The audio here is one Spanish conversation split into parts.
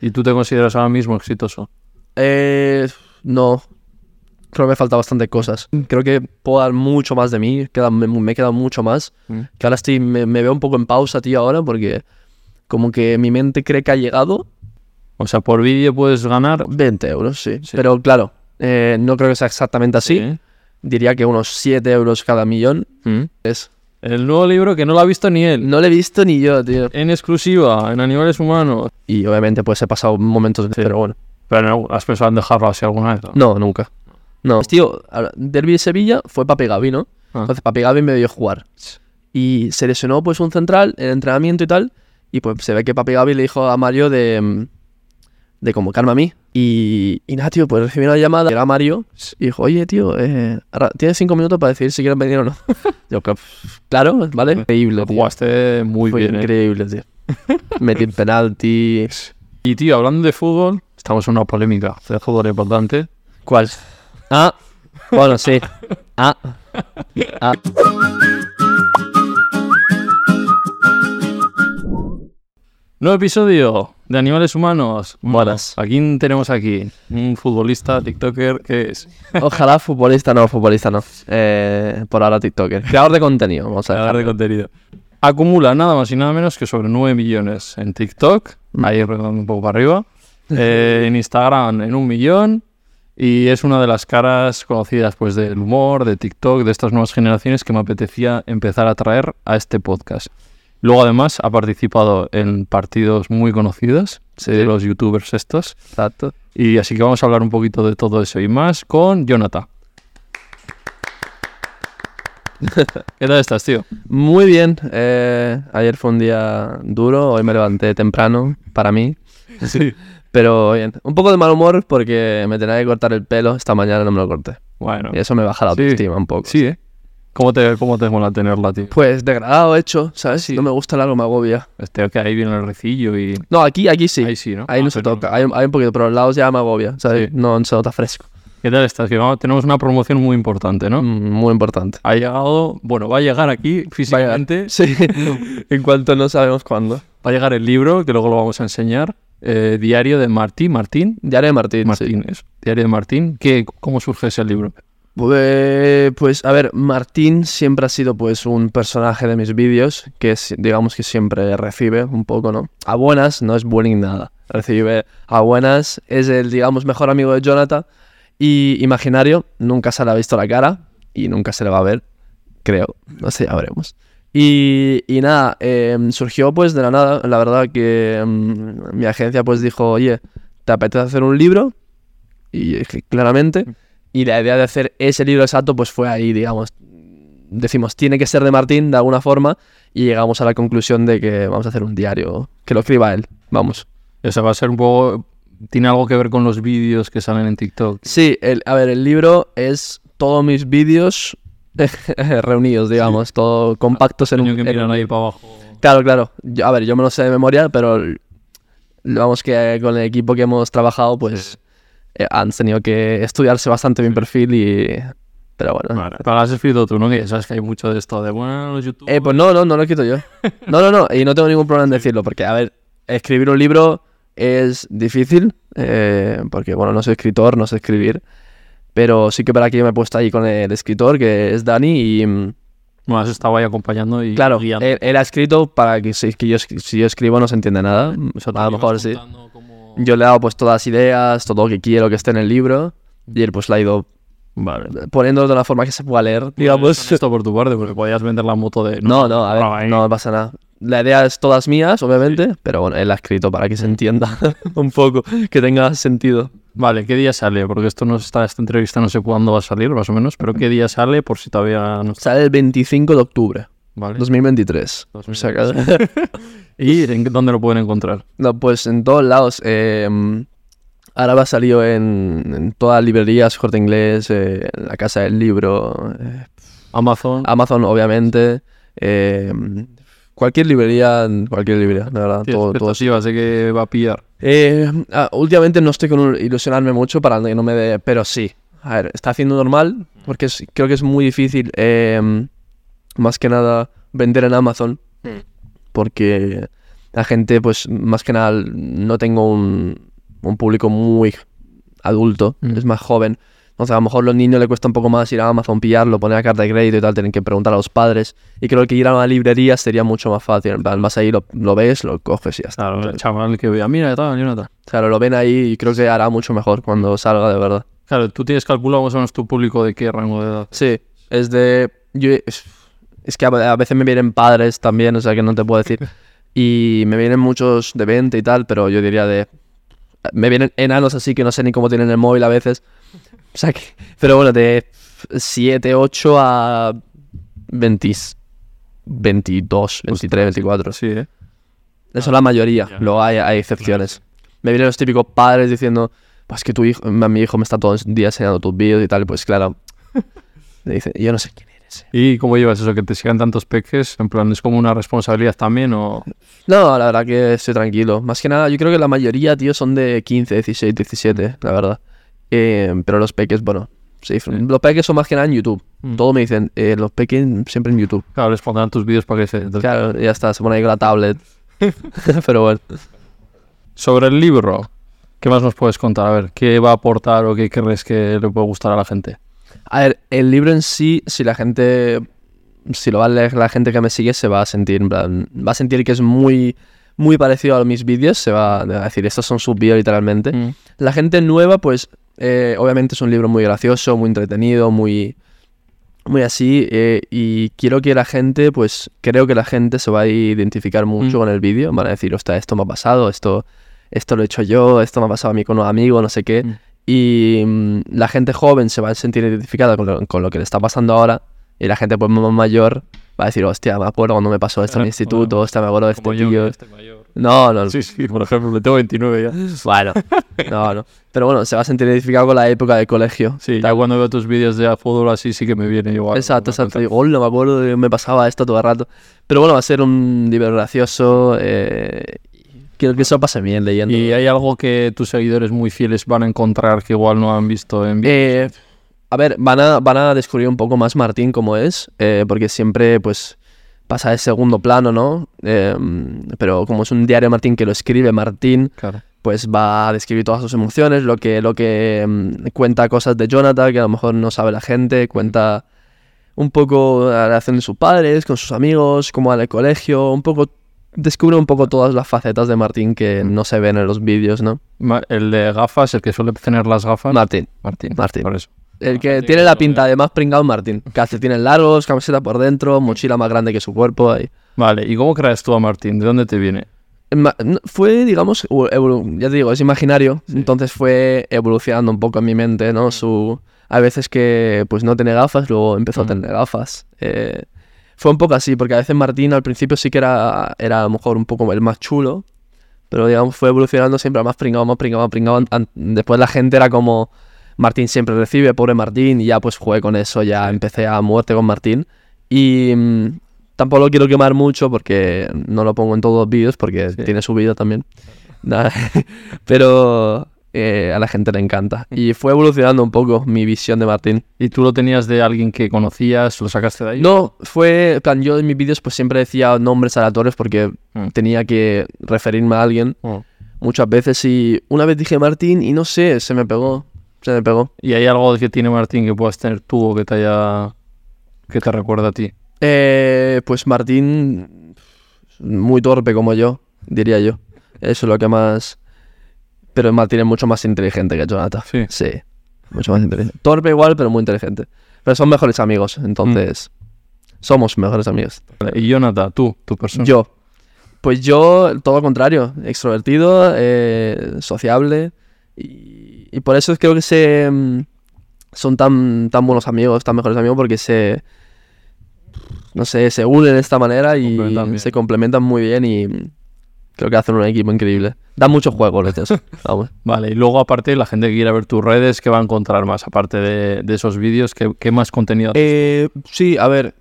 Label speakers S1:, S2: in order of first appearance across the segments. S1: ¿Y tú te consideras ahora mismo exitoso?
S2: Eh, no. Creo que me falta bastante cosas. Creo que puedo dar mucho más de mí. Queda- me, me he quedado mucho más.
S1: Mm.
S2: Que ahora estoy, me, me veo un poco en pausa, tío, ahora, porque como que mi mente cree que ha llegado.
S1: O sea, por vídeo puedes ganar.
S2: 20 euros, sí.
S1: Sí.
S2: Pero claro, eh, no creo que sea exactamente así. Diría que unos 7 euros cada millón.
S1: Mm.
S2: Es.
S1: El nuevo libro que no lo ha visto ni él.
S2: No lo he visto ni yo, tío.
S1: En exclusiva, en animales humanos.
S2: Y obviamente, pues he pasado momentos. Pero bueno,
S1: Pero no, has pensado en dejarlo así alguna vez.
S2: no, nunca. No. Pues, tío, ahora, Derby de Sevilla fue Pape Gavi, ¿no?
S1: Ah.
S2: Entonces Pape Gavi me vio jugar. Y se lesionó pues un central en el entrenamiento y tal. Y pues se ve que Pape Gavi le dijo a Mario de, mm, de convocarme a mí. Y, y nada, tío, pues recibí una llamada. Era Mario. Y dijo, oye, tío, eh, ahora tienes cinco minutos para decidir si quieres venir o no. Yo, "Claro, pff, claro, ¿vale? Increíble,
S1: Lo
S2: tío.
S1: jugaste muy
S2: Fue
S1: bien. ¿eh?
S2: increíble, tío. Metí el penalti.
S1: Y tío, hablando de fútbol, estamos en una polémica de fútbol importante.
S2: ¿Cuál? Ah, bueno, sí. Ah. ah.
S1: Nuevo episodio de Animales Humanos.
S2: Buenas.
S1: ¿A quién tenemos aquí? Un futbolista, TikToker, que es
S2: Ojalá futbolista no, futbolista no. Eh, por ahora TikToker. Creador de contenido, vamos a
S1: creador
S2: ver.
S1: de contenido. Acumula nada más y nada menos que sobre 9 millones en TikTok, ahí rodando un poco para arriba, eh, en Instagram en un millón, y es una de las caras conocidas pues del humor, de TikTok, de estas nuevas generaciones que me apetecía empezar a traer a este podcast. Luego además ha participado en partidos muy conocidos de los youtubers estos,
S2: Exacto.
S1: y así que vamos a hablar un poquito de todo eso y más con Jonathan. ¿Qué tal estás, tío?
S2: Muy bien. eh, ayer fue un día duro, hoy me levanté temprano para mí.
S1: Sí.
S2: Pero bien, un poco de mal humor porque me tenía que cortar el pelo. Esta mañana no me lo corté.
S1: Bueno.
S2: Y eso me baja la
S1: Ah. Sí.
S2: autoestima un poco.
S1: Sí, ¿eh? ¿Cómo te, cómo te mola tenerla, tío?
S2: Pues degradado hecho, ¿sabes? No me gusta el algo, me agobia.
S1: Este, que ahí viene el recillo y...
S2: No, aquí, aquí sí.
S1: Ahí sí, ¿no?
S2: Ahí
S1: Ah,
S2: no se
S1: pero no.
S2: toca. Hay, hay un poquito, pero los lados ya me agobia, ¿sabes?
S1: Sí.
S2: No, no se nota fresco.
S1: ¿Qué tal estás? Que vamos- tenemos una promoción muy importante, ¿no?
S2: Mm, Muy importante.
S1: Ha llegado... Bueno, va a llegar aquí
S2: Va a llegar.
S1: físicamente.
S2: Sí. en cuanto no sabemos cuándo.
S1: Va a llegar el libro, que luego lo vamos a enseñar. eh, diario de Martí, Martín.
S2: Diario de Martín. sí.
S1: Martín, eso. Diario de Martín. ¿Qué, ¿Cómo surge ese libro?
S2: Pues, pues, a ver, Martín siempre ha sido pues un personaje de mis vídeos que es- digamos que siempre recibe un poco, ¿no? A buenas, no es bullying nada. Recibe a buenas, es el, digamos, mejor amigo de Jonathan y imaginario, nunca se le ha visto la cara y nunca se le va a ver, creo, no sé, ya veremos. Y, y nada, eh, surgió pues de la nada, la verdad que mm, mi agencia pues dijo, oye, ¿te apetece hacer un libro? Y dije, claramente. Y la idea de hacer ese libro exacto, pues fue ahí, digamos. Decimos, tiene que ser de Martín de alguna forma. Y llegamos a la conclusión de que vamos a hacer un diario. Que lo escriba él. Vamos.
S1: O sea, va a ser un poco... ¿Tiene algo que ver con los vídeos que salen en TikTok?
S2: Sí, el- a ver, el libro es todos mis vídeos reunidos, digamos. Todo compactos en un.
S1: Niño que
S2: en
S1: miran
S2: un-
S1: ahí para abajo.
S2: Claro, claro. Yo- a ver, yo me lo sé de memoria, pero l- vamos que con el equipo que hemos trabajado, pues eh, han tenido que estudiarse bastante mi perfil y. Pero bueno.
S1: Pero lo has escrito tú, ¿no? Que ya sabes que hay mucho de esto de, bueno, los youtubers...
S2: Eh, pues no, no, no lo quito yo. No, no, no, y no tengo ningún problema en decirlo, porque, a ver, escribir un libro es difícil, eh, porque, bueno, no soy escritor, no sé escribir, pero sí que para aquí me he puesto ahí con el escritor, que es Dani, y mm,
S1: Bueno, has estado ahí acompañando y
S2: claro,
S1: guiando.
S2: él, él ha escrito para que si, que yo, escri- si yo escribo no se entiende nada, eso a lo mejor sí. Yo le he dado pues todas las ideas, todo lo que quiero que esté en el libro, y él pues la ha ido
S1: Vale.
S2: poniéndolo de una forma que se pueda leer, digamos.
S1: Esto por tu parte, porque podías vender la moto de...
S2: No, no, a ver,
S1: ahí.
S2: no pasa nada. La idea es todas mías, obviamente, pero bueno, él la ha escrito para que se entienda un poco, que tenga sentido.
S1: Vale, ¿qué día sale? Porque esto no está, esta entrevista no sé cuándo va a salir, más o menos, pero ¿qué día sale? Por si todavía no está.
S2: Sale el 25 de octubre,
S1: Vale.
S2: 2023. O sea que-
S1: ¿Y en qué- dónde lo pueden encontrar?
S2: no, pues en todos lados. eh, ahora va a salir en, en todas las librerías, Corte Inglés, eh, en la Casa del Libro, eh,
S1: Amazon.
S2: Amazon, obviamente. eh, cualquier librería, cualquier librería, la verdad.
S1: Sí,
S2: todo, todo
S1: expectativas de que va a pillar.
S2: Eh, ah, últimamente no estoy con un- ilusionarme mucho para que no me dé, pero sí. A ver, está haciendo normal porque es- creo que es muy difícil, em, eh, más que nada, vender en Amazon. Porque la gente, pues más que nada, no tengo un, un público muy adulto,
S1: Mm.
S2: es más joven. Entonces, a lo mejor a los niños le cuesta un poco más ir a Amazon, pillarlo, poner la carta de crédito y tal, tienen que preguntar a los padres. Y creo que ir a una librería sería mucho más fácil. En plan, vas ahí, lo, lo ves, lo coges y ya está.
S1: Claro, el chaval que vea, mira, tal, Jonathan.
S2: Claro, lo ven ahí y creo que hará mucho mejor cuando salga de verdad.
S1: Claro, tú tienes calculado más o menos tu público de qué rango de edad.
S2: Sí, es de. yo- es, es que a, a veces me vienen padres también, o sea que no te puedo decir. Y me vienen muchos de 20 y tal, pero yo diría de. Me vienen enanos así que no sé ni cómo tienen el móvil a veces. O sea que. Pero bueno, de 7, 8 a. 20, 22, 23, 24.
S1: Sí, ¿eh?
S2: Eso la mayoría,
S1: Ya.
S2: luego hay, hay excepciones. Me vienen los típicos padres diciendo, pues que tu hijo, a mi hijo me está todo el día enseñando tus vídeos y tal, y pues claro. Le dicen, yo no sé quién eres. eh".
S1: ¿Y cómo llevas eso? ¿Que te sigan tantos peques? En plan, ¿es como una responsabilidad también o...?
S2: No, la verdad que estoy tranquilo. Más que nada, yo creo que la mayoría, tío, son de 15, 16, 17, la verdad. Eh, pero los peques, bueno, sí, los peques son más que nada en YouTube.
S1: Mm.
S2: Todo me dicen, eh, los peques siempre en YouTube.
S1: Claro, les pondrán tus vídeos para que se... entonces-
S2: Claro, ya está, se pone ahí con la tablet. pero bueno.
S1: Sobre el libro, ¿qué más nos puedes contar? A ver, ¿qué va a aportar o qué crees que le puede gustar a la gente?
S2: A ver, el libro en sí, si la gente. Si lo va a leer la gente que me sigue, se va a sentir. en plan, Va a sentir que es muy. Muy parecido a mis vídeos, se va a decir, estos son sus vídeos
S1: Mm.
S2: literalmente.
S1: Este
S2: La gente nueva, pues, eh, obviamente es un libro muy gracioso, muy entretenido, muy, muy así. eh, y quiero que la gente, pues, creo que la gente se va a identificar mucho
S1: Mm.
S2: con el vídeo. Van a decir, hostia, esto me ha pasado, esto, esto lo he hecho yo, esto me ha pasado a mí con unos amigos, no sé qué.
S1: Mm.
S2: Y mm, la gente joven se va a sentir identificada con lo, con lo que le está pasando ahora. Y la gente, pues, más mayor va a decir, hostia, me acuerdo cuando me pasó esto
S1: Claro,
S2: en el instituto,
S1: bueno,
S2: hostia, me acuerdo de este
S1: Como yo,
S2: tío.
S1: este mayor.
S2: No, no,
S1: Sí, sí, por ejemplo, le tengo 29 ya.
S2: bueno, no, no. Pero bueno, se va a sentir identificado con la época del colegio.
S1: Sí, ya cuando veo tus vídeos de fútbol así sí que me viene igual.
S2: Exacto, exacto. Digo, "Hola, me acuerdo, de- me pasaba esto todo el rato. Pero bueno, va a ser un libro gracioso. eh, quiero que eso pase bien leyendo.
S1: ¿Y hay algo que tus seguidores muy fieles van a encontrar que igual no han visto en vídeo?
S2: Eh, a ver, van a, van a descubrir un poco más Martín como es, eh, porque siempre pues pasa de segundo plano, ¿no? Eh, pero como es un diario Martín que lo escribe Martín,
S1: Claro.
S2: pues va a describir todas sus emociones, lo que, lo que mm, cuenta cosas de Jonathan que a lo mejor no sabe la gente, cuenta un poco la relación de sus padres, con sus amigos, cómo va en el colegio, un poco descubre un poco todas las facetas de Martín que no se ven en los vídeos, ¿no?
S1: Ma- El de gafas, el que suele tener las gafas.
S2: Martín.
S1: Martín.
S2: Martín.
S1: Por eso.
S2: El que
S1: Martín,
S2: tiene la
S1: creo que-
S2: pinta de más pringado Martín. Calcetines largos, camiseta por dentro, mochila más grande que su cuerpo. ahí.
S1: Vale, ¿y cómo creas tú a Martín? ¿De dónde te viene?
S2: Ma- no, Fue, digamos, u- evolu- ya te digo, es imaginario, entonces fue evolucionando un poco en mi mente, ¿no? Su, a veces que pues no tenía gafas, luego empezó a tener gafas. eh, fue un poco así, porque a veces Martín al principio sí que era, era a lo mejor un poco el más chulo, pero digamos fue evolucionando siempre a más pringado, más pringado, más pringado. An- an- Después la gente era como, Martín siempre recibe, pobre Martín, y ya pues jugué con eso, ya empecé a muerte con Martín. Y mm, tampoco lo quiero quemar mucho porque no lo pongo en todos los vídeos porque tiene su vida también. Nada, Pero eh, a la gente le encanta. Y fue evolucionando un poco mi visión de Martín.
S1: ¿Y tú lo tenías de alguien que conocías? ¿Lo sacaste de ahí?
S2: No, fue, en plan, yo en mis vídeos pues siempre decía nombres aleatorios porque
S1: Mm.
S2: tenía que referirme a alguien
S1: Oh.
S2: muchas veces y una vez dije Martín y no sé, se me pegó, se me pegó.
S1: ¿Y hay algo que tiene Martín que puedas tener tú o que te haya... que te recuerda a ti?
S2: Eh, pues Martín, muy torpe como yo, diría yo. Eso es lo que más... Pero Martín es mucho más inteligente que Jonathan.
S1: Sí.
S2: mucho más inteligente. Torpe igual, pero muy inteligente. Pero son mejores amigos, entonces... Somos mejores amigos.
S1: Vale, Y Jonathan, tú, tu persona.
S2: Yo. Pues yo, todo lo contrario. Extrovertido, eh, sociable. Y, y por eso creo que se. mm, Son tan, tan buenos amigos, tan mejores amigos, porque se. No sé, se unen de esta manera y
S1: Complementan bien.
S2: se complementan muy bien y. mm, Creo que hacen un equipo increíble. Dan muchos juegos los dos. Vamos.
S1: Vale, y luego aparte, la gente que quiera ver tus redes, ¿qué va a encontrar más? Aparte de, de esos vídeos, ¿qué, qué más contenido?
S2: Eh, sí, a ver.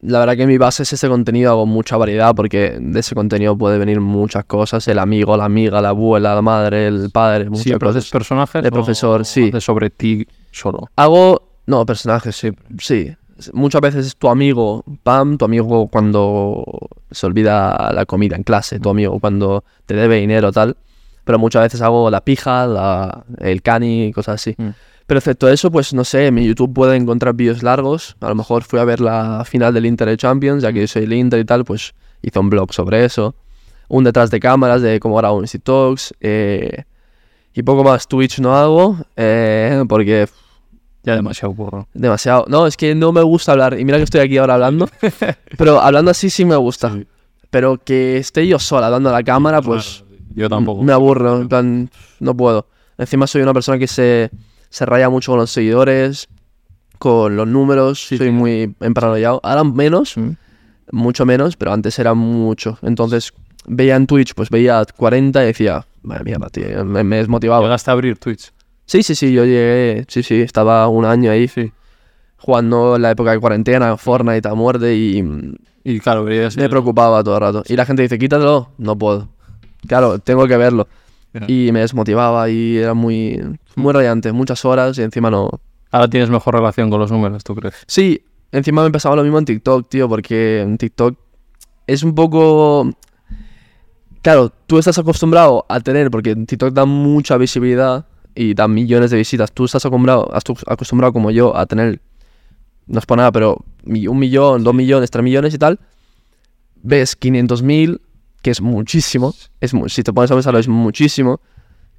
S2: La verdad que mi base es ese contenido, hago mucha variedad porque de ese contenido puede venir muchas cosas, el amigo, la amiga, la abuela, la madre, el padre, muchas
S1: ¿Siempre
S2: cosas.
S1: haces personajes?
S2: de
S1: o
S2: profesor, sí.
S1: haces sobre ti solo.
S2: Hago, no, personajes, sí, sí. muchas veces es tu amigo Pam, tu amigo cuando se olvida la comida en clase, tu amigo cuando te debe dinero, tal. Pero muchas veces hago la pija, la- el cani, cosas así.
S1: Mm.
S2: Pero excepto eso, pues no sé, en mi YouTube pueden encontrar vídeos largos. A lo mejor fui a ver la final del Inter de Champions, ya que yo soy el Inter y tal, pues hice un blog sobre eso. Un detrás de cámaras de cómo grabo mis TikToks. eh, y poco más, Twitch no hago, eh, porque
S1: Ya demasiado burro.
S2: Demasiado. No, es que no me gusta hablar. Y mira que estoy aquí ahora hablando. pero hablando así sí me gusta.
S1: Sí.
S2: Pero que esté yo sola hablando a la cámara, pues
S1: Yo tampoco.
S2: me aburro. En plan, no puedo. Encima soy una persona que se, se raya mucho con los seguidores, con los números. soy muy emparanoiado. Ahora menos,
S1: Sí.
S2: mucho menos, pero antes era mucho. Entonces veía en Twitch, pues veía 40 y decía, madre mierda, tío, me, me desmotivaba.
S1: Llegaste a abrir Twitch.
S2: Sí, sí, sí, yo llegué, sí, sí, estaba un año ahí
S1: Sí.
S2: jugando en la época de cuarentena, Fortnite a muerte y mm,
S1: Y claro, verías.
S2: me preocupaba todo el rato. Y la gente dice, quítatelo, no puedo. Claro, tengo que verlo.
S1: Ya.
S2: Y me desmotivaba y era muy, muy radiante, muchas horas y encima no...
S1: Ahora tienes mejor relación con los números, ¿tú crees?
S2: Sí, encima me pasaba lo mismo en TikTok, tío, porque en TikTok es un poco... Claro, tú estás acostumbrado a tener, porque en TikTok da mucha visibilidad y da millones de visitas. Tú estás acostumbrado, astu- acostumbrado como yo a tener, no es por nada, pero mi- un millón, dos millones, tres millones y tal. Ves 500.000, que es muchísimo. Es mu- si te pones a pensarlo, es muchísimo.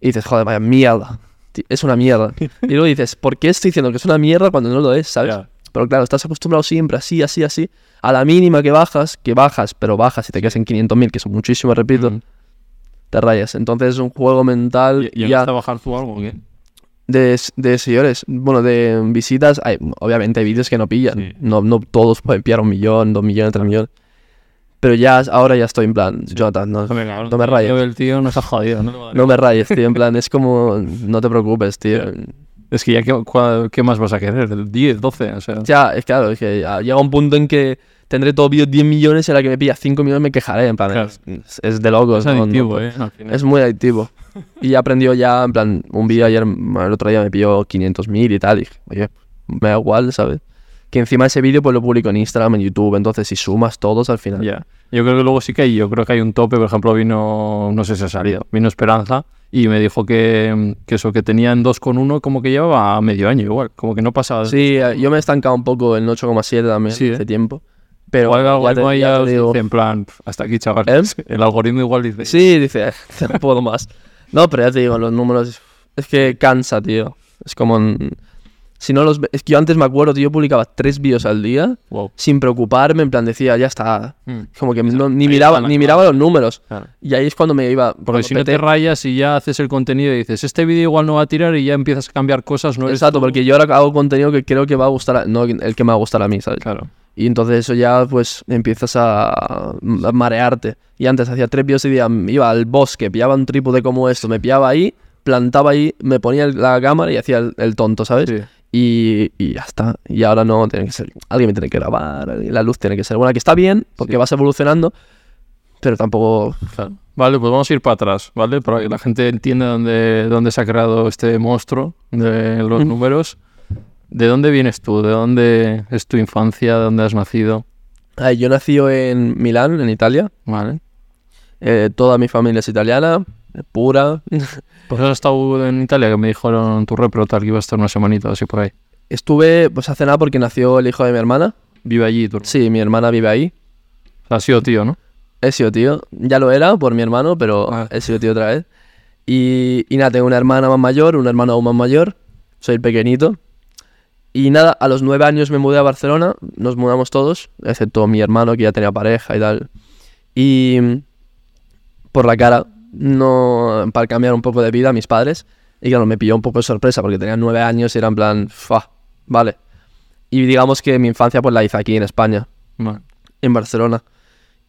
S2: Y dices, joder, vaya mierda. Ti- Es una mierda. Y luego dices, ¿por qué estoy diciendo que es una mierda cuando no lo es, sabes?
S1: Ya.
S2: Pero claro, estás acostumbrado siempre así, así, así. A la mínima que bajas, que bajas, pero bajas y te quedas en 500.000, que son muchísimo, repito,
S1: Ujú.
S2: te rayas. Entonces es un juego mental
S1: ¿Y, y
S2: ya
S1: a trabajar tú algo o qué?
S2: de, de seguidores, bueno, de visitas. Hay, obviamente hay vídeos que no pillan.
S1: Sí.
S2: No, no todos pueden pillar un millón, dos millones, tres millones. Pero ya ahora ya estoy en plan, Jonathan, no,
S1: Déjame, cabrón.
S2: no me rayes.
S1: Yo, El tío no está jodido. No le va a dar.
S2: no me rayes, tío. En plan, es como, no te preocupes, tío.
S1: Es que ya, ¿qué, cua- qué más vas a querer? 10, 12, o sea.
S2: Ya, es claro, es que ya llega un punto en que tendré todo vídeo 10 millones y a la que me pilla 5 millones me quejaré. En plan,
S1: Claro.
S2: es, es de locos.
S1: es
S2: ¿no? No-
S1: adictivo, ¿eh? Al final.
S2: Es muy adictivo. Y ya aprendió ya, en plan, un vídeo ayer, el otro día me pilló 500.000 y tal. Y dije, oye, me da igual, ¿sabes? Que encima ese vídeo pues lo publico en Instagram, en YouTube. Entonces, si sumas todos al final.
S1: Ya. Yo creo que luego sí que hay, yo creo que hay un tope, por ejemplo, vino, no sé si ha salido, vino Esperanza y me dijo que, que eso que tenía en 2,1 como que llevaba medio año igual, como que no pasaba.
S2: Sí, eh, yo me he estancado un poco en 8,7 también
S1: Sí, ¿eh?
S2: hace tiempo. Pero
S1: igual el
S2: ya te-
S1: algoritmo
S2: ya
S1: ya
S2: te
S1: os
S2: digo-
S1: dice en plan, "Pf, hasta aquí, chaval.
S2: ¿Eh?
S1: El algoritmo igual dice,
S2: Sí, dice, "Eh, no puedo más. No, pero ya te digo, los números. Es que cansa, tío. Es como. mm, Si no los. ve- Es que yo antes me acuerdo, tío, yo publicaba tres vídeos al día
S1: wow.
S2: sin preocuparme. En plan, decía, ya está.
S1: Mm.
S2: Como que no- ni,
S1: Ahí
S2: miraba,
S1: está la
S2: ni
S1: clave.
S2: miraba los números.
S1: Claro.
S2: Y ahí es cuando me iba.
S1: Ah. Porque
S2: Porque
S1: si no te rayas y ya haces el contenido y dices, este vídeo igual no va a tirar y ya empiezas a cambiar cosas, no eres
S2: Exacto, porque yo ahora hago contenido que creo que va a gustar. a- no el que me va a gustar a mí, ¿sabes?
S1: Claro.
S2: Y entonces eso ya, pues, empiezas a, a marearte. Y antes hacía tres vídeos y día, iba al bosque, pillaba un trípode como esto, me pillaba ahí, plantaba ahí, me ponía el- la cámara y hacía el, el tonto, ¿sabes?
S1: Sí.
S2: Y, y ya está. Y ahora no, tiene que ser, alguien me tiene que grabar, alguien- la luz tiene que ser buena, que está bien, porque
S1: Sí.
S2: vas evolucionando, pero tampoco...
S1: Claro. Vale, pues vamos a ir para atrás, ¿vale? Para que la gente entienda dónde, dónde se ha creado este monstruo de los números. ¿De dónde vienes tú? ¿De dónde es tu infancia? ¿De dónde has nacido?
S2: Ah, yo nací en Milán, en Italia.
S1: ¿Vale?
S2: Eh, toda mi familia es italiana, pura.
S1: Pues has estado en Italia, que me dijeron tu repro tal que iba a estar una semanita o así por ahí.
S2: Estuve, pues, hace nada porque nació el hijo de mi hermana.
S1: Vive allí, tú.
S2: Sí, mi hermana vive ahí.
S1: Has sido tío, ¿no?
S2: He sido tío. Ya lo era por mi hermano, pero
S1: Ah.
S2: he sido tío otra vez. Y, y nada, tengo una hermana más mayor, un hermano aún más mayor. Soy el pequeñito. Y nada, a los nueve años me mudé a Barcelona. Nos mudamos todos, excepto mi hermano que ya tenía pareja y tal. Y mm, por la cara, no para cambiar un poco de vida a mis padres. Y claro, me pilló un poco de sorpresa porque tenía nueve años y era en plan, "Fua, vale. Y digamos que mi infancia pues la hice aquí en España
S1: Vale.
S2: en Barcelona.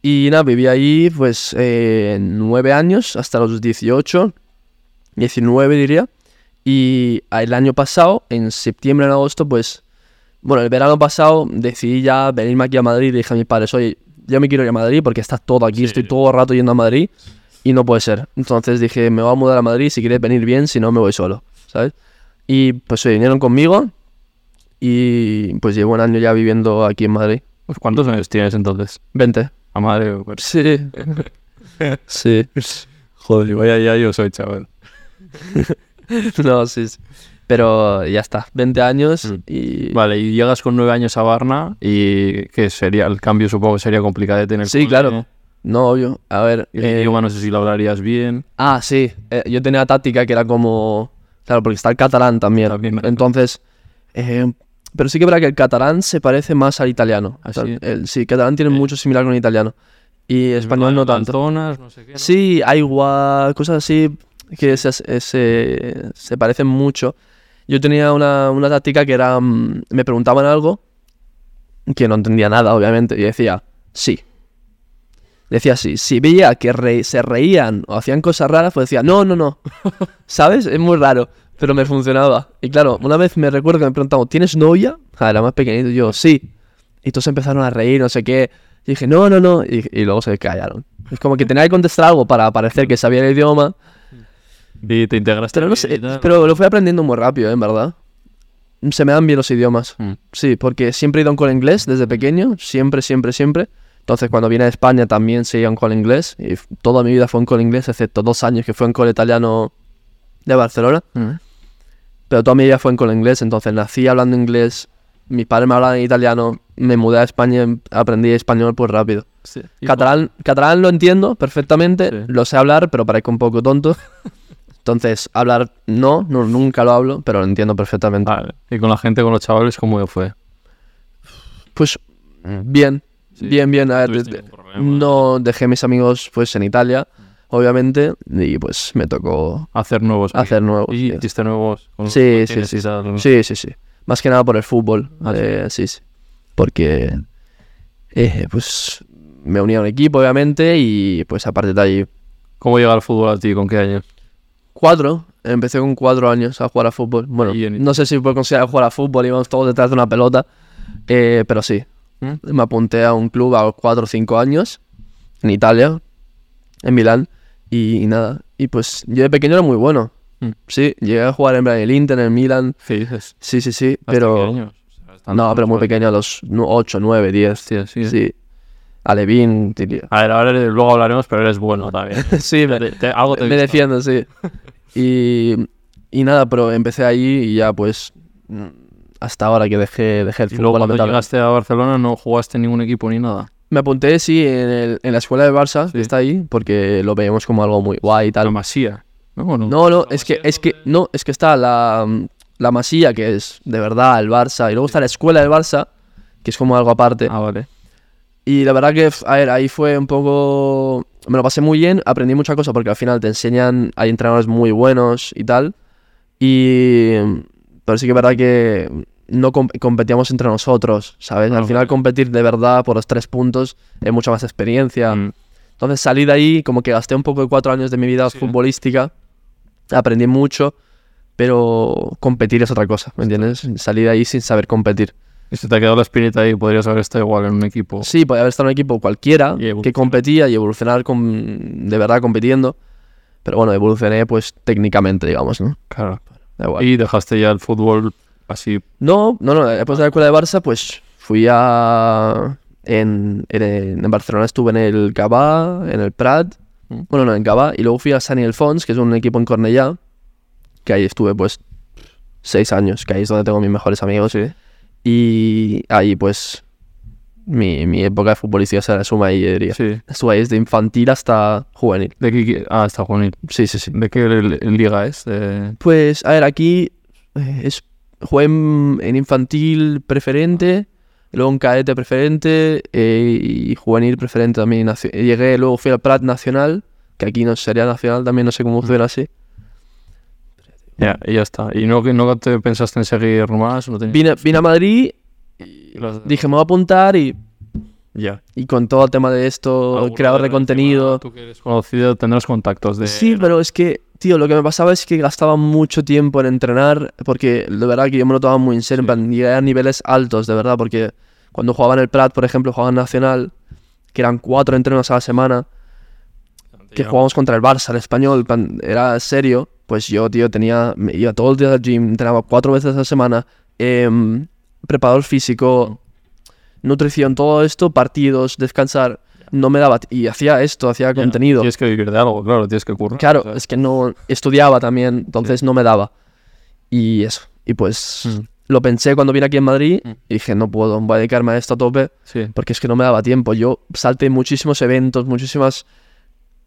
S2: Y nada, viví ahí pues eh, nueve años, hasta los 18, 19 diría. Y el año pasado, en septiembre en agosto, pues, bueno, el verano pasado decidí ya venirme aquí a Madrid y dije a mis padres, oye, yo me quiero ir a Madrid porque está todo aquí, estoy todo el rato yendo a Madrid y no puede ser. Entonces dije, me voy a mudar a Madrid, si quieres venir bien, si no me voy solo, ¿sabes? Y pues se vinieron conmigo y pues llevo un año ya viviendo aquí en Madrid.
S1: Pues, ¿Cuántos años tienes entonces?
S2: 20.
S1: A madre, pues,
S2: Sí. sí.
S1: joder, vaya ya yo soy, chaval.
S2: No, sí, sí. Pero ya está, 20 años y...
S1: Vale, y llegas con nueve años a Barna y que sería, el cambio supongo que sería complicado de tener. ¿eh?
S2: Sí, claro. No, obvio. A ver, eh,
S1: El idioma no sé si lo hablarías bien.
S2: Ah, sí. eh, yo tenía táctica que era como. Claro, porque está el catalán también.
S1: También, ¿no?
S2: Entonces. eh, pero sí que verá que el catalán se parece más al italiano.
S1: Así
S2: O sea,
S1: es.
S2: el- Ah, sí, catalán tiene mucho similar con el italiano. Y español no tanto.
S1: Zonas, no sé qué. ¿no?
S2: Sí, hay gua- cosas así que se, se- se- se parecen mucho. Yo tenía una, una táctica que era, mm, me preguntaban algo, que no entendía nada, obviamente, y decía, sí. Decía sí. Si veía que re- se reían o hacían cosas raras, pues decía, no, no, no. ¿Sabes? Es muy raro, pero me funcionaba. Y claro, una vez me recuerdo que me preguntaron, ¿tienes novia? Ah, era más pequeñito, y yo, sí. Y todos empezaron a reír, no sé qué. Y dije, no, no, no. Y, y luego se callaron. Es como que tenía que contestar algo para parecer que sabía el idioma.
S1: Y te integraste.
S2: Pero, no
S1: bien
S2: sé,
S1: y tal.
S2: pero lo fui aprendiendo muy rápido, ¿eh? en verdad. Se me dan bien los idiomas.
S1: Mm.
S2: Sí, porque siempre he ido a un cole inglés desde pequeño. Siempre, siempre, siempre. Entonces, cuando vine a España también se iba a un cole inglés. Y f- toda mi vida fue un cole inglés, excepto dos años que fue un cole italiano de Barcelona.
S1: Mm.
S2: Pero toda mi vida fue en cole inglés, entonces nací hablando inglés, mis padres me hablaban italiano, me mudé a España, y aprendí español pues rápido.
S1: Sí.
S2: Catalán, catalán lo entiendo perfectamente,
S1: Sí.
S2: lo sé hablar, pero parezco un poco tonto. Entonces, hablar no, no, nunca lo hablo, pero lo entiendo perfectamente.
S1: Vale. Y con la gente, con los chavales, ¿cómo fue?
S2: Pues bien,
S1: Ah. Sí.
S2: bien, bien. A ver,
S1: ¿Tuviste
S2: de-
S1: ningún problema?
S2: no dejé mis amigos pues en Italia, obviamente, y pues me tocó
S1: Hacer nuevos. amigos.
S2: hacer nuevos.
S1: Y
S2: tío.
S1: hiciste nuevos. con-
S2: Sí,
S1: con
S2: sí,
S1: tienes
S2: sí,
S1: y tal.
S2: Sí, sí, sí. Más que nada por el fútbol.
S1: Ah, sí.
S2: eh, sí. sí, Porque, eh, pues, me uní a un equipo, obviamente, y pues aparte de ahí,
S1: ¿Cómo llega el fútbol a ti? ¿Con qué años?
S2: cuatro. Empecé con cuatro años a jugar a fútbol. Bueno,
S1: Y en-
S2: no sé si puedo considerar jugar a fútbol, íbamos todos detrás de una pelota, eh, pero sí.
S1: ¿Mm?
S2: Me apunté a un club a los cuatro o cinco años, en Italia, en Milán, y, nada. Y pues yo de pequeño era muy bueno.
S1: Mm.
S2: Sí, llegué a jugar en plan, el Inter, en el Milan.
S1: ¿Qué dices?
S2: Sí, sí, sí,
S1: ¿Hasta
S2: pero...
S1: qué años? O sea, hasta-
S2: No, pero muy pequeño, a los 8, 9, 10.
S1: Hostia, sí.
S2: Sí. Alevín, diría.
S1: A ver, ahora eres- luego hablaremos, pero eres bueno también.
S2: Sí, me,
S1: Te- te- algo te he
S2: me
S1: visto.
S2: defiendo, sí. Y, y nada, pero empecé ahí y ya pues mm, hasta ahora que dejé, dejé el
S1: Y luego cuando
S2: fútbol. lamentablemente.
S1: llegaste a Barcelona no jugaste en ningún equipo ni nada.
S2: Me apunté, sí, en, el- en la escuela de Barça,
S1: Sí.
S2: que está ahí, porque lo veíamos como algo muy guay y
S1: La
S2: tal.
S1: Masía. ¿No? ¿O no?
S2: No, no, es que, es que, no, es que está la, mm, la Masía, que es de verdad el Barça, y luego está la escuela del Barça, que es como algo aparte.
S1: Ah, vale.
S2: Y la verdad que, a ver, ahí fue un poco... Me lo pasé muy bien, aprendí muchas cosas porque al final te enseñan, hay entrenadores muy buenos y tal. Y... Pero sí que es verdad que no com- competíamos entre nosotros, ¿sabes?
S1: Ah,
S2: al final
S1: vale.
S2: competir de verdad por los tres puntos es mucha más experiencia.
S1: Mm.
S2: Entonces salí de ahí, como que gasté un poco de cuatro años de mi vida
S1: Sí.
S2: futbolística, aprendí mucho, pero competir es otra cosa, ¿me entiendes? Salí de ahí sin saber competir.
S1: Y se te ha quedado la espinita ahí, podrías haber estado igual en un equipo.
S2: Sí, podía haber estado en un equipo cualquiera
S1: Y
S2: que
S1: evolucionar.
S2: competía y evolucionar con, de verdad compitiendo. Pero bueno, evolucioné pues técnicamente, digamos, ¿no?
S1: Claro.
S2: Da igual.
S1: Y dejaste ya el fútbol así.
S2: No, no, no, después de la escuela de Barça, pues fui a... En, en, en Barcelona estuve en el Gavà, en el Prat,
S1: Mm.
S2: bueno, no, en Gavà, y luego fui a San Ildefonso, que es un equipo en Cornellá, que ahí estuve pues seis años, que ahí es donde tengo mis mejores amigos, y ahí pues mi, mi época futbolística se resuma ahí, yo diría.
S1: Sí.
S2: Estuve ahí desde infantil hasta juvenil.
S1: ¿De qué, ah, hasta juvenil.
S2: Sí, sí, sí.
S1: ¿De qué li- liga es? eh, De-
S2: Pues, a ver, aquí eh, es, jugué en, en infantil preferente, luego en cadete preferente eh, y juvenil preferente también. nacio- eh, Llegué, luego fui al Prat Nacional, que aquí no sería Nacional también, no sé cómo funciona así.
S1: Ya, y ya está. ¿Y no, no te pensaste en seguir más? No tenías...
S2: Vine, vine a Madrid,
S1: Los-
S2: dije, me voy a apuntar y,
S1: Ya.
S2: y con todo el tema de esto,
S1: Alguna
S2: creador de
S1: vez encima,
S2: contenido...
S1: Tú que eres conocido tendrás contactos de...
S2: Sí, pero es que, tío, lo que me pasaba es que gastaba mucho tiempo en entrenar, porque de verdad que yo me lo tomaba muy en serio, en plan, llegué a niveles altos, de verdad, porque cuando jugaba en el Prat, por ejemplo, jugaba en Nacional, que eran cuatro entrenos a la semana, que jugábamos contra el Barça, el español, en plan, era serio, pues yo, tío, tenía, me iba todo el día al gym, entrenaba cuatro veces a la semana, em, preparador físico, nutrición, todo esto, partidos, descansar, no me daba. t- Y hacía esto, hacía contenido.
S1: Tienes que vivir de algo, claro, tienes que currar.
S2: Claro,
S1: ¿sabes?
S2: es que no estudiaba también, entonces no me daba. Y eso. Y pues
S1: Mm.
S2: lo pensé cuando vine aquí en Madrid y dije, no puedo, voy a dedicarme a esto a tope
S1: Sí.
S2: porque es que no me daba tiempo. Yo salté muchísimos eventos, muchísimas.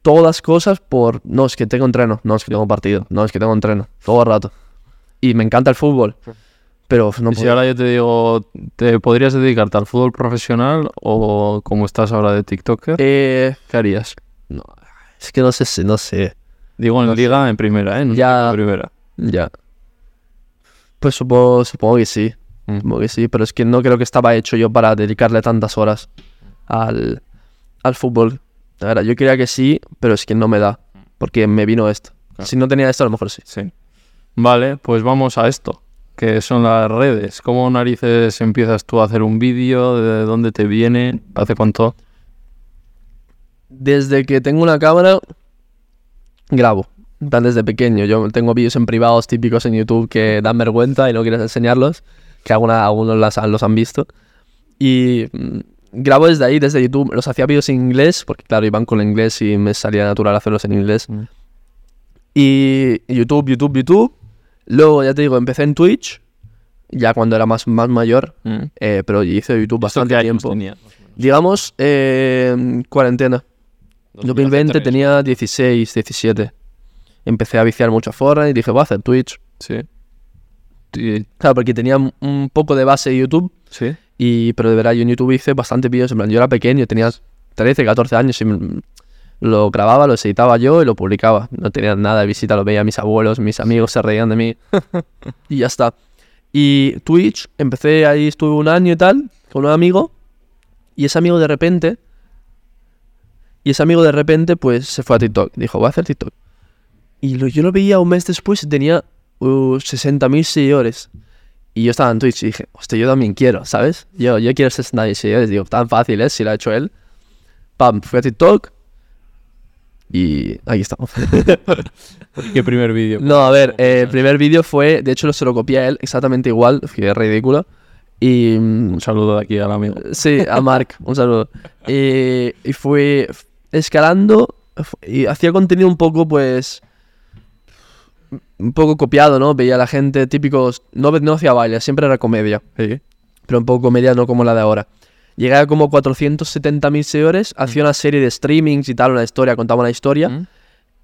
S2: Todas las cosas por. No, es que tengo entreno, no, es que tengo partido, no, es que tengo entreno, todo el rato. Y me encanta el fútbol. Pero uf, no
S1: y si
S2: puedo.
S1: ahora yo te digo, ¿te podrías dedicarte al fútbol profesional o como estás ahora de TikToker?
S2: Eh,
S1: ¿Qué harías?
S2: es que no sé, si- no sé.
S1: Digo en liga, en primera, ¿eh? No
S2: Ya.
S1: En primera.
S2: Ya. Pues supongo, supongo que sí.
S1: Mm.
S2: Supongo que sí, pero es que no creo que estaba hecho yo para dedicarle tantas horas al, al fútbol. La verdad, yo creía que sí, pero es que no me da. Porque me vino esto.
S1: Claro.
S2: Si no tenía esto, a lo mejor sí.
S1: Sí. Vale, pues vamos a esto, que son las redes. ¿Cómo narices empiezas tú a hacer un vídeo? ¿De dónde te viene? ¿Hace cuánto?
S2: Desde que tengo una cámara, grabo. En plan, desde pequeño. Yo tengo vídeos en privados típicos en YouTube que dan vergüenza y no quieres enseñarlos. Que alguna, algunos las, han- los han visto. Y mm, grabo desde ahí, desde YouTube. Los hacía vídeos en inglés, porque claro, iban con el inglés y me salía natural hacerlos en inglés.
S1: Mm.
S2: Y YouTube, YouTube, YouTube. Luego, ya te digo, empecé en Twitch. Ya cuando era más, más mayor.
S1: Mm.
S2: eh, pero hice YouTube bastante tiempo. Digamos, eh, cuarentena. 2020 tenía 16, 17. Empecé a viciar mucho a Fortnite y dije, voy a hacer Twitch.
S1: Sí. Sí.
S2: Claro, porque tenía un- un poco de base de YouTube,
S1: Sí.
S2: y, pero de verdad yo en YouTube hice bastantes vídeos. En plan, yo era pequeño, tenía 13, 14 años y mm, lo grababa, lo editaba yo y lo publicaba. No tenía nada de visita, lo veía a mis abuelos, mis amigos se reían de mí. y ya está. Y Twitch, empecé ahí, estuve un año y tal, con un amigo. Y ese amigo de repente. Y ese amigo de repente, pues se fue a TikTok. Dijo, voy a hacer TikTok. Y lo- yo lo veía un mes después y tenía uh, 60.000 seguidores. Y yo estaba en Twitch y dije, hostia, yo también quiero, ¿sabes? Yo, yo quiero 60.000 seguidores. Digo, tan fácil es si lo ha hecho él. Pam, fui a TikTok. Y aquí estamos.
S1: ¿Y qué primer vídeo?
S2: No, a ver, eh, el primer vídeo fue, de hecho lo se lo copié a él exactamente igual, que es ridículo. Y mm,
S1: Un saludo de aquí al amigo.
S2: sí, a Mark, un saludo. Y, y fue escalando fu- y hacía contenido un poco, pues, un poco copiado, ¿no? Veía a la gente típicos, no, no hacía baile, siempre era comedia,
S1: Sí.
S2: pero un poco comedia no como la de ahora. Llegué a como 470.000 seguidores, hacía una serie de streamings y tal, una historia, contaba una historia.
S1: Mm.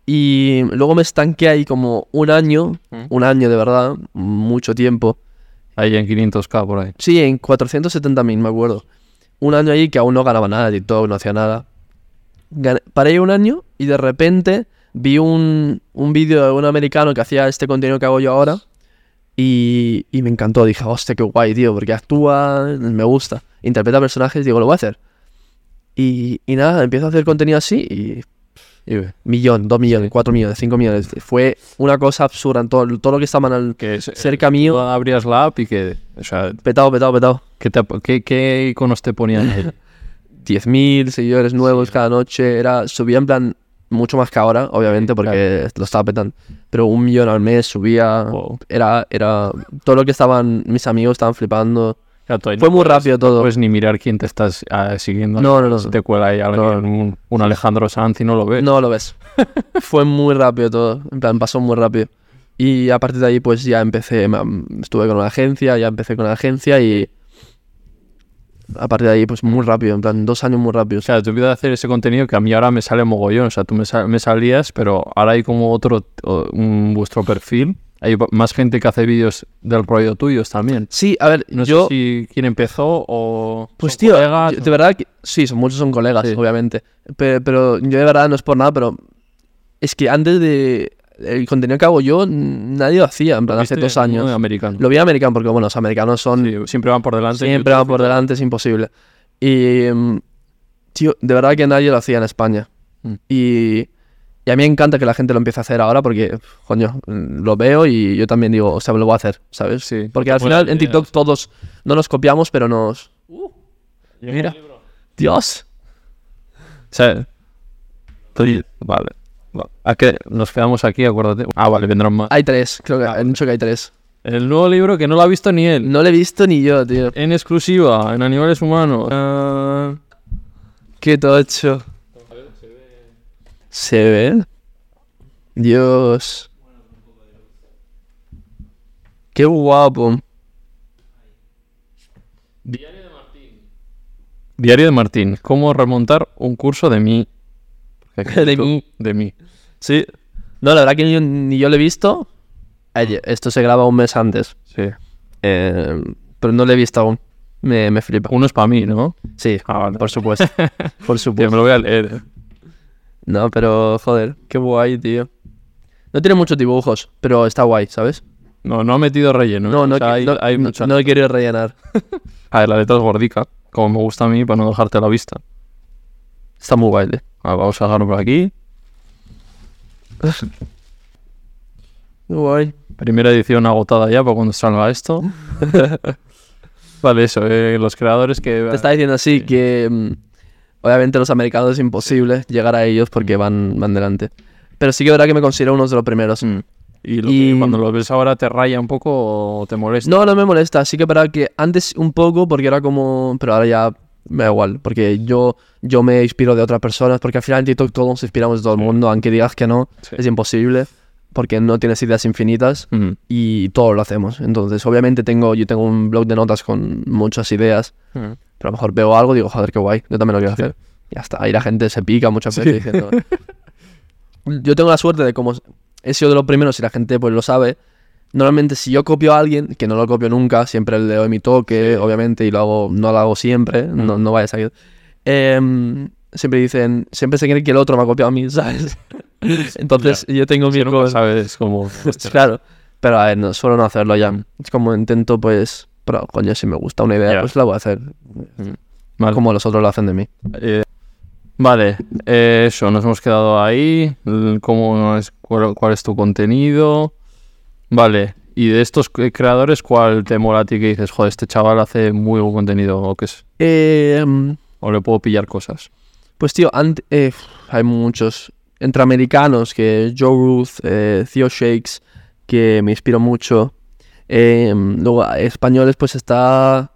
S2: Y luego me estanqué ahí como un año,
S1: Mm.
S2: un año de verdad, mucho tiempo.
S1: Ahí en 500k por ahí.
S2: Sí, en 470.000, me acuerdo. Un año ahí que aún no ganaba nada, de TikTok, no hacía nada. Gané- paré ahí un año y de repente vi un, un vídeo de un americano que hacía este contenido que hago yo ahora y, y me encantó. Dije, hostia, qué guay, tío, porque actúa, me gusta, interpreta personajes, digo, lo voy a hacer. Y, y nada, empiezo a hacer contenido así y
S1: Y ve.
S2: millón, dos millones, cuatro millones, cinco millones. Fue una cosa absurda. en Todo, todo lo que estaban al
S1: Que es- eh,
S2: cerca
S1: tú
S2: mío,
S1: abrías la app y que. O sea,
S2: petado, petado, petado.
S1: ¿qué, te, qué, qué iconos te ponían ahí?
S2: 10.000 seguidores nuevos cada noche. Era, subía en plan mucho más que ahora, obviamente, porque lo estaba petando. Pero un millón al mes subía.
S1: Wow.
S2: Era, era todo lo que estaban, mis amigos estaban flipando.
S1: Claro, tú ahí
S2: Fue
S1: no
S2: muy rápido todo.
S1: puedes ni mirar quién te estás ah, siguiendo.
S2: No, no, no.
S1: Si te cuela ahí alguien, un, un Alejandro Sanz y no lo ves.
S2: No lo ves. Fue muy rápido todo. En plan, pasó muy rápido. Y a partir de ahí, pues ya empecé. ma- Estuve con una agencia, ya empecé con la agencia y. A partir de ahí, pues muy rápido. En plan, dos años muy rápido.
S1: O sea, te pido hacer ese contenido que a mí ahora me sale mogollón. O sea, tú me, sal- me salías, pero ahora hay como otro, o- un- vuestro perfil. Hay pa- más gente que hace vídeos del rollo tuyos también.
S2: Sí, a ver,
S1: No
S2: yo.
S1: sé si quién empezó o.
S2: Pues
S1: son
S2: tío,
S1: colegas,
S2: yo- de verdad que sí, son, muchos son colegas,
S1: Sí.
S2: obviamente. Pe- Pero, yo de verdad no es por nada, pero es que antes de el contenido que hago yo, n- nadie lo hacía, en plan, hace
S1: ¿viste?
S2: dos
S1: Uno
S2: años.
S1: americano.
S2: Lo vi americano porque, bueno, los americanos son
S1: Sí, siempre van por delante.
S2: siempre va por delante, es imposible. Y, mm, tío, de verdad que nadie lo hacía en España.
S1: Mm.
S2: Y, y a mí me encanta que la gente lo empiece a hacer ahora porque, coño, mm, lo veo y yo también digo, o sea, lo voy a hacer, ¿sabes?
S1: Sí.
S2: Porque al
S1: Buenas
S2: final en
S1: ideas.
S2: TikTok todos no nos copiamos, pero nos...
S1: Mira.
S2: ¡Dios!
S1: O sea, tú- vale. Va- ¿A qué? Nos quedamos aquí, acuérdate. Ah, vale, vendrán más.
S2: Hay tres, creo que han dicho que hay tres.
S1: El nuevo libro que no lo ha visto ni él.
S2: No lo he visto ni yo, tío.
S1: En exclusiva, en Animales Humanos. Ah,
S2: Qué tocho. ¿Se ve? Dios. Qué guapo.
S1: Diario de Martín. ¿Cómo remontar un curso de mí?
S2: De mí.
S1: De mí.
S2: Sí. No, la verdad que ni yo, ni yo lo he visto. Ayer, esto se graba un mes antes.
S1: Sí.
S2: Eh, pero no lo he visto aún. Me, me flipa.
S1: Uno es para mí, ¿no?
S2: Sí,
S1: Ah, vale.
S2: por supuesto. Por
S1: Yo me
S2: supuesto.
S1: lo voy a leer.
S2: No, pero joder, qué guay, tío. No tiene muchos dibujos, pero está guay, ¿sabes?
S1: No, no ha metido relleno. ¿eh?
S2: No, no,
S1: O sea, hay,
S2: no,
S1: hay
S2: no-
S1: mucha-
S2: no quiero rellenar.
S1: A ver, la letra es gordica, como me gusta a mí, para no dejarte a la vista.
S2: Está muy guay, ¿eh? tío.
S1: A ver, vamos a dejarlo por aquí.
S2: Guay.
S1: Primera edición agotada ya para cuando salga esto. vale, eso. eh, los creadores que...
S2: Te está diciendo así que mm, obviamente los americanos es imposible llegar a ellos porque van, van delante. Pero sí que verá que me considero uno de los primeros.
S1: Mm. Y, lo
S2: Y-
S1: que cuando lo ves ahora te raya un poco o te molesta.
S2: No, no me molesta. Sí que verá que antes un poco porque era como... Pero ahora ya me da igual. Porque yo, yo me inspiro de otras personas. Porque al final en TikTok todos nos inspiramos de todo el mundo. Aunque digas que no,
S1: Sí.
S2: es imposible. Porque no tienes ideas infinitas.
S1: Mm,
S2: Y todos lo hacemos. Entonces, obviamente tengo, yo tengo un blog de notas con muchas ideas.
S1: mm.
S2: Pero a lo mejor veo algo y digo, joder, qué guay, yo también lo quiero hacer. Y hasta ahí la gente se pica muchas veces diciendo. Yo tengo la suerte de como he sido de los primeros y la gente pues lo sabe. Normalmente si yo copio a alguien, que no lo copio nunca, siempre le doy mi toque, obviamente, y lo hago, no lo hago siempre,
S1: Mm.
S2: no, no vaya a salir. Em, siempre dicen, siempre se cree que el otro me ha copiado a mí, ¿sabes? Entonces yo tengo mi...
S1: Sí, nunca
S2: cosa.
S1: sabes pues, cómo...
S2: Claro, pero a ver, no, suelo no hacerlo ya. Es como intento pues, pero coño, si me gusta una idea,
S1: Ya.
S2: pues la voy a hacer.
S1: Vale.
S2: Como los otros lo hacen de mí.
S1: Eh, vale, eh, eso, nos hemos quedado ahí. l- ¿Cómo es, cuál, cuál es tu contenido? Vale, y de estos cre- creadores, ¿cuál te mola a ti que dices, joder, este chaval hace muy buen contenido o, que es,
S2: Eh, mm,
S1: o le puedo pillar cosas?
S2: pues tío, ant- eh, uf, hay muchos. Entre americanos, que Joe Ruth, eh, Theo Shakes, que me inspiró mucho. Eh, mm, luego a- españoles, pues está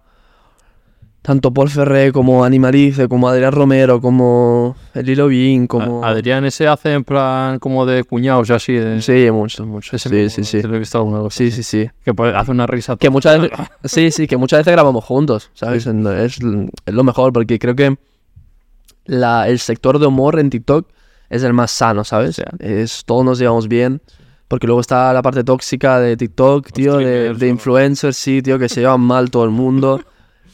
S2: tanto Paul Ferré como Animalice, como Adrián Romero, como El Hilo Bean, como...
S1: A- Adrián ese hace en plan como de cuñados y así. de-
S2: Sí, muchos, muchos.
S1: ese
S2: Sí,
S1: mismo,
S2: sí,
S1: ¿no?
S2: sí.
S1: Te lo he visto alguna cosa
S2: Sí,
S1: así.
S2: sí, sí.
S1: Que puede- hace una risa.
S2: Que muchas veces, sí, sí, que muchas veces grabamos juntos, ¿sabes? En- Es, es lo mejor porque creo que la, el sector de humor en TikTok es el más sano, ¿sabes?
S1: Sí.
S2: Es, todos nos llevamos bien. Porque luego está la parte tóxica de TikTok, tío, de,
S1: streamers,
S2: de
S1: ¿no?
S2: influencers, sí, tío, que se llevan mal todo el mundo.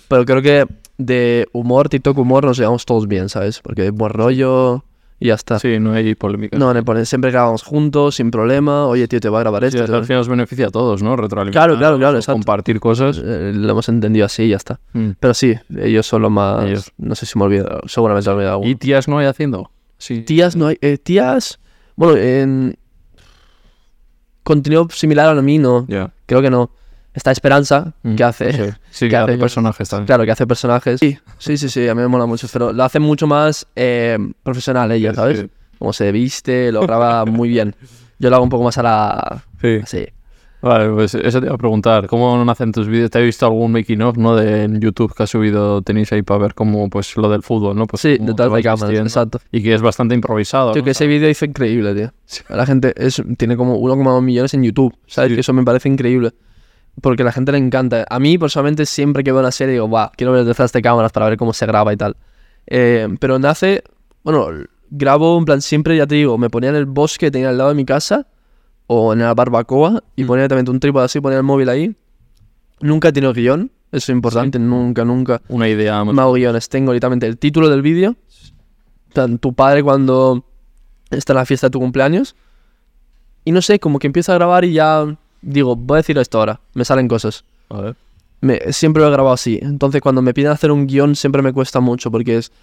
S2: Pero creo que de humor, TikTok humor, nos llevamos todos bien, ¿sabes? Porque es buen rollo y ya está.
S1: Sí, no hay polémica.
S2: No, en el poner- siempre grabamos juntos, sin problema. Oye, tío, te va a grabar
S1: Sí,
S2: esto. te va a-
S1: al final nos beneficia a todos, ¿no? Retroalimentar.
S2: Claro, claro, claro,
S1: o
S2: exacto.
S1: Compartir cosas.
S2: Eh, Lo hemos entendido así y ya está.
S1: Mm.
S2: Pero sí, ellos son los más.
S1: Ellos.
S2: No sé si me olvido, seguramente me he olvidado.
S1: ¿Y
S2: alguno.
S1: tías no hay haciendo? Sí.
S2: tías no hay. eh, tías. Bueno, en. Contenido similar a mí, no.
S1: Ya.
S2: Creo que no. Está Esperanza,
S1: Mm,
S2: que hace.
S1: Sí,
S2: que
S1: que
S2: hace-
S1: hace personajes también.
S2: Claro, que hace personajes. Sí, sí, sí, sí, a mí me mola mucho. Pero lo hace mucho más eh, profesional ellos, ¿sabes?
S1: sí.
S2: Como se viste, lo graba muy bien. Yo lo hago un poco más a la.
S1: Sí.
S2: Así.
S1: Vale, pues eso te iba a preguntar. ¿Cómo nacen tus vídeos? ¿Te he visto algún making of, no? De en YouTube que has subido tenéis ahí para ver cómo, pues, lo del fútbol, ¿no? Pues
S2: Sí,
S1: cómo te
S2: detrás
S1: vas
S2: de cámaras,
S1: vistiendo.
S2: exacto.
S1: Y que es bastante improvisado.
S2: Tío,
S1: ¿no?
S2: que ese vídeo hizo increíble, tío. La gente es- tiene como 1,2 millones en YouTube, ¿sabes?
S1: Sí.
S2: Que eso me parece increíble. Porque a la gente le encanta. A mí, personalmente, siempre que veo una serie digo, va, quiero ver detrás de cámaras para ver cómo se graba y tal. Eh, pero nace, bueno, grabo en plan siempre, ya te digo, me ponía en el bosque que tenía al lado de mi casa o en la barbacoa y
S1: Mm.
S2: ponía directamente un trípode así, ponía el móvil ahí. Nunca he tenido guión, eso es importante, nunca, nunca.
S1: Una idea más.
S2: No hago guiones, tengo literalmente el título del vídeo. en plan, Tu padre cuando está en la fiesta de tu cumpleaños. Y no sé, como que empiezo a grabar y ya digo, voy a decir esto ahora. Me salen cosas.
S1: A ver.
S2: Me- siempre lo he grabado así. Entonces cuando me piden hacer un guión siempre me cuesta mucho porque es...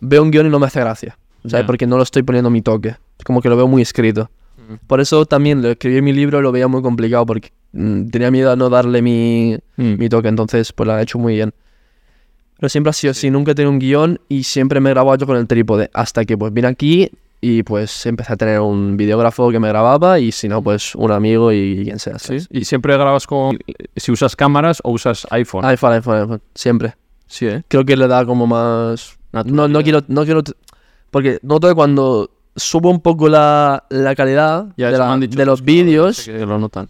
S2: Veo un guión y no me hace gracia. ¿Sabes?
S1: Ya.
S2: Porque no lo estoy poniendo mi toque. Como que lo veo muy escrito. Por eso también lo escribí en mi libro lo veía muy complicado porque mm, tenía miedo a no darle mi,
S1: Mm.
S2: mi toque, entonces pues lo han hecho muy bien. Pero siempre ha sido así, nunca he tenido un guión y siempre me he grabado yo con el trípode. Hasta que pues vine aquí y y pues empecé a tener un videógrafo que me grababa y si no, pues un amigo y quien sea.
S1: Sí.
S2: ¿sabes?
S1: Y siempre grabas con. Si usas cámaras o usas iPhone.
S2: iPhone, iPhone, iPhone, siempre.
S1: Sí, ¿eh?
S2: Creo que le da como más... No, no quiero... No quiero t- porque noto que cuando subo un poco la, la calidad
S1: Ya
S2: de,
S1: eso
S2: la-
S1: me han dicho
S2: de los
S1: tus creadores,
S2: vídeos,
S1: sé Que lo notan.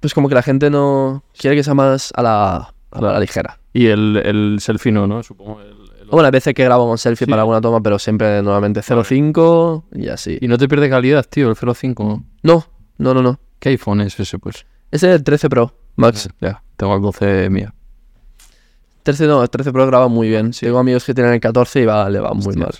S2: pues como que la gente no quiere que sea más a la, a la ligera.
S1: Y el, el selfie no, ¿no? Supongo. el- el-
S2: Bueno, hay veces que grabo con selfie
S1: Sí.
S2: para alguna toma, pero siempre normalmente 0.5 y así.
S1: Y no te pierde calidad, tío, el 05.
S2: No, no, no, no.
S1: ¿Qué iPhone es ese, pues?
S2: Ese es el 13 Pro, Max.
S1: Ya, tengo el 12 mía.
S2: 13 no, el 13 Pro graba muy bien. Tengo amigos que tienen el 14 y va, le va muy mal.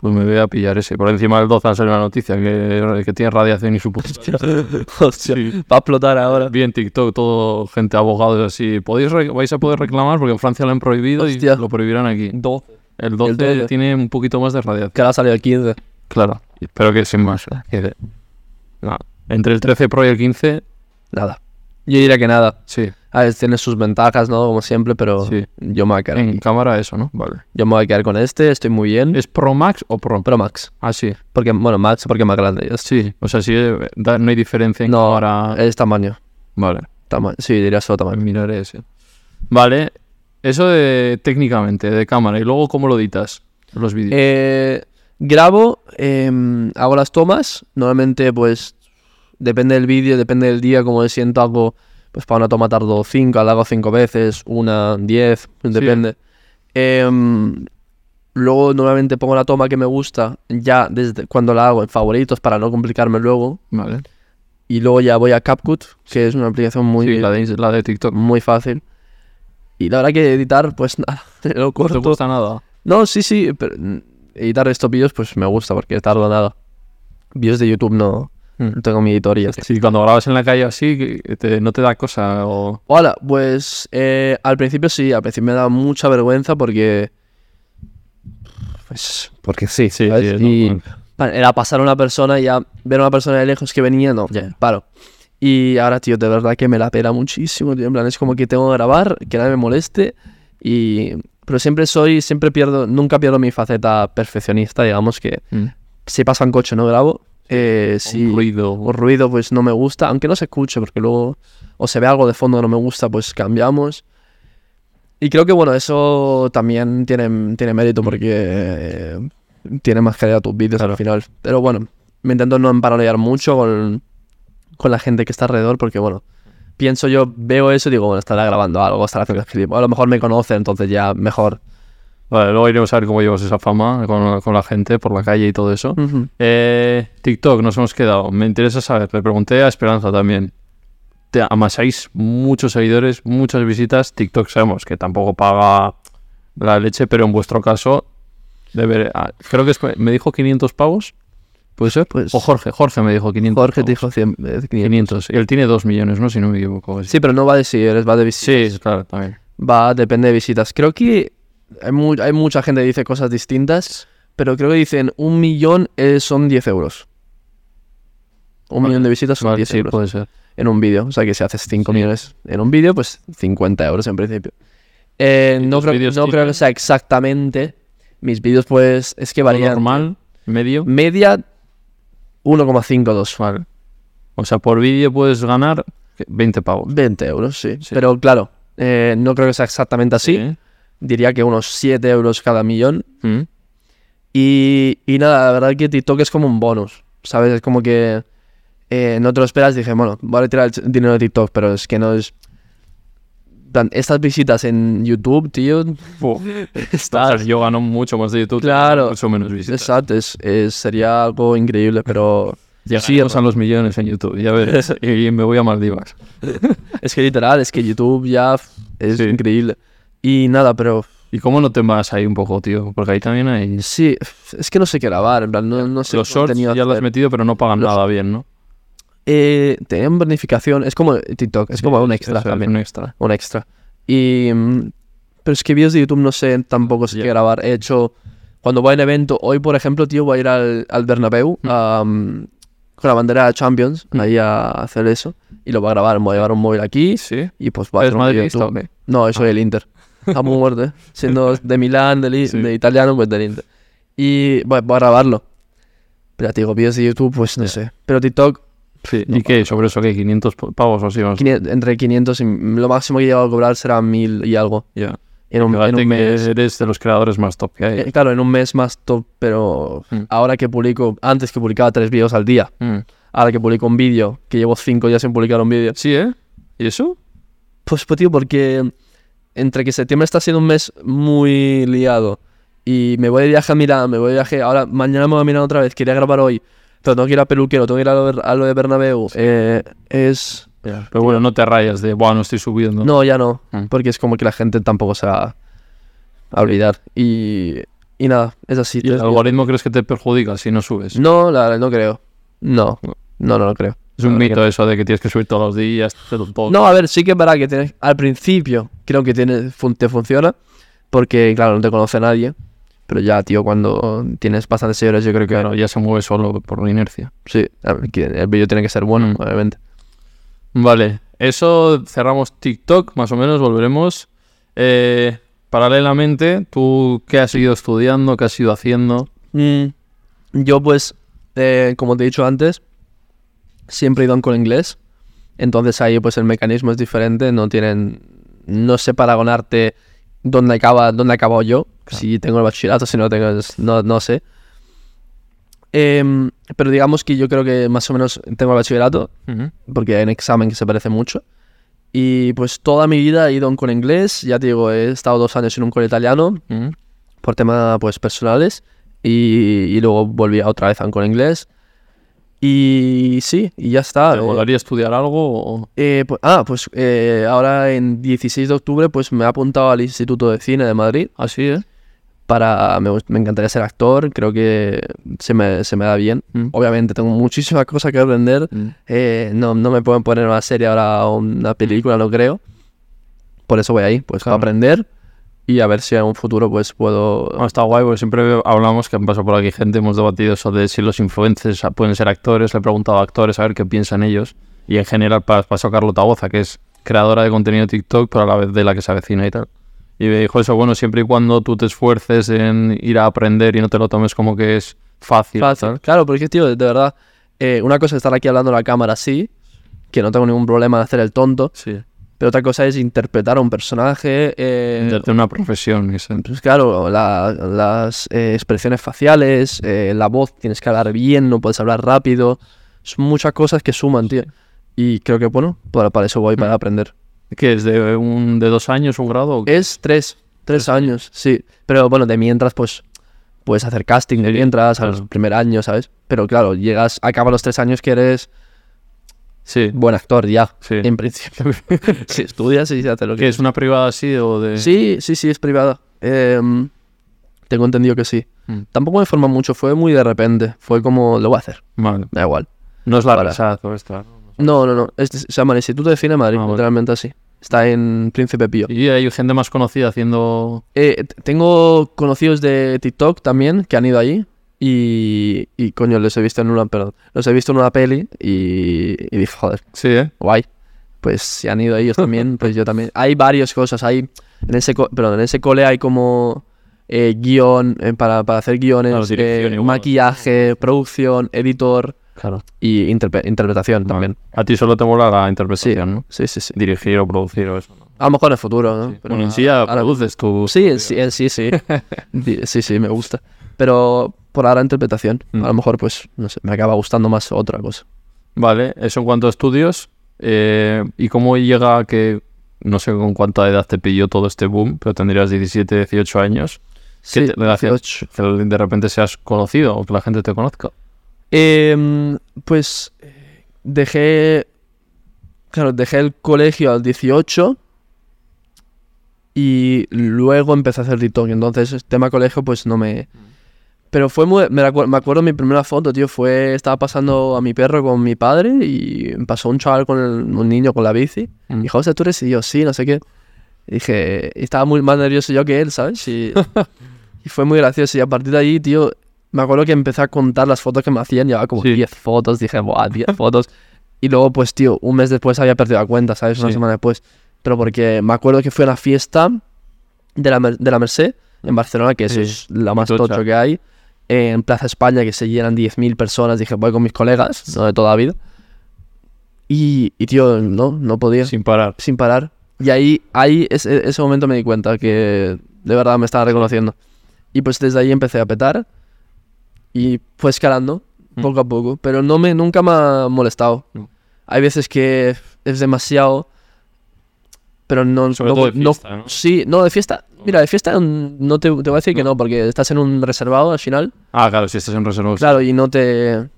S1: Pues me voy a pillar ese. Por encima del 12 ha salido una noticia que, que tiene radiación y su puta.
S2: Hostia,
S1: Sí.
S2: va a explotar ahora.
S1: Vi en TikTok todo gente abogados así. ¿Podéis re- vais a poder reclamar porque en Francia lo han prohibido
S2: Hostia.
S1: y lo prohibirán aquí.
S2: 12.
S1: El 12,
S2: 12.
S1: tiene un poquito más de radiación.
S2: Que ahora ha salido el 15.
S1: Claro. Espero que sin más. Que- No. Entre el 13 Pro y el 15,
S2: Nada. Yo diría que nada.
S1: sí.
S2: A ver, tiene sus ventajas, ¿no? Como siempre, pero
S1: Sí.
S2: yo, me voy a quedar.
S1: En cámara eso, ¿no? Vale.
S2: yo me voy a quedar con este, estoy muy bien.
S1: ¿Es Pro Max o Pro?
S2: Pro Max.
S1: Ah, sí.
S2: Porque, bueno, Max porque es más grande. Es,
S1: Sí. O sea, sí, eh, da- no hay diferencia en
S2: No,
S1: cámara.
S2: es tamaño.
S1: Vale.
S2: Tama- Sí, diría solo
S1: Pues
S2: tamaño.
S1: miraré ese. Vale. Eso de técnicamente, de cámara. Y luego, ¿cómo lo editas? Los vídeos.
S2: Eh, grabo, em, hago las tomas. Normalmente, pues, depende del vídeo, depende del día, como me siento, hago, pues, para una toma tardo 5, la hago 5 veces, una 10, depende. Em, luego, normalmente pongo la toma que me gusta ya desde cuando la hago en favoritos para no complicarme luego.
S1: vale.
S2: Y luego ya voy a CapCut, que es una aplicación muy,
S1: Sí, la de, la de TikTok.
S2: muy fácil. Y la verdad que editar, pues nada, lo
S1: No te
S2: corto.
S1: gusta nada.
S2: No, sí, sí, pero mm, editar estos vídeos pues me gusta porque tarda nada. Vídeos de YouTube no,
S1: Mm.
S2: no tengo mi editorial.
S1: Sí, cuando grabas en la calle así, que te- no te da cosa. O...
S2: Hola, pues eh, al principio sí, al principio me da mucha vergüenza porque... Pues porque sí,
S1: Sí,
S2: ¿sabes?
S1: sí, es
S2: y
S1: normal.
S2: pa- era pasar a una persona y ya ver a una persona de lejos que venía, no,
S1: Ya.
S2: paro. Y ahora, tío, de verdad que me la pela muchísimo, tío, en plan, es como que tengo que grabar, que nadie me moleste y... Pero siempre soy, siempre pierdo, nunca pierdo mi faceta perfeccionista, digamos que...
S1: Mm.
S2: si pasa en coche no grabo. Eh, si
S1: Un ruido.
S2: o ruido pues no me gusta, aunque no se escuche porque luego o se ve algo de fondo que no me gusta, pues cambiamos. Y creo que bueno, eso también tiene, tiene mérito porque eh, tiene más calidad tus vídeos al final. Pero bueno, me intento no paranoiar mucho con, con la gente que está alrededor porque bueno, pienso yo, veo eso y digo, bueno, estará grabando algo, estará haciendo clip. A lo mejor me conoce, entonces ya mejor.
S1: Vale, luego iremos a ver cómo llevas esa fama con, con la gente por la calle y todo eso.
S2: Ujú.
S1: Eh, TikTok, nos hemos quedado. Me interesa saber. Le pregunté a Esperanza también. Te amasáis muchos seguidores, muchas visitas. TikTok sabemos que tampoco paga la leche, pero en vuestro caso, debe- ah, creo que es- me dijo 500 pavos. ¿Puede ser?
S2: Pues-
S1: o Jorge, Jorge me dijo 500.
S2: Jorge te
S1: pavos.
S2: dijo 100, eh, 500.
S1: 500. Él tiene 2 millones, ¿no? Si no me equivoco.
S2: Sí, pero no va de seguidores, va de visitas.
S1: sí, claro, también.
S2: Va, depende de visitas. Creo que hay, mu- hay mucha gente que dice cosas distintas, pero creo que dicen un millón eh, son 10 euros. Un
S1: Vale,
S2: millón de visitas son
S1: Vale,
S2: 10
S1: sí,
S2: euros
S1: puede ser.
S2: en un vídeo. O sea que si haces 5
S1: Sí.
S2: millones en un vídeo, pues 50 euros en principio. Eh,
S1: ¿Y
S2: no
S1: tus
S2: creo,
S1: vídeos
S2: no creo
S1: tienen?
S2: que sea exactamente. Mis vídeos, pues, es que varían.
S1: Normal, medio.
S2: Media 1,52.
S1: Vale. O sea, por vídeo puedes ganar 20 pavos.
S2: 20 euros, sí.
S1: Sí.
S2: Pero claro, eh, no creo que sea exactamente así. Diría que unos 7 euros cada millón.
S1: Mm.
S2: Y, y nada, la verdad que TikTok es como un bonus, ¿sabes? Es como que eh, no te lo esperas. Dije, bueno, voy a retirar el ch- dinero de TikTok, pero es que no es. Tan- Estas visitas en YouTube, tío.
S1: Claro, yo gano mucho más de YouTube.
S2: Claro.
S1: Mucho menos visitas.
S2: Exacto, es, es- sería algo increíble, pero.
S1: Sí, usan los millones en YouTube, ya ves. y, y me voy a Maldivas.
S2: Es que literal, es que YouTube ya f- es
S1: Sí.
S2: increíble. Y nada, pero
S1: ¿Y cómo no te vas ahí un poco, tío? Porque ahí también hay...
S2: sí, f- es que no sé qué grabar, en plan, no, no sé
S1: los
S2: qué
S1: shorts
S2: contenido
S1: ya lo has
S2: hacer.
S1: metido, pero no pagan
S2: Los-
S1: nada bien, ¿no?
S2: Eh, tenían bonificación, es como TikTok, es como un extra
S1: Eso es,
S2: también.
S1: Un extra.
S2: un extra. Y, mm, pero es que vídeos de YouTube no sé tampoco sé
S1: Ya.
S2: qué grabar. He hecho, cuando voy a un evento, hoy por ejemplo, tío, voy a ir al, al Bernabéu a, mm, con la bandera Champions,
S1: Mm.
S2: ahí a hacer eso. Y lo voy a grabar, me voy a llevar un móvil aquí
S1: Sí.
S2: y pues voy a
S1: ¿Eres
S2: hacer un vídeo de
S1: madridista o Ah.
S2: YouTube. No, soy del Inter. A muy muerte. Siendo de Milán, del I-
S1: Sí.
S2: de italiano, pues del Inter. Y voy, voy a grabarlo. Pero ya te digo, vídeos de YouTube, pues no sé. Pero TikTok,
S1: Sí,
S2: no
S1: ¿Y qué? ¿Sobre eso qué? ¿500 po- pavos o así? vamos.
S2: 500 entre 500 y lo máximo que he llegado a cobrar será 1000 y algo.
S1: Ya.
S2: En un, en
S1: Fíjate
S2: un
S1: que eh,
S2: mes.
S1: eres de los creadores más top que hay.
S2: Eh, Claro, en un mes más top, pero
S1: Mm.
S2: ahora que publico, antes que publicaba tres vídeos al día,
S1: Mm.
S2: ahora que publico un vídeo, que llevo cinco días sin publicar un vídeo.
S1: Sí, ¿eh? ¿Y eso?
S2: Pues, pues, tío, porque entre que septiembre está siendo un mes muy liado y me voy de viaje a Milán, me voy de viaje, ahora mañana me voy a Milán otra vez, quería grabar hoy, pero tengo que ir a peluquero, tengo que ir a lo, de- a lo de Bernabéu. eh, es...
S1: Pero bueno, no te rayas de, bueno, no estoy subiendo.
S2: No, ya no,
S1: Mm.
S2: porque es como que la gente tampoco se va a olvidar. Y, y nada, es
S1: ¿Y
S2: así.
S1: el
S2: tres días.
S1: algoritmo crees que te perjudica si no subes?
S2: No, la verdad, no creo. No,
S1: No.
S2: no, no lo creo.
S1: Es un
S2: La verdad
S1: mito eso de que tienes que subir todos los días. te lo
S2: que
S1: pongo.
S2: No, No, a ver, sí que es verdad que tienes, al principio creo que tiene, fun- te funciona, porque claro, no te conoce nadie, pero ya, tío, cuando tienes bastantes seguidores yo creo que
S1: Claro, ya se mueve solo por inercia.
S2: sí, a ver, que el vídeo tiene que ser bueno,
S1: Mm.
S2: obviamente.
S1: Vale, eso cerramos TikTok, más o menos, volveremos. Eh, paralelamente, ¿tú qué has ido estudiando? ¿Qué has ido haciendo?
S2: Mm, Yo pues, eh, como te he dicho antes, siempre he ido con inglés, entonces ahí pues el mecanismo es diferente, no tienen, no sé paragonarte dónde acaba, dónde he acabado yo, si tengo el bachillerato, si no tengo, el- no, no sé. Em, pero digamos que yo creo que más o menos tengo el bachillerato, porque hay un examen que se parece mucho. Y pues toda mi vida he ido con inglés, ya te digo, he estado dos años en un cole italiano,
S1: Mm.
S2: por temas pues personales y, y luego volví otra vez a con inglés y sí y ya está
S1: ¿Te
S2: eh,
S1: volaría estudiar algo? o-
S2: eh, pu- ah pues eh, ahora en 16 de octubre pues me he apuntado al Instituto de Cine de Madrid
S1: Así, ¿eh?
S2: para me, gust- me encantaría ser actor creo que se me, se me da bien
S1: Mm.
S2: obviamente tengo muchísimas cosas que aprender eh, no, no me pueden poner una serie ahora o una película, no creo. Por eso voy ahí, pues
S1: Mm. Claro.
S2: a aprender y a ver si en un futuro pues puedo...
S1: Bueno, está guay, porque siempre veo- hablamos que han pasado por aquí gente, hemos debatido sobre si los influencers pueden ser actores, le he preguntado a actores a ver qué piensan ellos. Y en general pa- pasó Carlota Boza, que es creadora de contenido TikTok, pero a la vez de la que se avecina y tal. Y me dijo eso, bueno, siempre y cuando tú te esfuerces en ir a aprender y no te lo tomes como que es fácil.
S2: Fácil.
S1: tal.
S2: Claro, porque tío, de verdad, eh, una cosa es estar aquí hablando a la cámara así, que no tengo ningún problema en hacer el tonto,
S1: Sí.
S2: pero otra cosa es interpretar a un personaje, eh,
S1: Darte una profesión. y ser-
S2: Pues claro, la- las eh, expresiones faciales, eh, la voz, tienes que hablar bien, no puedes hablar rápido. Son muchas cosas que suman, tío. Y creo que, bueno, para, para eso voy, para aprender.
S1: ¿Qué es? ¿De, un, de dos años, un grado? o qué?
S2: Es tres, tres años, sí. Pero bueno, de mientras, pues, puedes hacer casting de mientras, a los
S1: claro.
S2: primer año, ¿sabes? Pero claro, llegas, acaba los tres años que eres
S1: Sí.
S2: buen actor ya,
S1: Sí.
S2: en principio. si estudias y haces lo
S1: ¿Qué
S2: que...
S1: es? ¿Una privada así o de...?
S2: Sí, sí, sí, es privada. Em, tengo entendido que sí.
S1: Mm.
S2: Tampoco me informa mucho, fue muy de repente. Fue como, lo voy a hacer,
S1: Vale.
S2: da igual.
S1: No es la
S2: Para.
S1: pesada todo esto. ¿no?
S2: No, no, no. este se llama el Instituto de Cine de Madrid,
S1: Ah, vale.
S2: literalmente así. Está en Príncipe Pío.
S1: Y hay gente más conocida haciendo...
S2: Eh, t- tengo conocidos de TikTok también que han ido allí. Y, y coño, los he visto en una, perdón, los he visto en una peli y, y dije, joder,
S1: Sí, ¿eh?
S2: guay. Pues si han ido ellos también, pues yo también. Hay varias cosas. Hay, en ese, co- perdón, en ese cole hay como eh, guión, eh, para, para hacer guiones,
S1: Claro, dirección
S2: eh,
S1: igual.
S2: maquillaje, producción, editor.
S1: Claro.
S2: y interpre- interpretación también.
S1: A ti solo te mola la interpretación, ¿no?
S2: Sí, sí, sí.
S1: Dirigir o producir o eso. ¿no?
S2: A lo mejor en el futuro, ¿no? Pero
S1: bueno, en
S2: a-
S1: sí ya
S2: Mm. ahora-
S1: produces tú.
S2: sí, en sí, en sí, sí. Di- sí, sí, me gusta. Pero por ahora interpretación.
S1: Mm.
S2: A lo mejor, pues, no sé, me acaba gustando más otra cosa.
S1: Vale, eso en cuanto a estudios. eh, ¿Y cómo llega a que, no sé con cuánta edad te pilló todo este boom, pero tendrías 17, 18 años,
S2: Sí,
S1: te- le hacía-
S2: 18.
S1: que de repente seas conocido o que la gente te conozca?
S2: Em, pues eh, dejé. Claro, dejé el colegio al 18 y luego empecé a hacer TikTok. Entonces, el tema colegio, pues no me.
S1: Mm.
S2: Pero fue muy. Me, acuerdo, me acuerdo mi primera foto, tío. Fue. Estaba pasando a mi perro con mi padre y pasó un chaval con el- un niño con la bici.
S1: Mm.
S2: Y dijo, José, tú eres. Y yo, sí, no sé qué. Y dije. y estaba muy más nervioso yo que él, ¿sabes? Y, y fue muy gracioso. Y a partir de allí, tío, me acuerdo que empecé a contar las fotos que me hacían, llevaba como
S1: Sí.
S2: 10 fotos, dije, buah, 10 fotos. Y luego, pues, tío, un mes después había perdido la cuenta, ¿sabes? Una
S1: Sí.
S2: semana después. Pero porque me acuerdo que fue a la fiesta de la, Mer- de la Merced en Barcelona, que eso
S1: Sí.
S2: es la más
S1: Tocha.
S2: tocho que hay. en Plaza España que se llenan 10.000 personas. Dije, voy con mis colegas, ¿no? De toda la vida. Y, y, tío, no, no podía.
S1: Sin parar.
S2: Sin parar. Y ahí, ahí ese, ese momento me di cuenta que de verdad me estaba reconociendo. Y pues desde ahí empecé a petar y fue escalando poco a poco, pero no me, nunca me ha molestado.
S1: Mm. No.
S2: Hay veces que es demasiado, pero no...
S1: Sobre
S2: no,
S1: todo de
S2: no-
S1: fiesta, ¿no?
S2: Sí, no, de fiesta. Mira, de fiesta no te, te voy a decir que no, porque estás en un reservado al final.
S1: Ah, claro, si estás en reserva.
S2: Claro, y no te...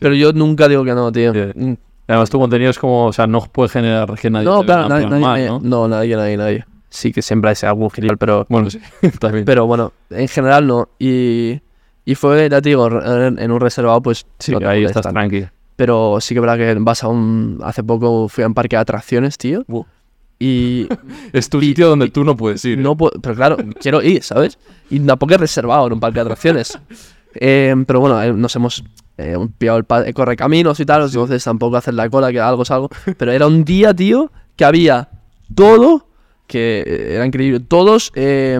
S2: Pero yo nunca digo que no, tío.
S1: Sí. Además, tu contenido es como, o sea, no puede generar que nadie
S2: Mm. No,
S1: te
S2: claro,
S1: vea
S2: nadie,
S1: en
S2: nadie,
S1: plan mal,
S2: nadie-
S1: ¿no?
S2: no, nadie, nadie, nadie. Sí que siempre hay algún genial, pero
S1: Bueno, sí, también.
S2: Pero bueno, en general no. Y, y fue, ya te digo, re- en en un reservado, pues
S1: sí,
S2: no te
S1: ahí estás
S2: molestan.
S1: tranqui.
S2: Pero sí que es verdad que vas a un. Hace poco fui a un parque de atracciones, tío.
S1: Buah.
S2: Y.
S1: Es tu sitio donde tú no puedes ir.
S2: no puedo- Pero claro, quiero ir, ¿sabes? Y tampoco he reservado en un parque de atracciones. Eh, pero bueno, eh, nos hemos eh, pillado el, pa- el correcaminos y tal, entonces tampoco hacer la cola, que algo es algo. Pero era un día, tío, que había todo, que eh, era increíble, todos eh,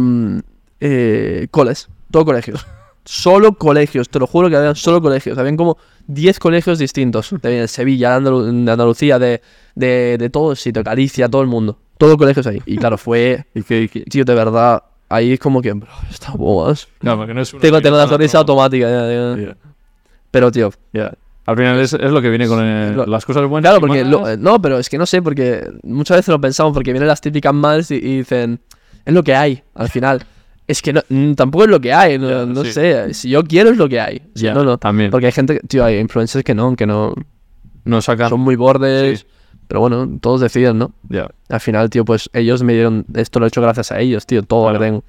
S2: eh, coles, todo colegios. Solo colegios, te lo juro que había solo colegios. Habían como 10 colegios distintos. De Sevilla, de, Andalu- de Andalucía, de, de, de todo el sitio, Galicia, todo el mundo. Todo colegios ahí. Y claro, fue
S1: Y que, y que-
S2: Tío, de verdad, ahí es como que, bro, está boas.
S1: no, porque no es una
S2: Tengo, tengo la
S1: fiesta,
S2: sonrisa
S1: no.
S2: automática. ya, ya.
S1: Ya,
S2: Pero, tío,
S1: ya. Al final es, es lo que viene con eh,
S2: Lo-
S1: las cosas buenas. y
S2: claro, porque.
S1: malas.
S2: lo- eh, no, pero es que no sé, porque muchas veces lo pensamos, porque vienen las típicas madres y, y dicen, es lo que hay, al final. Es que no- mm, tampoco es lo que hay, no,
S1: Ya,
S2: no
S1: sí.
S2: sé. Si yo quiero es lo que hay. Si
S1: Ya,
S2: no, no.
S1: también.
S2: Porque hay gente, que- tío, hay influencers que no, que no.
S1: No sacan.
S2: Son muy bordes.
S1: Sí.
S2: Pero bueno, todos deciden, ¿no?
S1: Ya.
S2: Al final, tío, pues ellos me dieron. Esto lo he hecho gracias a ellos, tío, todo lo que
S1: Claro.
S2: tengo.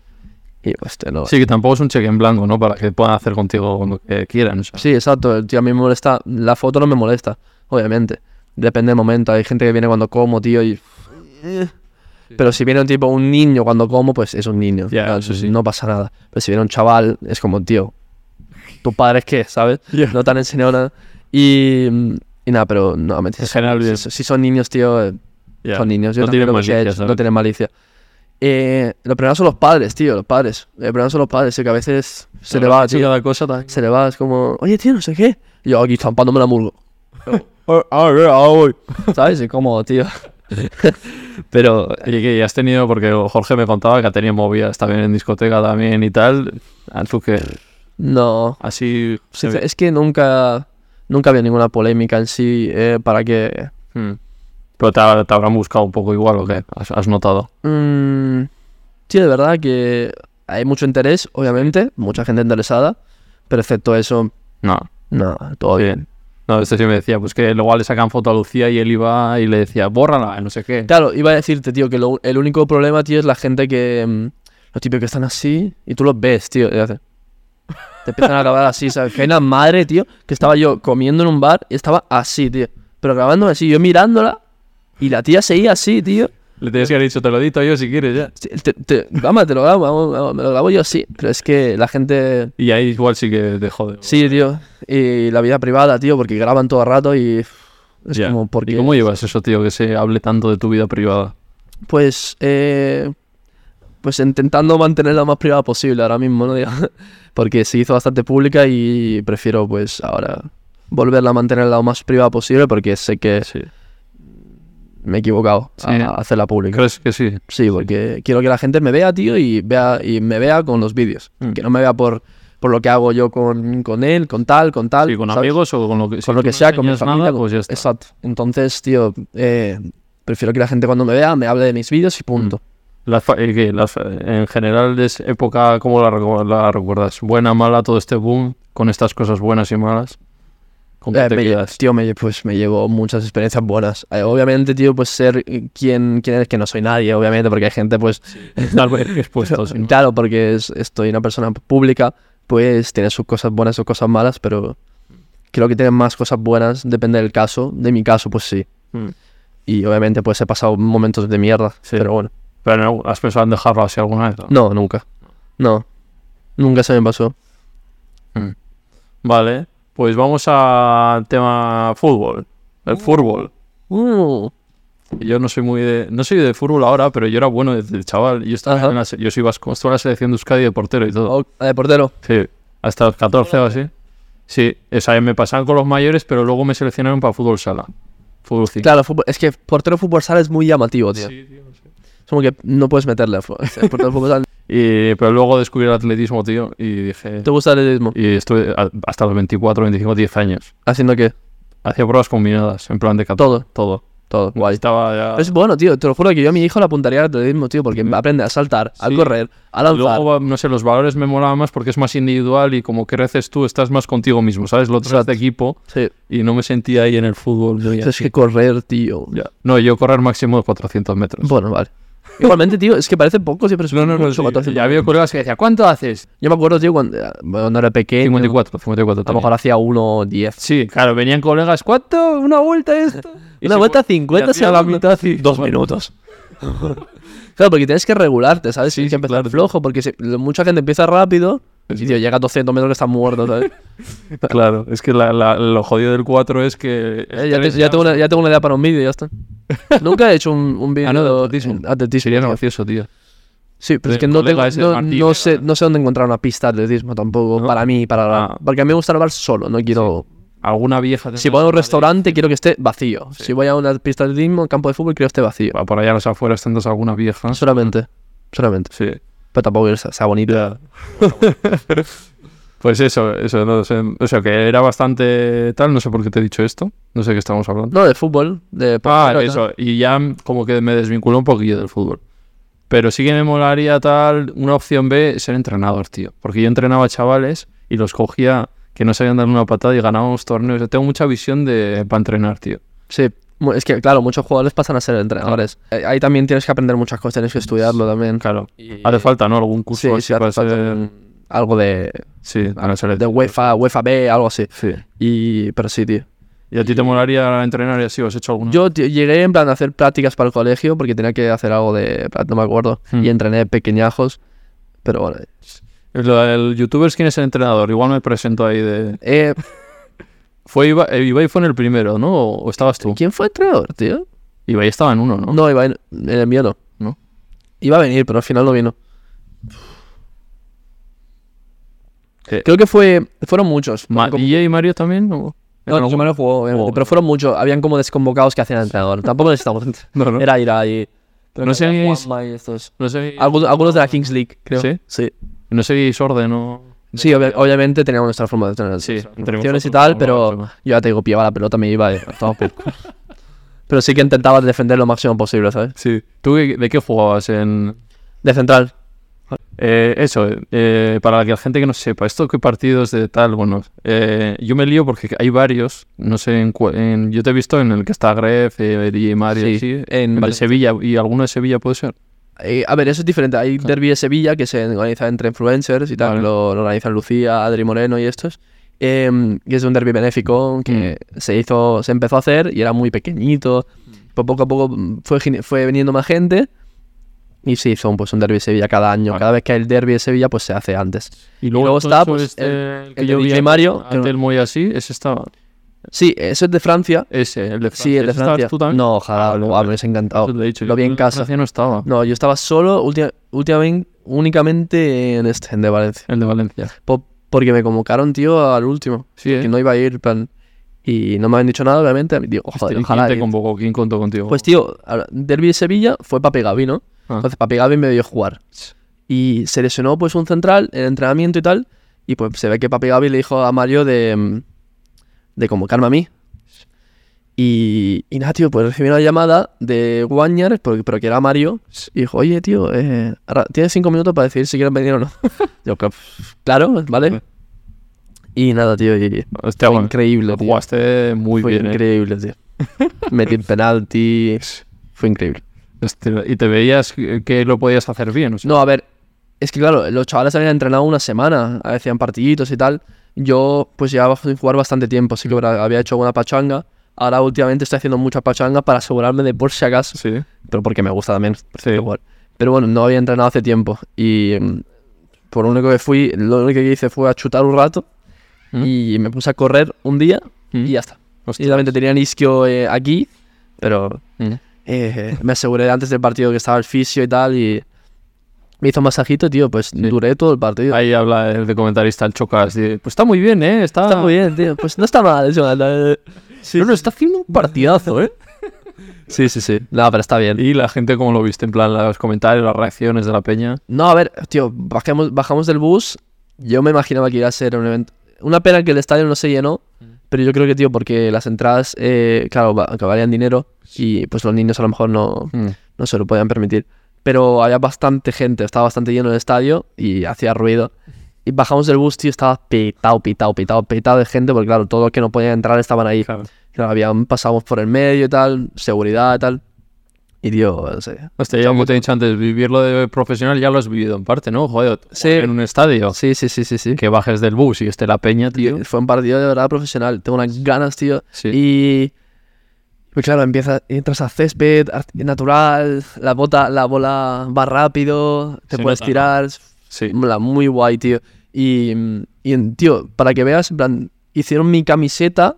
S2: Y, hostia, no.
S1: Sí, que tampoco es un cheque en blanco, ¿no? Para que puedan hacer contigo lo que quieran. o sea.
S2: Sí, exacto. Tío, a mí me molesta. La foto no me molesta, obviamente. Depende del momento. Hay gente que viene cuando como, tío, y. eh. Pero si viene un tipo, un niño cuando como, pues es un niño.
S1: Ya,
S2: no,
S1: eso sí.
S2: no pasa nada. Pero si viene un chaval, es como, tío, ¿tus padres qué? ¿Sabes?
S1: Ya.
S2: No te han enseñado nada. Y, y nada, pero no, me
S1: En general, bien.
S2: si, si son niños, tío, eh,
S1: Ya.
S2: son niños. Yo
S1: no
S2: también
S1: tienen
S2: lo que se ha
S1: malicia,
S2: hecho,
S1: ¿sabes?
S2: no tienen malicia. Eh, lo primero son los padres, tío, los padres. El problema son los padres, tío, que a veces se le va,
S1: Sí,
S2: tío
S1: cada cosa tan-
S2: se le va, es como, oye, tío, no sé qué. Y yo aquí estampándome la murgo.
S1: Oh, ah,
S2: ¿Sabes? Y como, tío. Pero,
S1: Oye, eh, que has tenido, porque Jorge me contaba que ha tenido movidas también en discoteca también y tal. Ah, Tú que
S2: no.
S1: así. se
S2: Sincer-
S1: ve.
S2: es que nunca, nunca había ninguna polémica en sí eh, para que.
S1: Hmm. Pero te, ha- te habrán buscado un poco igual o qué? Has, has notado.
S2: Mm, sí, de verdad que hay mucho interés, obviamente, mucha gente interesada, pero excepto eso,
S1: No.
S2: no, todo bien.
S1: No, este sí me decía, pues que luego le sacan foto a Lucía y él iba y le decía, bórrala, no sé qué.
S2: Claro, iba a decirte, tío, que lo- el único problema, tío, es la gente que. mm, los típicos que están así y tú los ves, tío. y hacen- te empiezan a grabar así, ¿sabes? Que hay una madre, tío, que estaba yo comiendo en un bar y estaba así, tío. Pero grabándome así, yo mirándola y la tía seguía así, tío.
S1: Le tenías que haber dicho, te lo edito yo si quieres ya.
S2: Sí, Te, te- vamos, te lo grabo, vamos, vamos, me lo grabo yo así. Pero es que la gente.
S1: Y ahí igual sí que te jode.
S2: Sí, tío. Y la vida privada, tío, porque graban todo el rato y. Es
S1: Ya.
S2: como, ¿por
S1: ¿Y
S2: qué?
S1: cómo llevas eso, tío, que se hable tanto de tu vida privada?
S2: Pues, eh, pues intentando mantenerla lo más privada posible ahora mismo, ¿no? Diga- Porque se hizo bastante pública y prefiero pues ahora volverla a mantenerla lo más privada posible porque sé que
S1: Sí.
S2: me he equivocado a-
S1: Sí.
S2: a, hacerla pública.
S1: ¿Crees que sí?
S2: Sí, porque quiero que la gente me vea, tío, y vea y me vea con los vídeos.
S1: Mm.
S2: Que no me vea por, por lo que hago yo con, con él, con tal, con tal.
S1: Sí, con
S2: ¿sabes?
S1: amigos o con lo que, si
S2: con lo
S1: tú
S2: que
S1: no
S2: sea, con mi
S1: enseñas
S2: familia,
S1: nada,
S2: con-
S1: pues ya está.
S2: Exacto. Entonces, tío, eh, prefiero que la gente cuando me vea me hable de mis vídeos y punto.
S1: Las fa- eh, que las fa- en general es época, ¿cómo la, recu- la recuerdas? Buena, mala, todo este boom, con estas cosas buenas y malas. ¿Con qué
S2: Eh,
S1: te
S2: me lle-
S1: quedas?
S2: tío, me, lle- pues me llevo muchas experiencias buenas. Eh, obviamente, tío, pues ser eh, quien, quien eres, que no soy nadie, obviamente, porque hay gente, pues...
S1: Estar expuesto, sin más.
S2: Claro, porque es- estoy una persona pública, pues tiene sus cosas buenas, sus cosas malas, pero creo que tiene más cosas buenas, depende del caso. De mi caso, pues sí.
S1: Mm.
S2: Y obviamente, pues he pasado momentos de mierda,
S1: Sí.
S2: pero bueno.
S1: Pero no, ¿has pensado en dejarlo así alguna vez? no?
S2: No, nunca. No. Nunca se me pasó.
S1: Vale, pues vamos al tema fútbol. El
S2: Uh.
S1: fútbol. Yo no soy muy de. No soy de fútbol ahora, pero yo era bueno desde chaval. Yo, estaba
S2: Ajá.
S1: en la se- yo soy vasco. Estuve en la selección de Euskadi de portero y todo.
S2: Oh, eh, portero.
S1: Sí. hasta los 14 o así. Sí, o sea, me pasaban con los mayores, pero luego me seleccionaron para fútbol sala. Fútbol 5.
S2: Claro, fútbol- es que portero fútbol sala es muy llamativo, tío. Es como que no puedes meterle a fu- portero fútbol sala.
S1: Y, pero luego descubrí el atletismo, tío, y dije...
S2: ¿Te gusta el atletismo?
S1: Y estuve a- hasta los 24, 25, 10 años.
S2: Haciendo que
S1: Hacía pruebas combinadas, en plan de 14.
S2: todo,
S1: Todo.
S2: todo.
S1: Guay. Estaba ya...
S2: Pero Es bueno, tío. Te lo juro que yo a mi hijo le apuntaría al atletismo, tío, porque aprende a saltar, a
S1: Sí.
S2: correr, a
S1: Y
S2: lanzar.
S1: Luego, no sé, los valores me molaban más porque es más individual y como creces tú, estás más contigo mismo, ¿sabes? Lo otro es de equipo
S2: Sí.
S1: y no me sentía ahí en el fútbol. muy
S2: Es
S1: así.
S2: que correr, tío.
S1: Ya. No, yo correr máximo de 400 metros.
S2: Bueno, vale. Igualmente, tío, es que parece poco, siempre es
S1: No, no, no.
S2: mucho,
S1: sí,
S2: 14.
S1: ya había colegas que decía ¿cuánto haces?
S2: Yo me acuerdo, tío, cuando, eh, cuando era
S1: Eh,
S2: pequeño,
S1: 54, 54
S2: a lo
S1: también.
S2: mejor hacía 1.10.
S1: Sí, claro, venían colegas, ¿cuánto? Una vuelta esto. Y
S2: Una
S1: se
S2: vuelta
S1: fue-
S2: 50
S1: y hacía la
S2: segundos.
S1: mitad y
S2: Dos minutos. Claro, porque tienes que regularte, ¿sabes?
S1: Sí,
S2: tienes
S1: sí,
S2: que empezar
S1: claro.
S2: flojo, porque si- mucha gente empieza rápido y, tío, llega a 200 metros que está muerto, ¿sabes?
S1: Claro, es que la- la- lo jodido del 4 es que.
S2: Eh, ya, te- ya tengo una, ya tengo una idea para un vídeo y ya está. Nunca he hecho un, un vídeo
S1: Ah, no, de atletismo.
S2: en atletismo,
S1: Sería
S2: tío.
S1: gracioso, tío.
S2: Sí, pero
S1: de
S2: es que no,
S1: colega
S2: tengo,
S1: ese,
S2: no,
S1: Martín,
S2: no
S1: ¿eh?
S2: sé, no sé dónde encontrar una pista de atletismo tampoco, para mí, para la-
S1: Ah.
S2: porque a mí me gusta hablar solo, no quiero...
S1: Alguna vieja.
S2: Si voy a un restaurante, quiero que esté vacío. Si voy a una pista de atletismo, un campo de fútbol, quiero que esté vacío.
S1: Va, Por allá a las afueras tendrás alguna vieja.
S2: Solamente, solamente.
S1: Sí.
S2: Pero tampoco que sea sea bonito.
S1: Pues eso, eso, no sé. O sea, que era bastante tal, no sé por qué te he dicho esto. No sé qué estamos hablando.
S2: No, de fútbol, de...
S1: Ah,
S2: pero-
S1: eso. Y ya mm, como que me desvinculó un poquillo del fútbol. Pero sí que me molaría tal, una opción B, ser entrenador, tío. Porque yo entrenaba a chavales y los cogía que no sabían dar una patada y ganábamos torneos. Yo tengo mucha visión de para entrenar, tío.
S2: Sí, mu- es que claro, muchos jugadores pasan a ser entrenadores. Eh, Ahí también tienes que aprender muchas cosas, tienes que estudiarlo también.
S1: Ah. Claro. Hace falta, ¿no? Algún curso
S2: Sí,
S1: así
S2: sí, hace
S1: para
S2: falta
S1: ser-
S2: un- algo de,
S1: Sí, para ser-
S2: de UEFA, UEFA B, algo así.
S1: Sí.
S2: Y, pero sí, tío.
S1: ¿Y a ti te molaría entrenar y así? ¿O has hecho alguna?
S2: Yo tío, llegué en plan a hacer prácticas para el colegio porque tenía que hacer algo de... No me acuerdo.
S1: Hmm.
S2: Y entrené pequeñajos. Pero bueno,
S1: Lo del youtuber es quién es el entrenador. Igual me presento ahí de...
S2: eh,
S1: Fue Iba- eh, Ibai fue en el primero, ¿no? ¿O o estabas tú?
S2: ¿quién fue entrenador, tío?
S1: Ibai estaba en uno, ¿no?
S2: No, iba en, en el mío no.
S1: ¿No?
S2: Iba a venir, pero al final no vino.
S1: Eh.
S2: Creo que fue, fueron muchos.
S1: Ma-
S2: Como-
S1: ¿Y Mario también? ¿O-
S2: no,
S1: en
S2: no,
S1: algún-
S2: Mario jugó, obviamente,
S1: Oh.
S2: pero fueron muchos. Habían como desconvocados que hacían entrenador. Tampoco necesitamos.
S1: No, no.
S2: Era ir ahí. Pero
S1: No
S2: que había
S1: seáis-
S2: Juanma y estos.
S1: No sé.
S2: Algunos, algunos de la Kings League, creo.
S1: ¿Sí?
S2: Sí.
S1: No seguís orden o.
S2: Sí, obvia- obviamente teníamos nuestra forma de entrenar.
S1: Sí,
S2: nuestras
S1: entre
S2: opciones y
S1: vosotros,
S2: tal,
S1: ¿no?
S2: pero
S1: Vale,
S2: yo ya te digo, pillaba la pelota, me iba y a tomar por culo. Pero sí que intentaba defender lo máximo posible, ¿sabes?
S1: Sí. ¿Tú de de qué jugabas en.?
S2: De central.
S1: Eh, eso, eh, para que la gente que no sepa, esto que partidos de tal, bueno, eh, yo me lío porque hay varios, no sé, en, cua- en- yo te he visto en el que está Gref, eh, y Mario,
S2: Sí,
S1: sí,
S2: en
S1: el de
S2: Valencia.
S1: Sevilla, y alguno de Sevilla puede ser.
S2: Eh, a ver, eso es diferente. Hay Derby de Sevilla que se organiza entre influencers y tal.
S1: Vale.
S2: Lo, lo organizan Lucía, Adri Moreno y estos. em, que es un derby benéfico que
S1: Mm.
S2: se hizo, se empezó a hacer y era muy pequeñito. Pues poco a poco mm, fue, gine- fue viniendo más gente y se hizo pues, un derby de Sevilla cada año.
S1: Vale.
S2: Cada vez que hay el derby de Sevilla, pues se hace antes. luego
S1: todo
S2: está,
S1: eso
S2: pues,
S1: este,
S2: el-
S1: que
S2: el de
S1: yo vi
S2: DJ
S1: en-
S2: Mario, que no-
S1: Antelmo y así, ese estaba,
S2: Sí, eso es de Francia.
S1: ese, el de Francia.
S2: Sí, el de
S1: ¿Ese estabas
S2: Francia.
S1: tú también?
S2: No, ojalá,
S1: Ah, vale,
S2: lo-
S1: vale.
S2: me hubiese encantado.
S1: Eso te he dicho,
S2: Lo
S1: yo
S2: vi
S1: creo
S2: en
S1: que
S2: casa.
S1: Francia no estaba,
S2: No, yo estaba solo última- últimamente, únicamente en este, en de Valencia.
S1: el de Valencia.
S2: Po- porque me convocaron, tío, al último.
S1: Sí, ¿eh?
S2: Que no iba a ir, plan. Y no me habían dicho nada, obviamente. Digo,
S1: Hostia,
S2: joder,
S1: ¿quién
S2: ojalá.
S1: te
S2: ir.
S1: convocó? ¿Quién contó contigo?
S2: Pues, tío, ahora, Derby de Sevilla fue Pape Gavi, ¿no?
S1: Ah.
S2: Entonces, Pape Gavi me dio jugar. Y se lesionó, pues, un central en entrenamiento y tal. Y pues se ve que Pape Gavi le dijo a Mario de. mm, de convocarme a mí. Y, y nada, tío, pues recibí una llamada de Guanyar, pero, pero que era Mario. Y dijo, oye, tío, eh, ahora tienes cinco minutos para decidir si quieres venir o no. Yo, "Claro, claro, ¿vale? Y nada, tío, y-
S1: Hostia,
S2: fue
S1: bueno,
S2: increíble,
S1: lo
S2: tío.
S1: jugaste muy
S2: fue
S1: bien, ¿eh?
S2: increíble, tío. Metí el penalti, fue increíble.
S1: Hostia, Este, Y te veías que que lo podías hacer bien, o sea,
S2: No, a ver, es que claro, los chavales habían entrenado una semana, hacían partiditos y tal. Yo pues llevaba sin jugar bastante tiempo, sí que habrá- había hecho alguna pachanga. Ahora últimamente estoy haciendo mucha pachanga para asegurarme de por si acaso.
S1: sí.
S2: pero porque me gusta también pues, por
S1: Sí.
S2: cierto, jugar. Pero bueno, no había entrenado hace tiempo y mm, por lo único que fui, lo único que hice fue a chutar un rato
S1: ¿Mm?
S2: y me puse a correr un día
S1: ¿Mm?
S2: y ya está.
S1: Ostras.
S2: Y realmente tenía el isquio eh, aquí,
S1: Mm.
S2: pero eh, me aseguré antes del partido que estaba el fisio y tal y Me hizo masajito, tío, pues duré todo el partido.
S1: Ahí habla el de comentarista, el Chocas. dice, pues está muy bien, ¿eh? Está,
S2: Está muy bien, tío. Pues no está mal eso. la- eh.
S1: Sí,
S2: Pero no, está haciendo un partidazo, ¿eh? Sí, sí, sí. No, pero está bien.
S1: Y la gente, como lo viste, en plan, los comentarios, las reacciones de la peña.
S2: No, a ver, tío, bajamos, bajamos del bus. Yo me imaginaba que iba a ser un evento. Una pena que el estadio no se llenó,
S1: Mm.
S2: pero yo creo que, tío, porque las entradas, eh, claro, va- acabarían dinero y pues los niños a lo mejor no, no se lo podían permitir. Pero había bastante gente, estaba bastante lleno el estadio y hacía ruido. Y bajamos del bus, tío, estaba pitado, pitado, pitado, pitado de gente, porque claro, todos los que no podían entrar estaban ahí.
S1: Claro.
S2: Claro, habían, pasamos por el medio y tal, seguridad y tal. Y tío, no sé.
S1: Hostia, ya como Pues te he dicho antes, vivirlo de profesional ya lo has vivido en parte, ¿no? Joder,
S2: Sí.
S1: en un estadio.
S2: Sí, sí, sí, sí, sí.
S1: Que bajes del bus y esté la peña, tío.
S2: Fue un partido de verdad profesional. Tengo unas ganas, tío.
S1: Sí.
S2: Y. Pues claro, empieza, entras a césped, ar- natural, la, bota, la bola va rápido, te
S1: Se
S2: puedes
S1: nota, ¿no?
S2: tirar.
S1: Sí.
S2: En plan, muy guay, tío. Y, mm, y, en- tío, para que veas, en plan, hicieron mi camiseta.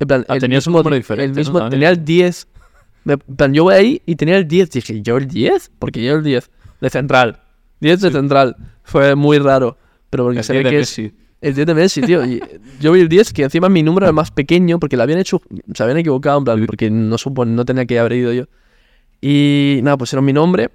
S2: En plan,
S1: Ah,
S2: el
S1: tenías un
S2: mismo,
S1: número
S2: di-
S1: diferente,
S2: el
S1: ¿no? Ah,
S2: mismo-
S1: También.
S2: Tenía el 10. Me- en plan, yo voy ahí y tenía el 10. Dije, ¿yo el 10? Porque yo el 10. De central. 10 de central. Fue muy raro. Pero porque
S1: El
S2: se
S1: 10
S2: ve
S1: de
S2: que es-
S1: Messi.
S2: el 10 de Messi, tío. Y yo vi el 10, que encima mi número era el más pequeño, porque lo habían hecho, se habían equivocado, en plan, porque no supo, no tenía que haber ido yo. Y nada, pusieron mi nombre,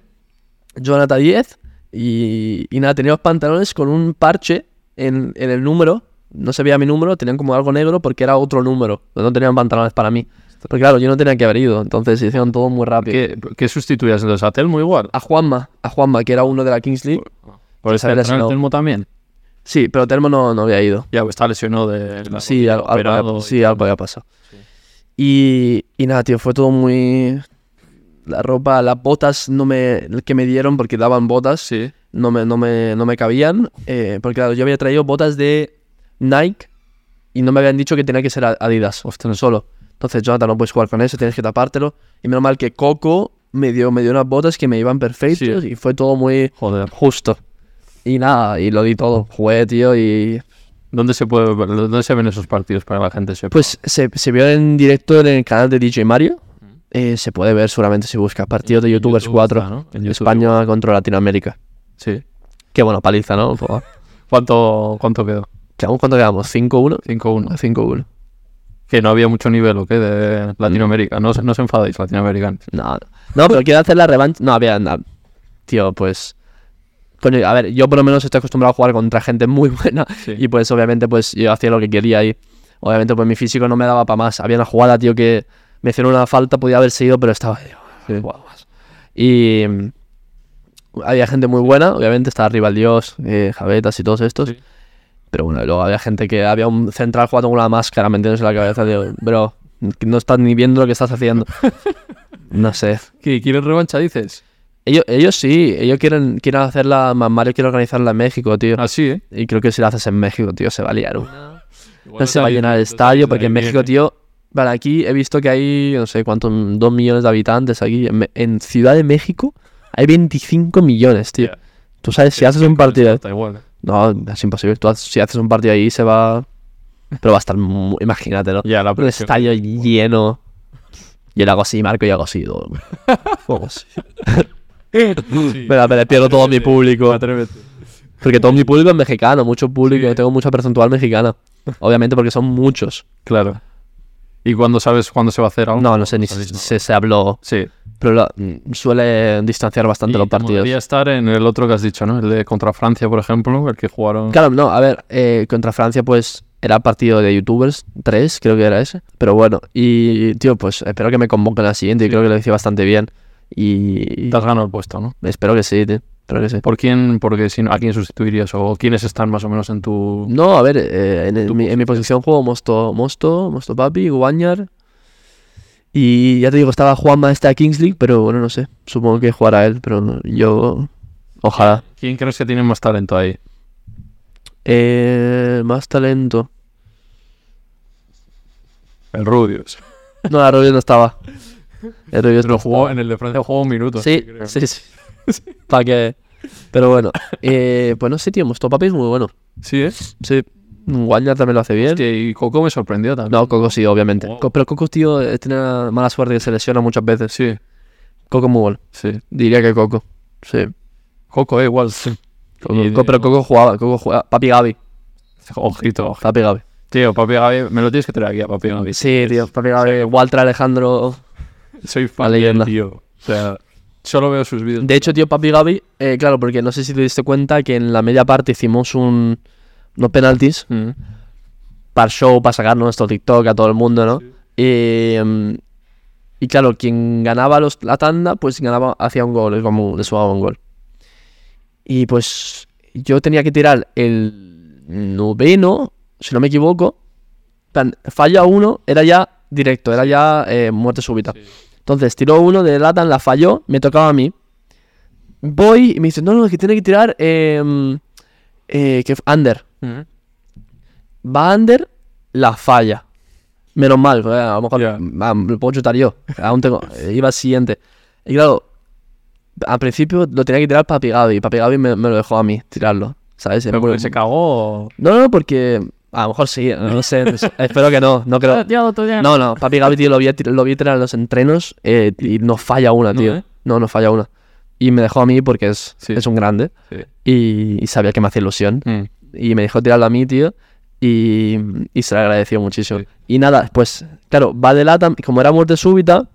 S2: Jonathan 10, y, y nada, tenía los pantalones con un parche en, en el número, no se veía mi número, tenían como algo negro porque era otro número, no tenían pantalones para mí. Porque claro, yo no tenía que haber ido, entonces hicieron todo muy rápido.
S1: ¿Qué, qué sustituías entonces? ¿A Telmo igual?
S2: A Juanma, a Juanma, que era uno de la Kings League.
S1: Por
S2: se
S1: esa
S2: había lesionado.
S1: Telmo también.
S2: Sí, pero Telmo no, no había ido.
S1: Ya, pues, está lesionado de la
S2: Sí, al- algo,
S1: operado
S2: había-
S1: y
S2: sí, algo había pasado. Y, y nada, tío, fue todo muy... La ropa, las botas no me, que me dieron porque daban botas,
S1: Sí.
S2: no, me, no, me, no me cabían. eh, porque claro, yo había traído botas de Nike y no me habían dicho que tenía que ser a- Adidas. solo. Entonces, Jonathan, no puedes jugar con eso, tienes que tapártelo. Y menos mal que Coco me dio, me dio unas botas que me iban perfectas y fue todo muy
S1: Joder.
S2: justo. Y nada, y lo di todo. Jugué, tío, y
S1: ¿Dónde se, puede, ver- dónde se ven esos partidos para que la gente sepa?
S2: Pues se, se vio en directo en el canal de DJ Mario. Eh, se puede ver seguramente si buscas partido
S1: Mm.
S2: de
S1: En
S2: YouTubers
S1: YouTube
S2: 4.
S1: está, ¿no? En YouTube
S2: España contra Latinoamérica.
S1: Sí.
S2: Qué bueno, paliza, ¿no? Por-
S1: ¿Cuánto, cuánto quedó?
S2: ¿Quedamos- ¿Cuánto quedamos? ¿5-1?
S1: 5-1.
S2: 5-1.
S1: Que no había mucho nivel, ¿o qué? De Latinoamérica. No, se- no os enfadéis, latinoamericanos.
S2: No, no, pero quiero hacer la revancha. No, había nada. Tío, pues. Coño, a ver, yo por lo menos estoy acostumbrado a jugar contra gente muy buena.
S1: Sí.
S2: Y pues, obviamente, pues yo hacía lo que quería y. Obviamente, pues mi físico no me daba para más. Había una jugada, tío, que me hicieron una falta, podía haber seguido, pero estaba. tío,
S1: Sí.
S2: jugaba más. Y. mm, Había gente muy buena, obviamente, estaba arriba el Dios, eh, Javetas y todos estos.
S1: Sí.
S2: Pero bueno, y luego había gente que había un central jugando con una máscara, me entiendes en la cabeza, tío. Bro, no estás ni viendo lo que estás haciendo. No sé.
S1: ¿Qué, ¿Quieres revancha, dices?
S2: Ellos, ellos sí, ellos quieren, quieren hacerla, Ma- Mario quiere organizarla en México, tío.
S1: Así, ¿eh?
S2: Y creo que si la haces en México, tío, se va a liar. uh. No se ¿eh? va a llenar el estadio, porque en México, tío, para aquí he visto que hay, no sé cuántos, dos millones de habitantes aquí. En, Me- en Ciudad de México hay 25 millones, tío.
S1: Ya.
S2: Tú sabes, si haces un partido...
S1: Está igual.
S2: No, es imposible. Tú, haces- si haces un partido ahí, se va... Pero va a estar, mu- imagínate, ¿no?
S1: Ya, la
S2: Un
S1: presión.
S2: estadio lleno. Yo le hago así, Marco, y hago así. todo. Hago así.
S1: Eh, Sí.
S2: Espera, espera, pierdo todo mi público.
S1: Atrévete.
S2: Porque todo mi público es mexicano, mucho público.
S1: Sí.
S2: Tengo mucha percentual mexicana. Obviamente porque son muchos.
S1: Claro. ¿Y cuándo sabes cuándo se va a hacer algo?
S2: No, no sé ni si
S1: sabéis, ¿no?
S2: se, se habló.
S1: Sí.
S2: Pero la- mm, suele distanciar bastante los partidos.
S1: Podría estar en el otro que has dicho, ¿no? El de contra Francia, por ejemplo, el que jugaron.
S2: Claro, no, a ver, eh, contra Francia pues era partido de youtubers, tres creo que era ese. Pero bueno, y tío, pues espero que me convoquen al siguiente. y creo que lo hice bastante bien. Y
S1: Te has ganado el puesto, ¿no?
S2: espero que sí, tío. Espero que sí.
S1: ¿Por quién? Porque si no, ¿A quién sustituirías? ¿O quiénes están más o menos en tu...?
S2: No, a ver, eh, en, en
S1: Tu
S2: mi, en mi posición juego Mosto, Mosto, Mosto Papi, Guanyar. Y ya te digo, estaba Juanma este a Kings League, pero bueno, no sé. Supongo que jugará él, pero no- yo. Ojalá.
S1: ¿Quién crees que tiene más talento ahí?
S2: Eh, más talento.
S1: El Rubius.
S2: No, el Rubio no estaba. El Rubio
S1: Pero
S2: no
S1: jugó, en el de Francia jugó un minuto.
S2: estaba. Sí,
S1: creo.
S2: sí, sí. Para que. Pero bueno, eh, pues no sé, tío. Mosto Papi es muy bueno.
S1: Sí, ¿eh?
S2: Sí. Guanyar también lo hace bien.
S1: Hostia, y Coco me sorprendió también.
S2: No, Coco sí, obviamente.
S1: Wow.
S2: Co- Pero Coco, tío, eh, tiene la mala suerte que se lesiona muchas veces.
S1: Sí,
S2: Coco es muy bueno.
S1: sí.
S2: Diría que Coco. Sí.
S1: Coco, eh, igual.
S2: Coco-
S1: Y-
S2: Co- pero Coco jugaba, Coco jugaba. Papi Gaby.
S1: Ojito, ojito.
S2: Papi Gaby.
S1: Tío, papi Gaby, me lo tienes que traer aquí a papi Gaby.
S2: Sí, tío. Papi Gaby. Walter Alejandro.
S1: Soy fan de
S2: La
S1: él,
S2: leyenda.
S1: tío. O sea, solo veo sus vídeos.
S2: De hecho, tío, Papi Gaby, eh, claro, porque no sé si te diste cuenta que en la media parte hicimos un. unos penaltis
S1: Mm.
S2: para el show, para sacar nuestro TikTok a todo el mundo, ¿no? Y, mm, y claro, quien ganaba los, la tanda, pues ganaba, hacía un gol, es como le sumaba un gol. Y pues yo tenía que tirar el noveno, si no me equivoco. Plan, falla uno, era ya directo, era ya eh, muerte súbita. Entonces tiró uno de Latan, la falló, me tocaba a mí. Voy y me dice, no, no, es que tiene que tirar em, eh, que, under.
S1: Mm.
S2: Va under, la falla. Menos mal, eh, a lo mejor
S1: Ya.
S2: ah, lo puedo chutar yo. Aún tengo, eh, iba al siguiente. Y claro, al principio lo tenía que tirar Papi Gaby. Papi Gaby me, me lo dejó a mí tirarlo, ¿sabes?
S1: Pero
S2: Me-
S1: porque se cagó.
S2: No, no, porque a lo mejor sí, no lo sé. espero que no, no creo. No, no, Papi Gaby, tío, lo vi, tir- lo vi tirar en los entrenos eh, y no falla una,
S1: No,
S2: tío.
S1: ¿eh?
S2: No, no falla una. Y me dejó a mí porque es,
S1: Sí.
S2: es un grande
S1: Sí.
S2: y, y sabía que me hacía ilusión y me dejó tirarlo a mí, tío. Y, y se lo agradeció muchísimo.
S1: Sí.
S2: Y nada, pues, claro, va de lata. Como era muerte súbita,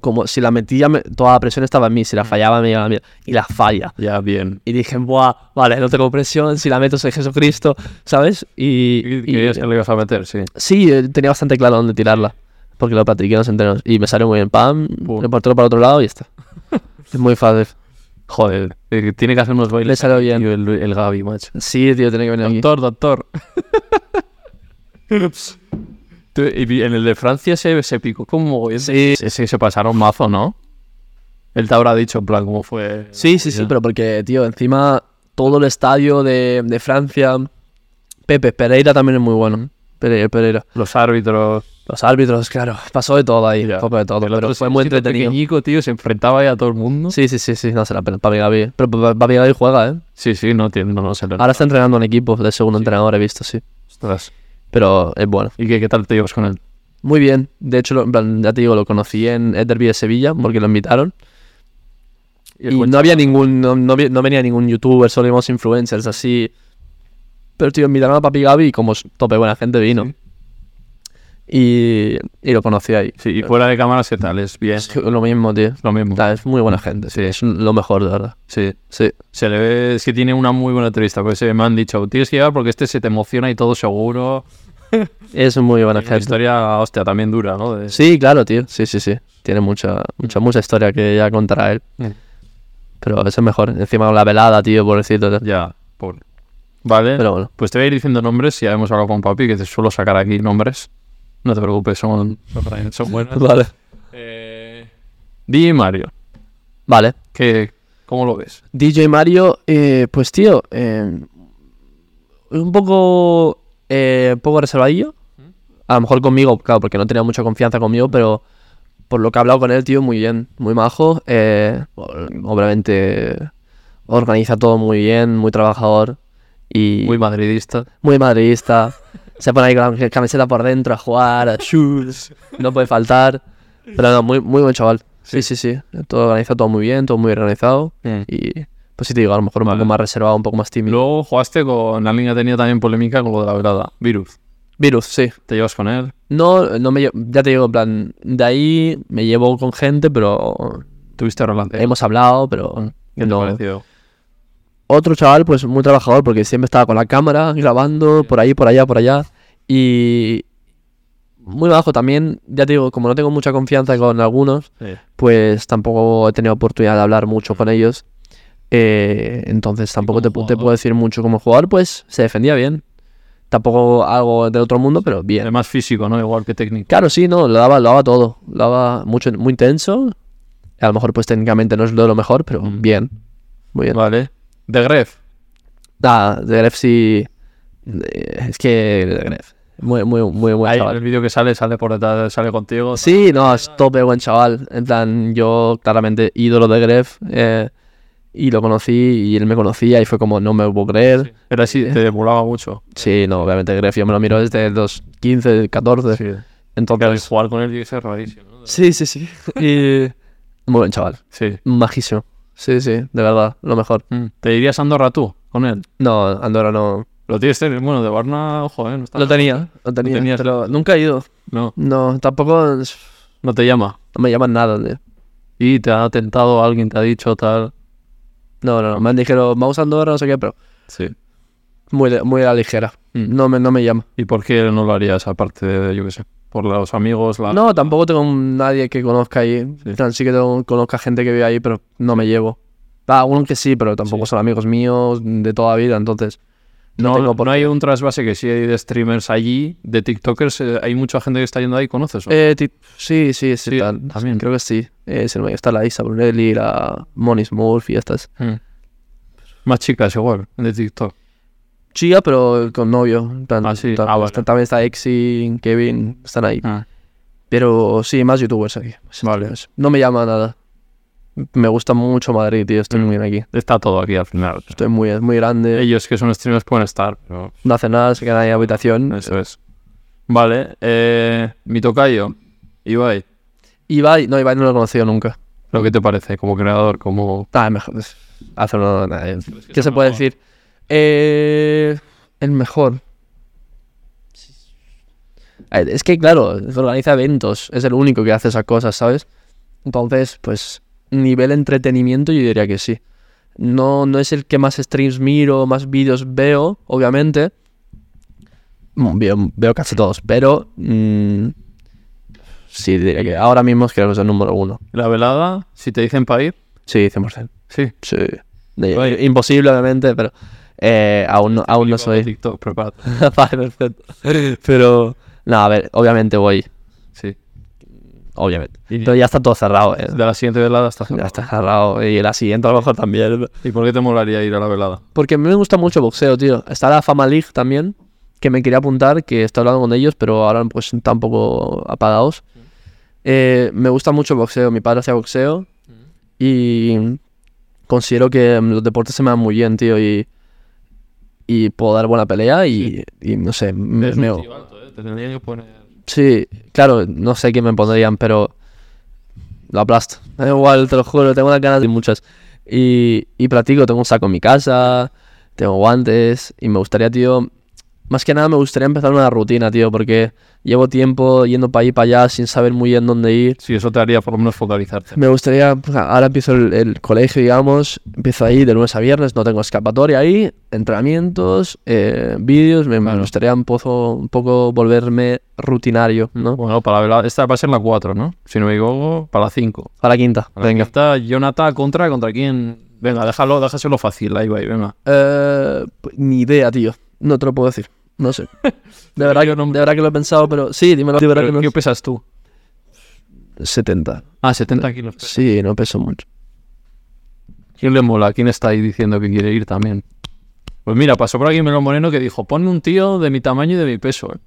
S2: como si la metía, me- toda la presión estaba en mí. Si la fallaba, me iba a la mierda. Y la falla.
S1: Ya, bien.
S2: Y dije, buah, vale, no tengo presión. Si la meto, soy Jesucristo, ¿sabes? Y.
S1: Y-
S2: y-
S1: Querías que le ibas a meter, sí.
S2: sí, eh, tenía bastante claro dónde tirarla. Porque lo practiqué en los entrenos. Y me salió muy bien. Pam,
S1: Pum.
S2: el portero para otro lado y ya está. es muy fácil.
S1: Joder, eh, tiene que hacer unos bailes.
S2: Le salió bien.
S1: tío, el, el Gaby, macho.
S2: Sí, tío, tiene que venir aquí.
S1: Doctor, doctor. Tú, y vi- en el de Francia se, se picó como. Sí. sí, se pasaron mazo, ¿no? Él te habrá dicho, en plan, cómo fue.
S2: Sí, sí, sí, pero porque, tío, encima todo el estadio de, de Francia. Pepe Pereira también es muy bueno. Pereira, Pereira.
S1: Los árbitros.
S2: Los árbitros, claro, pasó de todo ahí.
S1: Ya.
S2: Pasó de todo,
S1: El otro
S2: pero fue muy
S1: siendo
S2: entretenido.
S1: pequeñico, tío, se enfrentaba ahí a todo el mundo.
S2: Sí, sí, sí, sí, no será pena. Papi Gaby. Pero Pa- Papi Gaby juega, ¿eh?
S1: sí, sí, no, tiene, no, no se le.
S2: Ahora está entrenando en equipo, de segundo entrenador he visto, sí.
S1: Ostras.
S2: Pero es bueno.
S1: ¿Y qué, qué tal te llevas con él?
S2: Muy bien. De hecho, lo- en plan, ya te digo, lo conocí en el Derby de Sevilla porque lo invitaron. Y no había ningún, no, no vi- no venía ningún youtuber, solo íbamos influencers así. Pero tío, invitaron a Papi Gaby y como s- tope buena gente vino. Y, y lo conocí ahí.
S1: Sí, y fuera de cámaras, ¿qué tal? Es bien.
S2: Es que lo mismo, tío.
S1: Lo mismo.
S2: Nada, es muy buena gente, sí, es un- lo mejor, de verdad.
S1: Sí.
S2: Sí.
S1: Se le ve, es que tiene una muy buena entrevista, porque se me han dicho, tienes que llevar porque este se te emociona y todo seguro.
S2: Es muy buena
S1: La
S2: gente.
S1: historia, hostia, también dura, ¿no? De-
S2: Sí, claro, tío. Sí, sí, sí. Tiene mucha, mucha, mucha historia que ya contará él.
S1: Mm.
S2: Pero eso es mejor. Encima con la velada, tío, pobrecito. tío.
S1: Ya, por... Vale.
S2: Pero bueno.
S1: Pues te voy a ir diciendo nombres, ya hemos hablado con papi, que te suelo sacar aquí nombres. No te preocupes, son, son buenos.
S2: Vale.
S1: Eh, Di Mario,
S2: Vale.
S1: que, ¿cómo lo ves?
S2: DJ Mario, eh, pues tío, eh, un poco, eh, un poco reservadillo. A lo mejor conmigo, claro, porque no tenía mucha confianza conmigo, pero por lo que he hablado con él, tío, muy bien, muy majo. eh, obviamente organiza todo muy bien, muy trabajador y
S1: Muy madridista.
S2: muy madridista. Se pone ahí con la camiseta por dentro a jugar, a shoes, no puede faltar. Pero no, muy, muy buen chaval. Sí, sí, sí. Todo organiza todo muy bien, todo muy organizado. Y pues sí te digo, a lo mejor un
S1: Vale.
S2: poco más reservado, un poco más tímido.
S1: Luego jugaste con, la línea tenía también polémica con lo de la velada, Virus.
S2: Virus, sí.
S1: ¿Te llevas con él?
S2: No, no me lle- ya te digo, en plan, de ahí me llevo con gente, pero
S1: ¿Tuviste relación?
S2: hemos hablado, pero
S1: Mm, ¿Qué te
S2: no.
S1: pareció?
S2: Otro chaval, pues muy trabajador, porque siempre estaba con la cámara, grabando, por ahí, por allá, por allá. Y muy bajo también, ya te digo, como no tengo mucha confianza con algunos,
S1: Sí.
S2: pues tampoco he tenido oportunidad de hablar mucho con ellos. Eh, entonces tampoco
S1: como
S2: te, pu- te
S1: jugador?
S2: puedo decir mucho como jugador, pues se defendía bien. Tampoco algo del otro mundo, pero bien.
S1: Además físico, ¿no? Igual que técnico.
S2: Claro, sí, no, lo daba, lo daba todo. Lo daba mucho, muy intenso. A lo mejor pues técnicamente no es lo, lo mejor, pero bien. Muy bien.
S1: Mm. Vale. De Gref.
S2: Ah, de Gref sí... eh, Es que de Gref. Muy, muy, muy buen
S1: Ahí,
S2: chaval.
S1: el vídeo que sale, sale por detrás, sale contigo.
S2: Sí, no, es tope buen chaval. En plan, yo claramente ídolo de Gref. eh, y lo conocí y él me conocía y fue como, no me lo puedo creer.
S1: Era así, te volaba mucho.
S2: Sí, no, obviamente Gref yo me lo miro desde los 15, 14.
S1: Sí. Claro, y
S2: Entonces...
S1: jugar con él tiene que ser rarísimo. ¿no?
S2: Sí, sí, sí. Y... Muy buen chaval.
S1: Sí.
S2: Majísimo. Sí, sí, de verdad, lo mejor.
S1: Mm. ¿Te irías a Andorra tú con él?
S2: No, Andorra no.
S1: Lo tienes, ten- bueno, de Barna, ojo, ¿eh? No, está-
S2: Lo tenía, lo tenía.
S1: tenías.
S2: pero nunca he ido.
S1: no,
S2: No, tampoco es-
S1: no te llama.
S2: no me llaman nada, tío.
S1: Y te ha tentado, alguien te ha dicho tal.
S2: No, no, no. Me han dicho, vamos a Andorra, no sé qué, pero
S1: Sí.
S2: muy, de- muy a la ligera.
S1: Mm.
S2: No, me, no me llama.
S1: ¿Y por qué no lo harías aparte de, yo qué sé, por los amigos? La...
S2: No, tampoco tengo un- nadie que conozca ahí.
S1: Sí.
S2: Sí, sí que tengo, conozca gente que vive ahí, pero no me llevo. Ah, algunos que sí, pero tampoco son amigos míos de toda vida, entonces.
S1: No,
S2: tengo por-
S1: no hay un trasvase que sí hay de streamers allí, de TikTokers, eh, hay mucha gente que está yendo ahí, ¿conoces? o?
S2: Eh, ti- sí, sí, sí,
S1: Sí,
S2: tal.
S1: también.
S2: Creo que sí. Eh, si no me equivoco, está la Isa Brunelli, la Moni Smurf y estas.
S1: Mm. Más chicas igual, de TikTok.
S2: Chica, pero con novio. Tan,
S1: Ah, sí.
S2: tan-
S1: Ah, vale. Ah.
S2: está- también está Exi, Kevin, están ahí. Pero sí, más youtubers aquí. Más
S1: Vale.
S2: youtubers. Ah, No me llama nada. Me gusta mucho Madrid, tío.
S1: Mm.
S2: Estoy muy bien aquí.
S1: Está todo aquí al final.
S2: Estoy muy, es muy grande.
S1: Ellos que son streamers pueden estar, pero
S2: No hace nada, se queda ahí en la habitación.
S1: eso es. Vale, eh, mi tocayo, Ibai,
S2: Ibai, no, Ibai no lo he conocido nunca.
S1: ¿lo que te parece como creador, como...
S2: Ah, mejor. es- Hace no, nada. eh.
S1: que
S2: ¿Qué
S1: es
S2: se
S1: el
S2: puede
S1: mejor.
S2: decir? Eh, el mejor. A ver, Es que, claro, organiza eventos. Es el único que hace esas cosas, ¿sabes? Entonces, pues, nivel entretenimiento yo diría que sí. No, no es el que más streams miro, más vídeos veo, obviamente. Mm, Veo, veo casi todos, pero... mm, sí, diría que ahora mismo creo que es el número uno.
S1: La velada, si te dicen para ir,
S2: Sí, 100%.
S1: sí.
S2: Sí. De-
S1: Oye.
S2: Imposible, obviamente, pero eh, aún no, aún no soy.
S1: TikTok, prepárate.
S2: Vale, perfecto. Pero, no, a ver, obviamente voy.
S1: Sí.
S2: Obviamente.
S1: Y-
S2: Pero ya está todo cerrado, ¿eh?
S1: De la siguiente velada estás...
S2: Ya está cerrado. Y la siguiente a lo mejor también.
S1: ¿Y por qué te molaría ir a la velada?
S2: Porque a mí me gusta mucho boxeo, tío. Está la Fama League también, que me quería apuntar, que estoy hablando con ellos, pero ahora pues están un poco apagados. Eh, me gusta mucho el boxeo. Mi padre hacía boxeo
S1: Mm.
S2: y considero que mm, los deportes se me dan muy bien, tío, y, y puedo dar buena pelea y, y no sé. me-
S1: Es un
S2: me-
S1: tío alto, ¿eh? Te tendría que poner...
S2: sí, claro, no sé qué me pondrían, pero lo aplasto. Da igual, te lo juro, tengo unas ganas de muchas. Y, y practico, tengo un saco en mi casa, tengo guantes y me gustaría, tío, más que nada me gustaría empezar una rutina, tío, porque llevo tiempo yendo para ahí, para allá, sin saber muy bien dónde ir.
S1: Sí, eso te haría por lo menos focalizarte.
S2: Me gustaría, pues, ahora empiezo el, el colegio, digamos, empiezo ahí de lunes a viernes, no tengo escapatoria ahí, entrenamientos, eh, vídeos, me, me
S1: Claro.
S2: gustaría un poco, un poco volverme rutinario, ¿no?
S1: Bueno, para la velada, esta va a ser la 4, ¿no? Si no me equivoco, para la 5.
S2: A la quinta, venga.
S1: Está Jonathan contra, ¿contra quién? Venga, déjalo, déjaselo fácil, ahí va, ahí, venga.
S2: Eh, pues, ni idea, tío, no te lo puedo decir, no sé. De verdad, que,
S1: Yo no me-
S2: de verdad que lo he pensado, pero sí, dímelo, de verdad
S1: Pero,
S2: que no.
S1: ¿Qué pesas tú?
S2: 70,
S1: Ah, 70 kilos.
S2: sí, no peso mucho.
S1: ¿Quién le mola? ¿Quién está ahí diciendo que quiere ir también? Pues mira, pasó por aquí Melo Moreno que dijo, ponme un tío de mi tamaño y de mi peso. eh".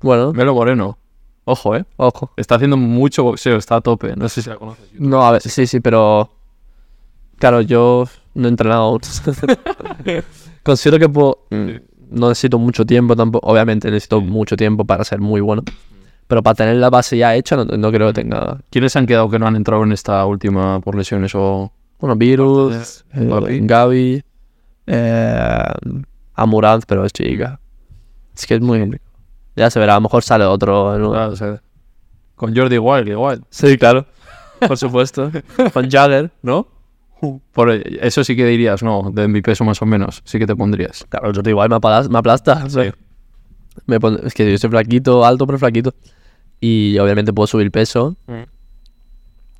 S2: Bueno,
S1: Melo Moreno. Ojo, ¿eh?
S2: ojo.
S1: Está haciendo mucho boxeo, está a tope. No sé si la conoces.
S2: No, a ver, sí, sí, pero. Claro, yo no he entrenado aún. Considero que puedo. eh, No necesito mucho tiempo tampoco. Obviamente necesito mucho tiempo para ser muy bueno. Pero para tener la base ya hecha, no, no creo que tenga.
S1: ¿Quiénes han quedado que no han entrado en esta última por lesiones o...?
S2: Bueno, Virus,
S1: Aparte de- Gavi.
S2: eh, Gavi, eh, Amurant, pero es chica. Es que es muy. Ya se verá, a lo mejor sale otro. ¿no?
S1: Ah, o sea, con Jordi Wild, igual.
S2: Sí, claro. Por supuesto. Con Jagger, ¿no?
S1: Por eso sí que dirías, no, de mi peso más o menos, sí que te pondrías.
S2: Claro, yo igual me aplasta. Me aplasta o sea,
S1: Sí.
S2: me pon- es que yo soy flaquito, alto, pero flaquito. Y obviamente puedo subir peso.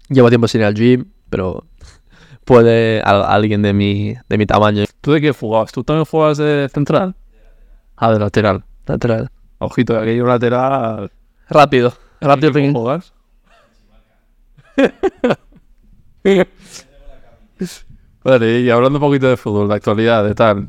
S2: Llevo tiempo sin ir al gym, pero puede al- alguien de mi, de mi tamaño
S1: ¿Tú de qué jugabas? ¿Tú también jugabas de central? Ah, de lateral.
S2: natural.
S1: Ojito, aquello lateral.
S2: Rápido, rápido,
S1: ¿Cómo
S2: pequeño.
S1: jugabas? vale, y hablando un poquito de fútbol, de actualidad, de tal.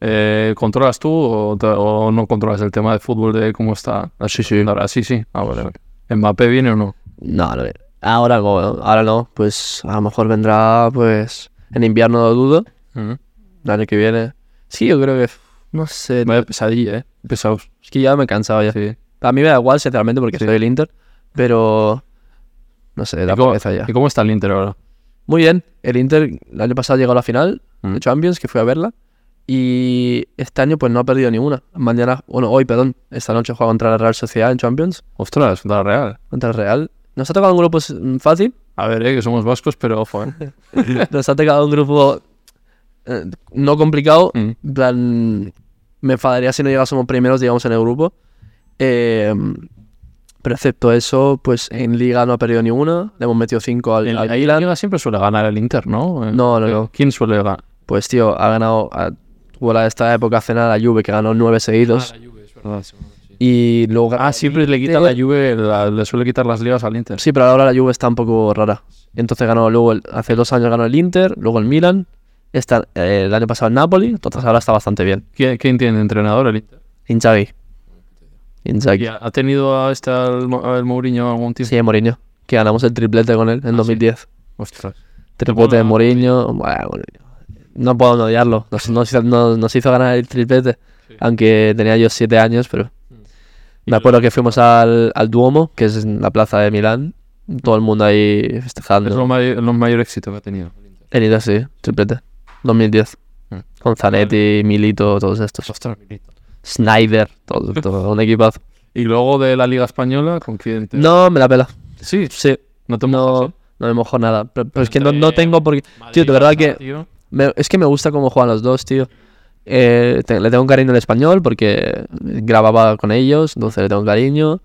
S1: eh, ¿Controlas tú o, te- o no controlas el tema de fútbol de cómo está?
S2: Ah, sí, sí.
S1: Ahora sí, sí. Ah, vale, vale. ¿Mbappé viene o no?
S2: No, no, ahora no, ahora no. Pues a lo mejor vendrá, pues, en invierno, no lo dudo. El año que viene. Sí, yo creo que, no sé.
S1: Vaya pesadilla, ¿eh? Pesados.
S2: Es que ya me he cansado ya.
S1: Sí.
S2: A mí me da igual, sinceramente, porque
S1: Sí.
S2: soy el Inter, pero... No sé,
S1: ¿Y
S2: la
S1: cómo,
S2: cabeza ya.
S1: y cómo está el Inter ahora?
S2: Muy bien, el Inter el año pasado llegó a la final
S1: Mm.
S2: de Champions, que fui a verla. Y este año pues no ha perdido ninguna. Mañana, bueno, hoy, perdón, esta noche juega contra la Real Sociedad en Champions,
S1: Ostras, da real.
S2: contra el Real. Nos ha tocado un grupo mm, fácil,
S1: A ver, eh, que somos vascos, pero ojo, eh.
S2: Nos ha tocado un grupo eh, no complicado.
S1: Mm.
S2: en plan, me enfadaría si no llegásemos primeros, digamos, en el grupo. Eh, pero excepto eso, pues en Liga no ha perdido ni una. Le hemos metido cinco al,
S1: En
S2: al
S1: la
S2: Milan.
S1: Liga siempre suele ganar el Inter, ¿no? Eh,
S2: No, no, no.
S1: ¿Quién suele ganar?
S2: Pues tío, ha ganado. A, tuvo la esta época hace nada la Juve, que ganó nueve seguidos. Ah. Y luego ganó
S1: Ah, siempre le quita
S2: Inter.
S1: la Juve, la- le suele quitar las ligas al Inter.
S2: Sí, pero ahora la Juve está un poco rara. Entonces ganó luego, el- hace dos años ganó el Inter, luego el Milan, esta- eh, el año pasado el Napoli, entonces ahora está bastante bien.
S1: ¿Qui- ¿Quién tiene entrenador el Inter?
S2: Inzaghi. Inzaghi.
S1: ¿Y ¿Ha ha tenido a este al, Mo- al Mourinho algún tiempo?
S2: Sí, Mourinho. Que ganamos el triplete con él en 2010.
S1: Ostras.
S2: Triplete
S1: Ah, Te
S2: de
S1: mola.
S2: Mourinho. Bueno, Mourinho. no puedo no odiarlo. Nos, nos hizo, no- nos hizo ganar el triplete. Aunque tenía yo siete años, pero...
S1: Mm.
S2: Me acuerdo que fuimos al, al Duomo, que es en la plaza de Milán. Todo el mundo ahí
S1: Es lo
S2: festejando.
S1: mayor, lo mayor éxito que ha tenido.
S2: El Inter, sí, triplete. 2010.
S1: Mm.
S2: Con Zanetti, Milito, todos estos.
S1: Ostras, Milito.
S2: Snyder, todo, todo, un equipazo.
S1: Y luego de la Liga Española, ¿con quién te-
S2: No, me la pela.
S1: Sí,
S2: Sí,
S1: no te
S2: no,
S1: mojas, ¿eh?
S2: no me mojo nada. Pero, pero es que no,
S1: entre
S2: no tengo porque... Tío, de verdad que...
S1: Tío.
S2: Me- es que me gusta cómo juegan los dos, tío. Eh, te- le tengo un cariño al español porque grababa con ellos, entonces le tengo un cariño.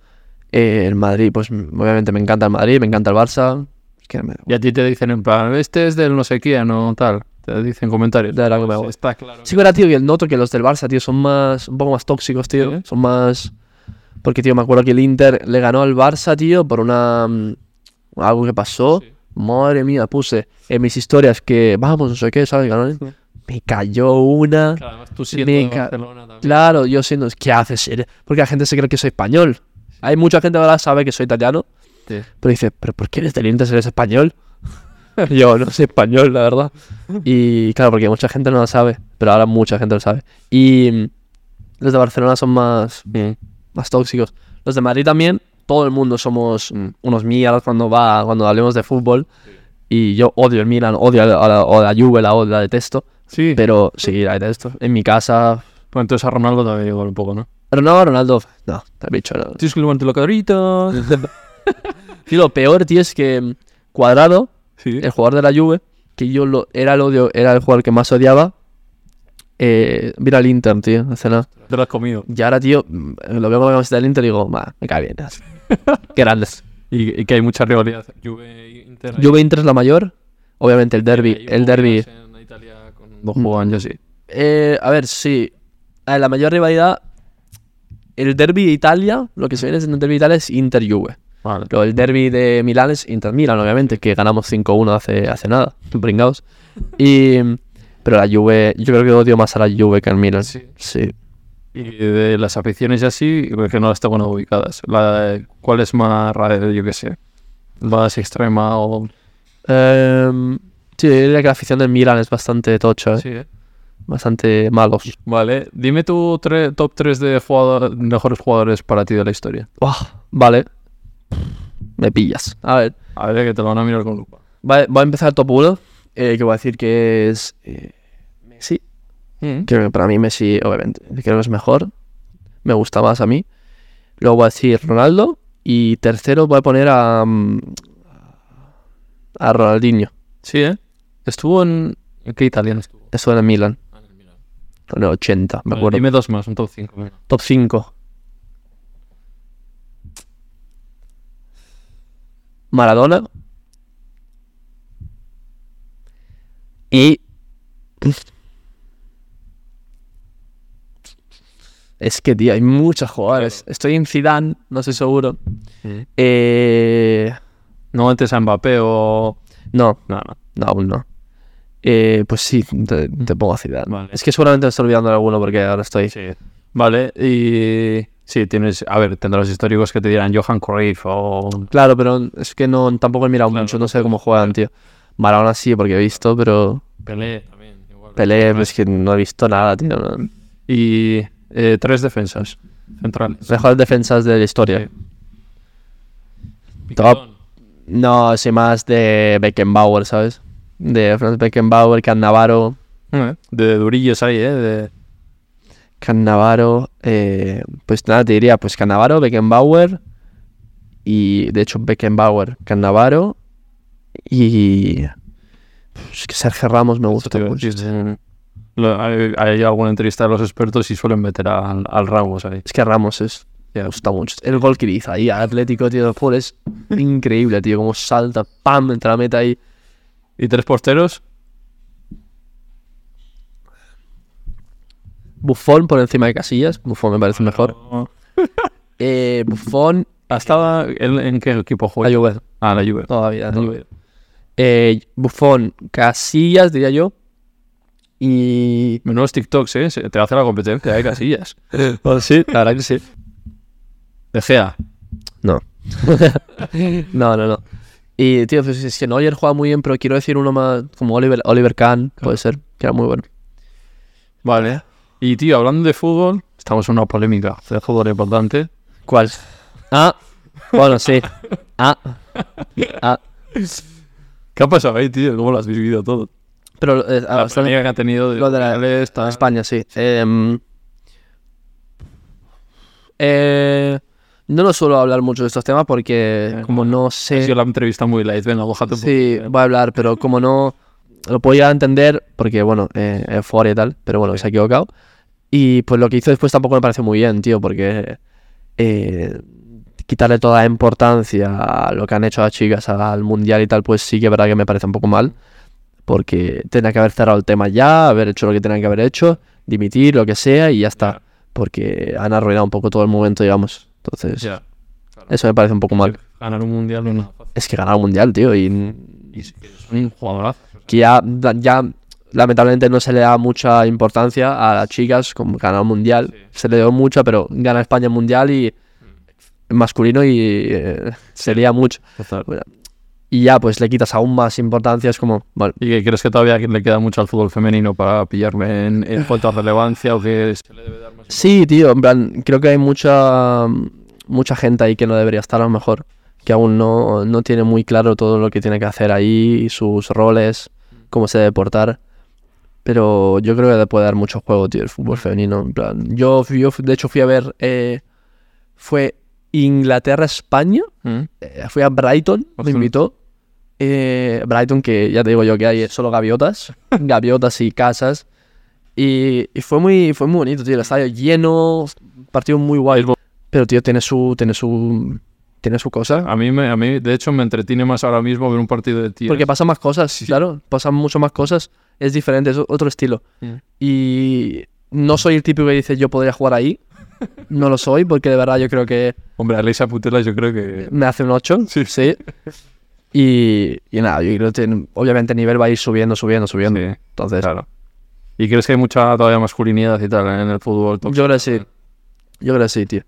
S2: Eh, el Madrid, pues m- obviamente me encanta el Madrid, me encanta el Barça. Es que me-
S1: Y a ti te dicen en plan, este es del no sé quién o tal. Te dicen comentarios.
S2: De verdad que me gusta.
S1: Está claro.
S2: Sí, que era, tío, y el noto que los del Barça, tío, son más, un poco más tóxicos, tío.
S1: ¿Sí?
S2: Son más. Porque, tío, me acuerdo que el Inter le ganó al Barça, tío, por una. mm, Algo que pasó. Madre mía, puse en mis historias que vamos, no sé qué, ¿sabes? Ganó el-
S1: Sí.
S2: Me cayó una.
S1: Claro, además tú
S2: siendo de ca-
S1: Barcelona también.
S2: Claro, yo siendo, ¿qué haces? Eres- Porque la gente se cree que soy español. Hay mucha gente ahora sabe que soy italiano,
S1: Sí.
S2: pero dice, ¿pero por qué eres del Inter si eres español? yo no soy español, la verdad. Y claro, porque mucha gente no lo sabe, pero ahora mucha gente lo sabe. Y mm, los de Barcelona son más, más tóxicos. Los de Madrid también, todo el mundo somos mm, unos mierdas cuando va, cuando hablemos de fútbol. Y yo odio el Milan, odio a la, a la- a la Juve, la, la detesto.
S1: Sí.
S2: Pero sí, la detesto. En mi casa,
S1: Bueno, entonces a Ronaldo también igual un poco, ¿no?
S2: Ronaldo, Ronaldo. No, te he dicho. no.
S1: Tienes que levantar la carita.
S2: Y lo peor, tío, es que mm, Cuadrado,
S1: Sí.
S2: el jugador de la Juve, que yo lo, era el odio, era el jugador que más odiaba. Eh, mira al Inter, tío, hace nada.
S1: Te lo has comido.
S2: Y ahora, tío, mm, lo veo con la camiseta del Inter y digo, "Bah, me cae bien. Qué grandes.
S1: Y, y que hay mucha rivalidad. Juve Inter.
S2: Juve Inter es la mayor. Obviamente el derby. El derby. Mm.
S1: En Italia con dos juegan, yo sí.
S2: Eh, a ver, sí. A ver, la mayor rivalidad. El derby de Italia, lo que se viene en el derby de Italia es Inter-Juve.
S1: Vale.
S2: Pero el derby de Milán es Inter Milan, obviamente, que ganamos 5-1 hace, hace nada, bringados. Y, pero la Juve, yo creo que odio más a la Juve que al Milan.
S1: Sí.
S2: Sí.
S1: Y de las aficiones y así, pues que no las tengo nada ubicadas. La, ¿Cuál es más rara, yo qué sé? Más extrema o...
S2: Em, sí, yo diría que la afición del Milan es bastante tocha, ¿eh?
S1: ¿eh?
S2: bastante malos.
S1: Vale, dime tu tre- top 3 de jugador- mejores jugadores para ti de la historia.
S2: Buah, vale. Me pillas. A ver,
S1: A ver, que te lo van a mirar con lupa.
S2: va- voy a empezar top 1, que voy a decir que es eh, Messi.
S1: Mm.
S2: Creo que para mí Messi, obviamente, creo que es mejor. Me gusta más a mí. Luego voy a decir Ronaldo. Y tercero voy a poner a. mm, a Ronaldinho.
S1: Sí, ¿eh? Estuvo en... ¿En qué italiano estuvo?
S2: Eso Ah, en el Milan. En el 80, me
S1: Vale,
S2: acuerdo.
S1: Dime dos más, un top 5.
S2: Top 5. Maradona. Y. Es que, tío, hay muchos jugadores. Estoy en Zidane, no estoy seguro. Eh,
S1: Mm. No antes a Mbappé o...
S2: no,
S1: No, no.
S2: no, aún no. Eh, pues sí, te, te pongo a Zidane.
S1: Vale.
S2: Es que seguramente me estoy olvidando de alguno porque ahora estoy...
S1: Sí. Vale, y... Sí, tienes... A ver, tendrás históricos que te dirán Johan Cruyff o...
S2: Claro, pero es que no, tampoco he mirado
S1: Claro,
S2: mucho, no sé cómo juegan, tío. Maradona sí, porque he visto, pero
S1: Pelé también. Igual.
S2: Pelé pues, es que no he visto nada, tío. no.
S1: Y eh, tres defensas centrales.
S2: Mejores defensas de la historia. Top. No, soy más de Beckenbauer, ¿sabes? de Franz Beckenbauer, Cannavaro,
S1: Eh, De durillos ahí, ¿eh? De...
S2: Cannavaro, eh, pues nada, te diría, pues Cannavaro, Beckenbauer y de hecho Beckenbauer, Cannavaro y pues, es que Sergio Ramos me gusta
S1: Tío,
S2: mucho.
S1: sí, sí. eh, Lo- hay, hay alguna entrevista de los expertos y suelen meter al, al Ramos ahí.
S2: Es que Ramos es, me gusta mucho. El gol que hizo ahí, Atlético, tío, por es increíble, tío, como salta, pam, entra la meta ahí.
S1: ¿Y tres porteros?
S2: Buffon por encima de Casillas, Buffon me parece mejor. Eh, Buffon,
S1: ¿Hasta en, en qué equipo
S2: la
S1: juega?
S2: Juve,
S1: Ah, la Juve.
S2: todavía,
S1: La
S2: ¿no?
S1: Juve.
S2: Eh, Buffon, Casillas, diría yo. Y.
S1: Menudos TikToks, ¿eh? Se- Te hace la competencia, hay casillas.
S2: Pues sí, la verdad que sí.
S1: De Gea.
S2: No. no, no, no. Y, tío, pues es que Neuer juega muy bien, pero quiero decir uno más, como Oliver, Oliver Kahn, puede ser, que era muy bueno.
S1: Vale. Y, tío, hablando de fútbol, estamos en una polémica de fútbol importante.
S2: ¿Cuál? Ah, bueno, sí. Ah, ah.
S1: ¿Qué ha pasado ahí, tío? ¿Cómo lo has vivido todo?
S2: Pero eh,
S1: La
S2: hasta-
S1: polémica que ha tenido de,
S2: lo de la-
S1: finales, tal.
S2: España, sí. Em, eh, no lo suelo hablar mucho de estos temas porque, como no sé.
S1: Ha sido la entrevista muy light. Venga, bójate un
S2: Sí, voy a hablar, pero como no lo podía entender, porque bueno, eh, euforia y tal, pero bueno, se ha equivocado. Y pues lo que hizo después tampoco me pareció muy bien, tío, porque eh, quitarle toda la importancia a lo que han hecho las chicas al mundial y tal, pues sí que es verdad que me parece un poco mal, porque tenía que haber cerrado el tema ya, haber hecho lo que tenían que haber hecho, dimitir, lo que sea, y ya está, porque han arruinado un poco todo el momento, digamos. Entonces,
S1: Ya.
S2: eso me parece un poco mal.
S1: Ganar un mundial no es nada fácil.
S2: Es que ganar el mundial, tío, y
S1: Y sí que es un jugadorazo.
S2: que ya, ya lamentablemente no se le da mucha importancia a las chicas como ganar el mundial. Se le dio mucha, pero gana España el mundial y masculino y eh, se lía mucho. Y ya, pues le quitas aún más importancia. Es como, bueno,
S1: ¿Y que crees que todavía le queda mucho al fútbol femenino para pillarme en, en cuanto a relevancia o que se le debe dar más?
S2: sí, tío, en plan, creo que hay mucha, mucha gente ahí que no debería estar a lo mejor, que aún no, no tiene muy claro todo lo que tiene que hacer ahí, sus roles,
S1: Mm.
S2: cómo se debe portar. Pero yo creo que le puede dar mucho juego, tío, el fútbol femenino. En plan, yo, yo de hecho fui a ver, eh, fue Inglaterra-España,
S1: ¿Mm?
S2: eh, fui a Brighton, me
S1: Ostras.
S2: invitó. Eh, Brighton, que ya te digo yo que hay eh, solo gaviotas, gaviotas y casas. Y, y fue, muy, fue muy bonito, tío, el estadio lleno, partido muy guay. Pero, tío, tiene su, tiene su, tiene su cosa.
S1: A mí, me, a mí, de hecho, me entretiene más ahora mismo ver un partido de tías.
S2: Porque pasan más cosas, claro, pasan mucho más cosas. Es diferente, es o- otro estilo. Y no soy el típico que dice yo podría jugar ahí. No lo soy, porque de verdad yo creo que
S1: Hombre, Alexa Putela yo creo que...
S2: me hace un 8, sí. Y, y nada, yo creo que tiene- obviamente el nivel va a ir subiendo, subiendo, subiendo.
S1: Sí,
S2: Entonces,
S1: claro. ¿Y crees que hay mucha todavía masculinidad y tal en el fútbol?
S2: yo creo que sí. Yo creo que sí, tío.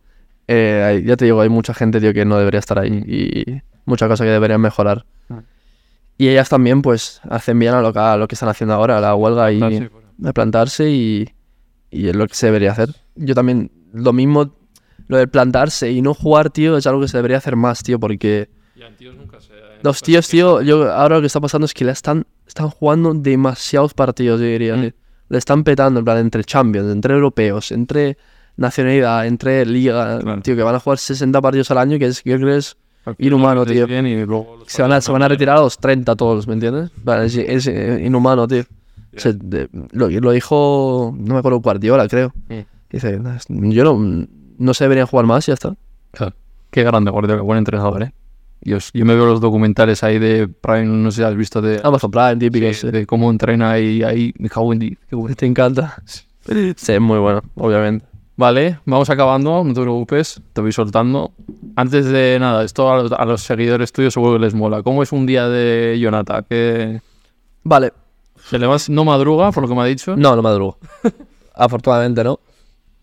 S2: Eh, hay- ya te digo, hay mucha gente, tío, que no debería estar ahí y muchas cosas que deberían mejorar.
S1: Ah.
S2: Y ellas también, pues, hacen bien a lo que, a lo que están haciendo ahora, a la huelga y
S1: Ah, sí, por-
S2: a plantarse y, y es lo que se debería hacer. Yo también, lo mismo, lo de plantarse y no jugar, tío, es algo que se debería hacer más, tío, porque... Los tíos, tío, yo ahora lo que está pasando es que le están, están jugando demasiados partidos, yo diría.
S1: Mm.
S2: tío. Le están petando, en plan, entre Champions, entre europeos, entre nacionalidad, entre liga,
S1: Claro.
S2: tío, que van a jugar 60 partidos al año, que es, yo creo que es
S1: Al final
S2: inhumano,
S1: aprendes
S2: tío.
S1: bien y luego los
S2: Se van, a, se van a retirar a los 30 todos, ¿me entiendes? En plan, Es, es, eh, inhumano, tío. O sea, de- lo, lo dijo, no me acuerdo, Guardiola, creo.
S1: Sí.
S2: Dice, "No, es- yo no, no se deberían jugar más y ya está.
S1: Claro. Qué grande, Guardiola, buen entrenador, ¿eh? Dios, yo me veo los documentales ahí de Prime, no sé si has visto de,
S2: Amazon Prime, típico.
S1: de,
S2: sí.
S1: de cómo entrena y ahí me cago en diez, qué bueno.
S2: Te encanta. Sí, es muy bueno, obviamente.
S1: Vale, vamos acabando, no te preocupes, te voy soltando. Antes de nada, esto a los, a los seguidores tuyos seguro que les mola. ¿Cómo es un día de Jonata? Que
S2: Vale,
S1: se le vas, no madruga, por lo que me ha dicho.
S2: No, no madrugo. Afortunadamente no.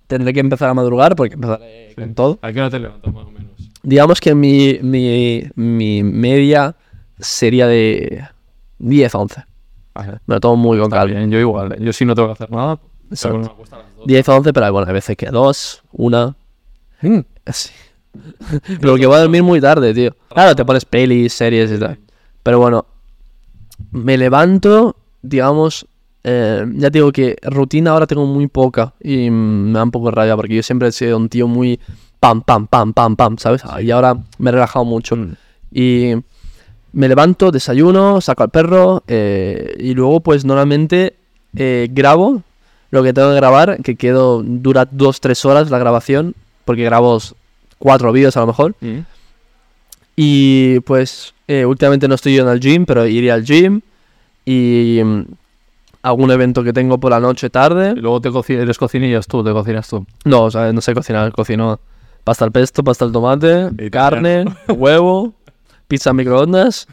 S2: Tendré que empezar a madrugar porque empezaré con todo.
S1: ¿A qué hora te levantas más o menos?
S2: Digamos que mi, mi, mi media sería de 10 a 11. Me lo tomo muy con
S1: Ah, eh, Está
S2: calma.
S1: bien, yo igual, ¿eh? yo sí no tengo que hacer nada.
S2: Exacto.
S1: pero me acuesto a las dos.
S2: 10 a 11, pero bueno, hay veces que 2, 1,
S1: Mm.
S2: así. pero que voy a dormir muy tarde, tío. Claro, te pones pelis, series y tal. Pero bueno, me levanto, digamos, eh, ya te digo que rutina ahora tengo muy poca y mm, me da un poco de rabia porque yo siempre he sido un tío muy pam, pam, pam, pam, pam, ¿sabes? Y ahora me he relajado mucho.
S1: Mm.
S2: Y me levanto, desayuno, saco al perro eh, y luego pues normalmente eh, grabo lo que tengo que grabar, que quedo, dura 2-3 horas la grabación, porque grabo 4 vídeos a lo mejor. Y pues eh, últimamente no estoy yendo al gym, pero iré al gym y mm, algún evento que tengo por la noche
S1: Y
S2: tarde.
S1: luego te coci- eres cocinillas tú, te cocinas tú.
S2: No, o sea, no sé cocinar, cocino pasta al pesto, pasta al tomate,
S1: Italiano.
S2: carne, huevo, pizza en microondas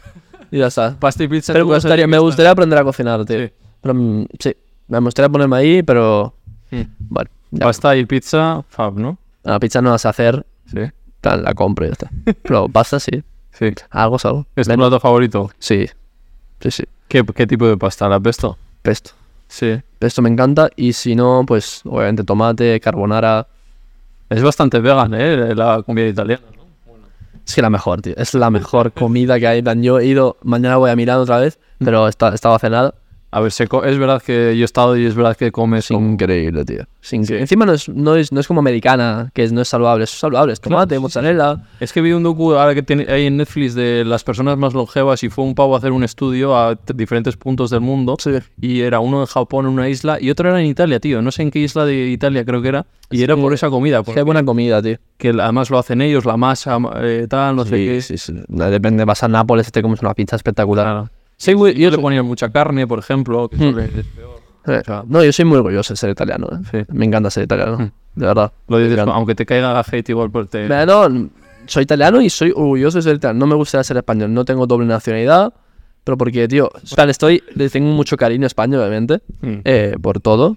S2: y ya está.
S1: Pasta y pizza.
S2: Pero
S1: tú
S2: me
S1: vas a
S2: gustaría, me
S1: decir que
S2: gustaría aprender a cocinar, tío.
S1: Sí.
S2: Pero, mm, sí, me gustaría ponerme ahí, pero
S1: estás-
S2: bueno,
S1: Mm.
S2: ya.
S1: Pasta y pizza, fab, ¿no?
S2: la pizza no la sé hacer,
S1: Sí.
S2: tal, la compro y ya está. Pero pasta sí,
S1: Sí.
S2: algo es algo.
S1: ¿Es tu
S2: Ven.
S1: plato favorito?
S2: Sí, sí, sí,
S1: ¿Qué, qué tipo de pasta? ¿La pesto?
S2: pesto.
S1: Sí.
S2: Esto me encanta. Y si no, pues obviamente tomate, carbonara.
S1: Es bastante vegan, ¿eh? La comida italiana. ¿no?
S2: Es que la mejor, tío. Es la mejor comida que hay. En plan, Yo he ido, mañana voy a Milán otra vez, pero esta- estaba cenada.
S1: A ver, se co- es verdad que yo he estado y es verdad que comes
S2: Es
S1: como-
S2: increíble, tío. Es increíble.
S1: Sí.
S2: Encima no es, no, es, no es como americana, que es- no es saludable. Es saludable, es tomate,
S1: sí, sí,
S2: mozzarella.
S1: Es que vi un docu ahora que tiene, hay en Netflix de las personas más longevas y fue un pavo a hacer un estudio a t- diferentes puntos del mundo.
S2: Sí.
S1: Y era uno en Japón, en una isla, y otro era en Italia, tío. No sé en qué isla de Italia creo que era. Y
S2: Es
S1: era
S2: que-
S1: por esa comida,
S2: Es
S1: por-
S2: que hay buena comida, tío.
S1: que además lo hacen ellos, la masa, ma- eh, tal, no sé qué.
S2: sí, sí. Depende, vas a Nápoles y te comes una pizza espectacular.
S1: Claro. Sí, güey, yo le ponía mucha carne, por ejemplo. que eso
S2: Hmm.
S1: le-
S2: Eh,
S1: Claro.
S2: No, yo soy muy orgulloso de ser italiano. eh.
S1: Sí. Mm.
S2: Me encanta ser italiano, de verdad.
S1: Lo dices, aunque te caiga hate igual por te...
S2: Bueno, soy italiano y soy orgulloso de ser italiano. No me gustaría ser español. No tengo doble nacionalidad. Pero porque, tío, o sea, le estoy, le tengo mucho cariño a España, obviamente,
S1: Mm.
S2: eh, por todo.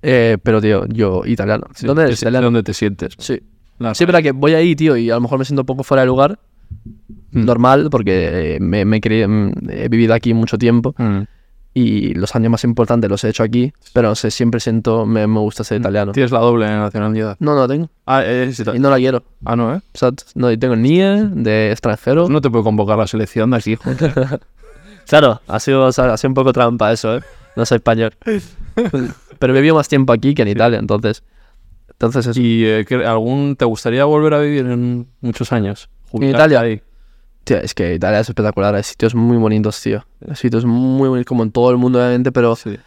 S2: Eh, pero, tío, yo, italiano.
S1: Sí, Ah,
S2: ¿Dónde
S1: te
S2: eres
S1: sientes
S2: italiano?
S1: donde te sientes.
S2: Sí.
S1: La-
S2: Sí, pero que voy ahí, tío, y a lo mejor me siento un poco fuera de lugar.
S1: Mm.
S2: Normal, porque eh, me, me he cre- mm, he vivido aquí mucho tiempo
S1: Mm.
S2: y los años más importantes los he hecho aquí, pero no sé, siempre siento, me, me gusta
S1: Mm,
S2: ser italiano.
S1: Tienes la doble nacionalidad.
S2: No, no la tengo.
S1: Ah, eres ita-
S2: Y no la quiero. O
S1: ah, no, ¿eh?
S2: sea, no tengo ni eh, de extranjero.
S1: Pues no te puede convocar la selección de aquí, hijo.
S2: Claro, ha sido, o sea, ha sido un poco trampa eso, ¿eh? No soy español. Pero vivido más tiempo aquí que en Italia, entonces. Entonces eso.
S1: ¿Y eh, ¿qué- algún, te gustaría volver a vivir en muchos años? Jubilarte
S2: Italia?
S1: ahí.
S2: Tío, es que Italia es espectacular, hay sitios muy bonitos, tío. Hay sitios muy bonitos, como en todo el mundo, obviamente, pero
S1: Sí,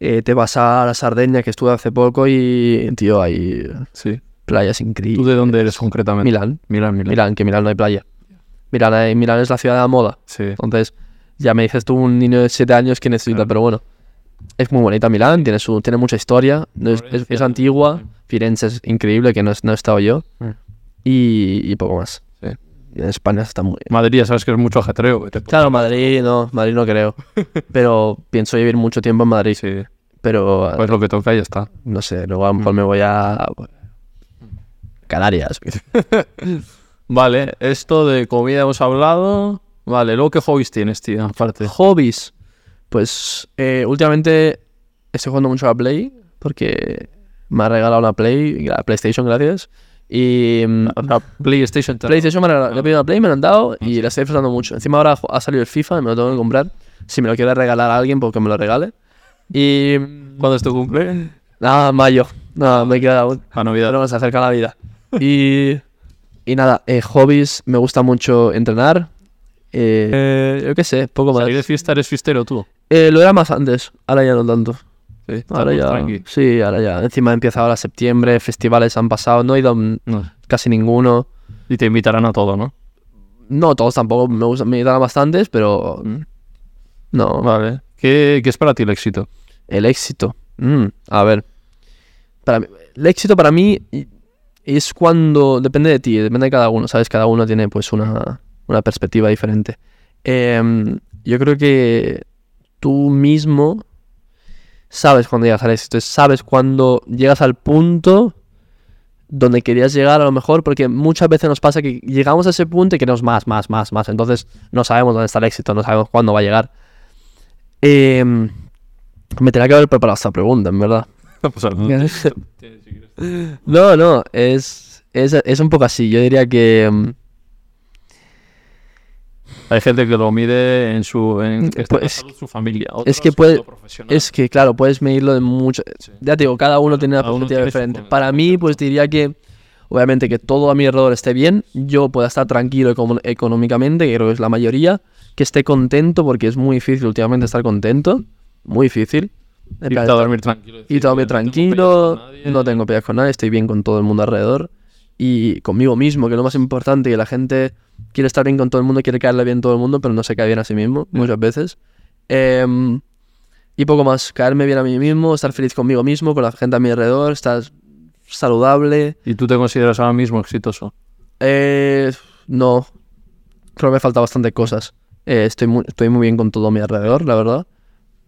S2: eh, te vas a la Sardeña, que estuve hace poco, y, tío, hay
S1: sí.
S2: playas
S1: ¿Tú
S2: increíbles.
S1: de dónde eres concretamente?
S2: Milán,
S1: Milán, Milán.
S2: Milán, que en Milán no hay playa. Milán, hay- Milán es la ciudad de la moda.
S1: Sí.
S2: Entonces, ya me dices tú, un niño de 7 años que necesita,
S1: Claro.
S2: pero bueno. Es muy bonita Milán, tiene, su, tiene mucha historia, no es, es- es
S1: Florencia,
S2: antigua,
S1: sí.
S2: Firenze es increíble, que no, es- no he estado yo,
S1: Mm.
S2: y, y poco más.
S1: Sí.
S2: En España está muy...
S1: Madrid, ya sabes que es mucho ajetreo. que te-
S2: Claro, Madrid no, Madrid no creo, pero pienso vivir mucho tiempo en Madrid,
S1: Sí.
S2: pero
S1: Pues lo que toca y ya está.
S2: no sé, luego a lo mejor me voy a...
S1: Mm.
S2: Canarias.
S1: Vale, esto de comida hemos hablado. Vale, luego qué hobbies tienes, tío, aparte.
S2: Hobbies. Pues eh, últimamente estoy jugando mucho a la Play porque me ha regalado una Play, la PlayStation, gracias. Y mm,
S1: PlayStation
S2: PlayStation me ha regalado- le he pedido una Play, me la han dado y la estoy disfrutando mucho. Encima ahora ha salido el FIFA y me lo tengo que comprar. Si me lo quiere regalar a alguien, porque me lo regale. Y mm,
S1: ¿Cuándo es tu cumple?
S2: nada, mayo. Nada, me queda aún.
S1: A Navidad.
S2: Pero se acerca la vida. Y, y nada, eh, hobbies, me gusta mucho entrenar. Eh, pues- yo qué sé, poco más.
S1: Salir de fiesta eres fiestero tú.
S2: Eh, lo era más antes, ahora ya no tanto.
S1: Sí,
S2: Ahora ya. Sí, ahora ya. Encima empieza ahora septiembre, festivales han pasado, no he ido a mm, casi ninguno.
S1: Y te invitarán a todo, ¿no?
S2: No, todos tampoco me gustan, me dan bastantes, pero no.
S1: Vale. ¿Qué, qué es para ti el éxito?
S2: El éxito. Mm, a ver. Para mí- el éxito para mí y- es cuando. Depende de ti, depende de cada uno, ¿sabes? Cada uno tiene pues una, una perspectiva diferente. Em, yo creo que tú mismo sabes cuando llegas al éxito, sabes cuando llegas al punto donde querías llegar a lo mejor, porque muchas veces nos pasa que llegamos a ese punto y queremos más, más, más, más. Entonces no sabemos dónde está el éxito, no sabemos cuándo va a llegar. Em, me tenía que haber preparado esta pregunta, en verdad.
S1: Pues, Ah.
S2: No, no, es, es, es un poco así. Yo diría que... mm,
S1: Hay gente que lo mide en su, en que está
S2: Pues-
S1: basado en su familia.
S2: es
S1: otros
S2: que
S1: en
S2: puede-
S1: lo profesional.
S2: Es que, claro, puedes medirlo de mucho. Ya te digo, cada uno tiene una
S1: Cada uno
S2: perspectiva
S1: tiene su
S2: diferente.
S1: punto de
S2: Para mí, pues diría que, obviamente, que todo a mi alrededor esté bien, yo pueda estar tranquilo econo- económicamente, que creo que es la mayoría, que esté contento, porque es muy difícil últimamente estar contento, muy difícil. En
S1: Irte
S2: plan,
S1: a dormir tranquilo.
S2: y
S1: decir,
S2: todo bien
S1: "No tengo
S2: tranquilo,
S1: peleas con nadie".
S2: no tengo peleas con nadie, estoy bien con todo el mundo alrededor y conmigo mismo, que es lo más importante, que la gente quiere estar bien con todo el mundo, quiere caerle bien a todo el mundo, pero no se cae bien a sí mismo muchas veces. Em, y poco más, caerme bien a mí mismo, estar feliz conmigo mismo, con la gente a mi alrededor, estar saludable.
S1: ¿Y tú te consideras ahora mismo exitoso?
S2: Eh, no, creo que me faltan bastante cosas. Eh, estoy, muy, estoy muy bien con todo mi alrededor, la verdad.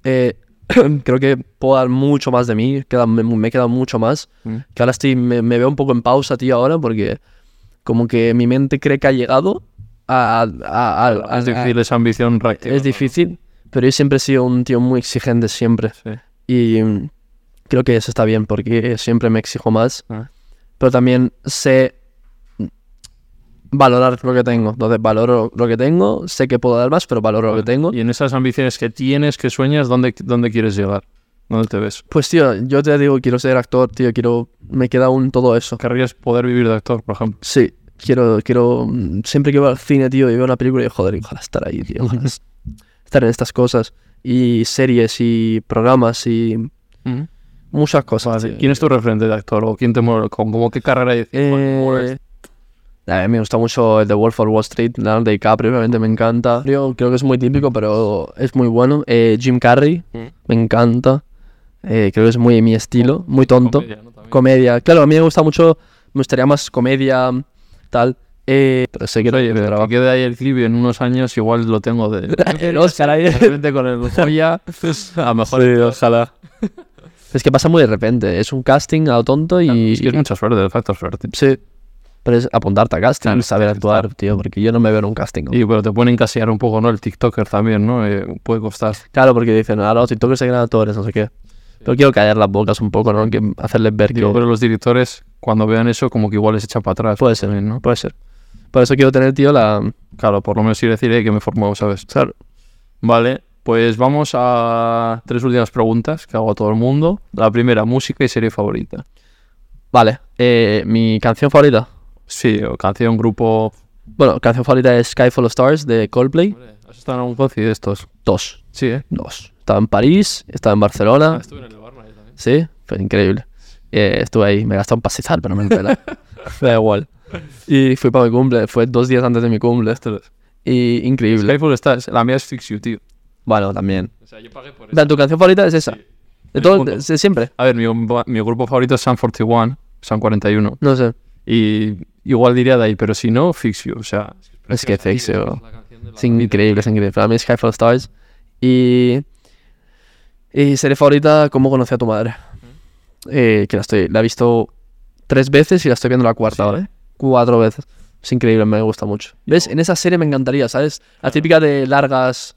S2: Eh, creo que puedo dar mucho más de mí, queda, me, me queda mucho más.
S1: Mm.
S2: Que ahora estoy, me, me veo un poco en pausa, tío, ahora, porque como que mi mente cree que ha llegado a... a- a- a-
S1: es
S2: a-
S1: difícil esa ambición reactiva.
S2: Ah, es difícil, pero yo siempre he sido un tío muy exigente, siempre.
S1: Sí.
S2: Y mm, creo que eso está bien, porque siempre me exijo más
S1: Ah.
S2: pero también sé valorar lo que tengo. Entonces valoro lo que tengo, sé que puedo dar más, pero valoro lo que tengo.
S1: Y en esas ambiciones que tienes, que sueñas, ¿dónde, dónde quieres llegar? ¿Dónde te ves?
S2: Pues tío, yo te digo, quiero ser actor, tío, quiero... Me queda aún todo eso.
S1: ¿Querrías poder vivir de actor, por ejemplo?
S2: Sí, quiero, quiero... mm, Siempre que voy al cine, tío, y veo una película y joder, ojalá estar ahí, tío, ojalá es- estar en estas cosas. Y series y programas y muchas cosas.
S1: Vale,
S2: tío.
S1: ¿Quién es tu referente de actor? ¿O quién te mola? ¿Con como qué carrera dices?
S2: Eh, a mí me gusta mucho el The Wolf of Wall Street, Leonardo DiCaprio, obviamente me encanta. Creo, creo que es muy típico, pero es muy bueno. Eh, Jim Carrey,
S1: Mm.
S2: me encanta. Eh, creo que es muy mi estilo, muy tonto.
S1: Oh, Comedia, ¿no? También.
S2: Comedia. Claro, a mí me gusta mucho, me gustaría más comedia, tal. Eh, pero sé que no
S1: Oye, pero que quede ahí el clip y en unos años igual lo tengo de...
S2: El Oscar ahí.
S1: De repente con el Goya, a lo mejor...
S2: ojalá. Es que pasa muy de repente, es un casting a lo tonto y...
S1: Es que es mucha suerte, el factor suerte.
S2: Sí. Pero es apuntarte a casting,
S1: Claro,
S2: saber actuar, tío, porque yo no me veo en un casting.
S1: Y pero te pueden encasillar un poco, ¿no? El TikToker también, ¿no? Eh, puede costar.
S2: Claro, porque dicen, ahora los TikTokers se crean actores, no sé qué. Pero quiero callar las bocas un poco, ¿no? Que hacerles ver que
S1: Digo, pero los directores, cuando vean eso, como que igual les echan para atrás.
S2: puede ser,
S1: también,
S2: ¿no? Puede ser. Por eso quiero tener, tío, la...
S1: Claro, por lo menos ir a decir eh, que me he formado, ¿sabes?
S2: Claro.
S1: Vale, pues vamos a tres últimas preguntas que hago a todo el mundo. La primera, música y serie favorita.
S2: Vale. eh, Mi canción favorita.
S1: Sí, o canción, grupo...
S2: Bueno, canción favorita es Sky Full of Stars de Coldplay.
S1: ¿Has estado en algún concierto de estos?
S2: Dos.
S1: Sí, ¿eh?
S2: Dos. Estaba en París, estaba en Barcelona.
S1: Estuve en el bar, también.
S2: Sí, fue increíble. Eh, estuve ahí, me gasté un pastizal, pero me pela. da igual. Y fui para mi cumple, fue dos días antes de mi cumple. este Y increíble.
S1: Skyfall está... La mía es Fix You, tío.
S2: Bueno, también.
S1: O sea, yo pagué por
S2: Dan, ¿Tu canción favorita es esa? De
S1: El
S2: todo,
S1: mundo.
S2: de de siempre.
S1: A ver, mi, mi grupo favorito es San 41, San 41.
S2: No sé.
S1: Y igual diría de ahí, pero si no, Fix You. O sea,
S2: Es que Fix You Es increíble, es increíble. Para mí es Skyfall Stars. Y. Y serie favorita, ¿Cómo conocí a tu madre? Eh, que la estoy. La he visto tres veces y la estoy viendo la cuarta, ¿vale? Cuatro veces. Es increíble, me gusta mucho. ¿Ves? En esa serie me encantaría, ¿sabes? La típica de largas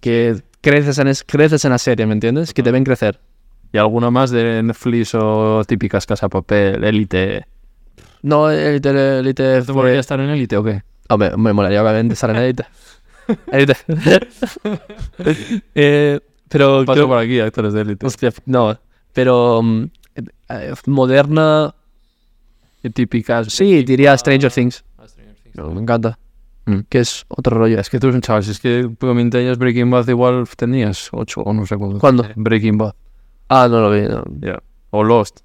S2: que creces en, es- creces en la serie, ¿me entiendes? Que te ven crecer.
S1: Y alguna más de Netflix o típicas Casa Papel, Elite.
S2: No, el tele- el tele
S1: ¿Te
S2: fue-
S1: molaría estar en Elite o qué?
S2: Ah, me, me molaría obviamente estar en Elite. Elite. Eh, pero
S1: Paso
S2: creo-
S1: por aquí, actores de Elite.
S2: hostia, no, pero mm, eh, moderna,
S1: Típicas.
S2: sí, diría Stranger Things. Me encanta.
S1: Mm.
S2: Que es otro rollo.
S1: Es que tú eres un chaval, si es que con 20 años Breaking Bad igual tenías 8 o no sé cuánto.
S2: ¿Cuándo?
S1: Breaking Bad.
S2: Ah, no lo vi. no.
S1: ya. O Lost.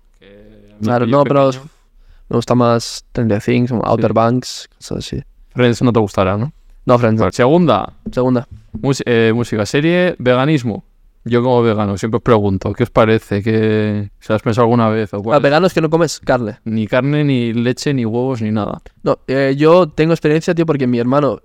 S2: Claro,
S1: Yo
S2: no, pero
S1: pequeño.
S2: me gusta más Stranger Things, Outer
S1: Sí.
S2: Banks, cosas así.
S1: Friends no te gustará, ¿no?
S2: No, Friends.
S1: Vale, Segunda,
S2: Segunda.
S1: mus- eh, música, serie, veganismo. Yo como vegano siempre os pregunto, ¿qué os parece? ¿Qué, ¿Se has pensado alguna vez? o cuál
S2: A
S1: es?
S2: veganos Ah, que no comes carne.
S1: Ni carne, ni leche, ni huevos, ni nada.
S2: No, eh, yo tengo experiencia, tío, porque mi hermano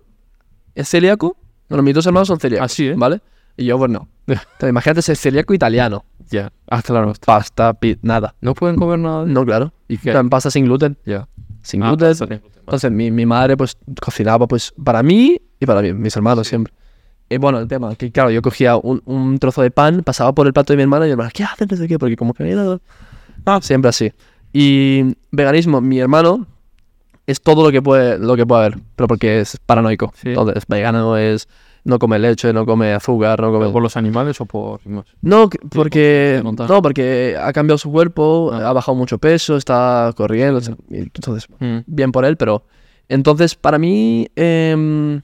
S2: es celíaco. Bueno, mis dos hermanos son celíacos.
S1: Así, ¿eh?
S2: ¿Vale? Y yo, bueno. Entonces, imagínate ser celíaco italiano.
S1: Ya. Ah, claro.
S2: Pasta, pi- nada.
S1: No pueden comer nada.
S2: No, claro.
S1: ¿Y qué?
S2: O sea, en pasta sin gluten.
S1: Ya.
S2: Sin
S1: Ah,
S2: gluten.
S1: pasta sin gluten,
S2: Entonces, mi, mi madre, pues, cocinaba, pues, para mí y para mí, mis hermanos siempre. Y bueno, el tema, que claro, yo cogía un, un trozo de pan, pasaba por el plato de mi hermana y mi hermana, ¿qué haces? No sé qué,
S1: Ah,
S2: porque como que me he dado- Siempre así. Y veganismo, mi hermano es todo lo que puede, lo que puede haber, pero porque es paranoico.
S1: Sí.
S2: Entonces, es vegano es no come leche, no come azúcar, no come
S1: ¿Por los animales o por...?
S2: no, que- porque,
S1: por montaje.
S2: no, porque ha cambiado su cuerpo,
S1: Ah.
S2: ha bajado mucho peso, está corriendo. y Entonces,
S1: Mm.
S2: bien por él, pero. Entonces, para mí. em,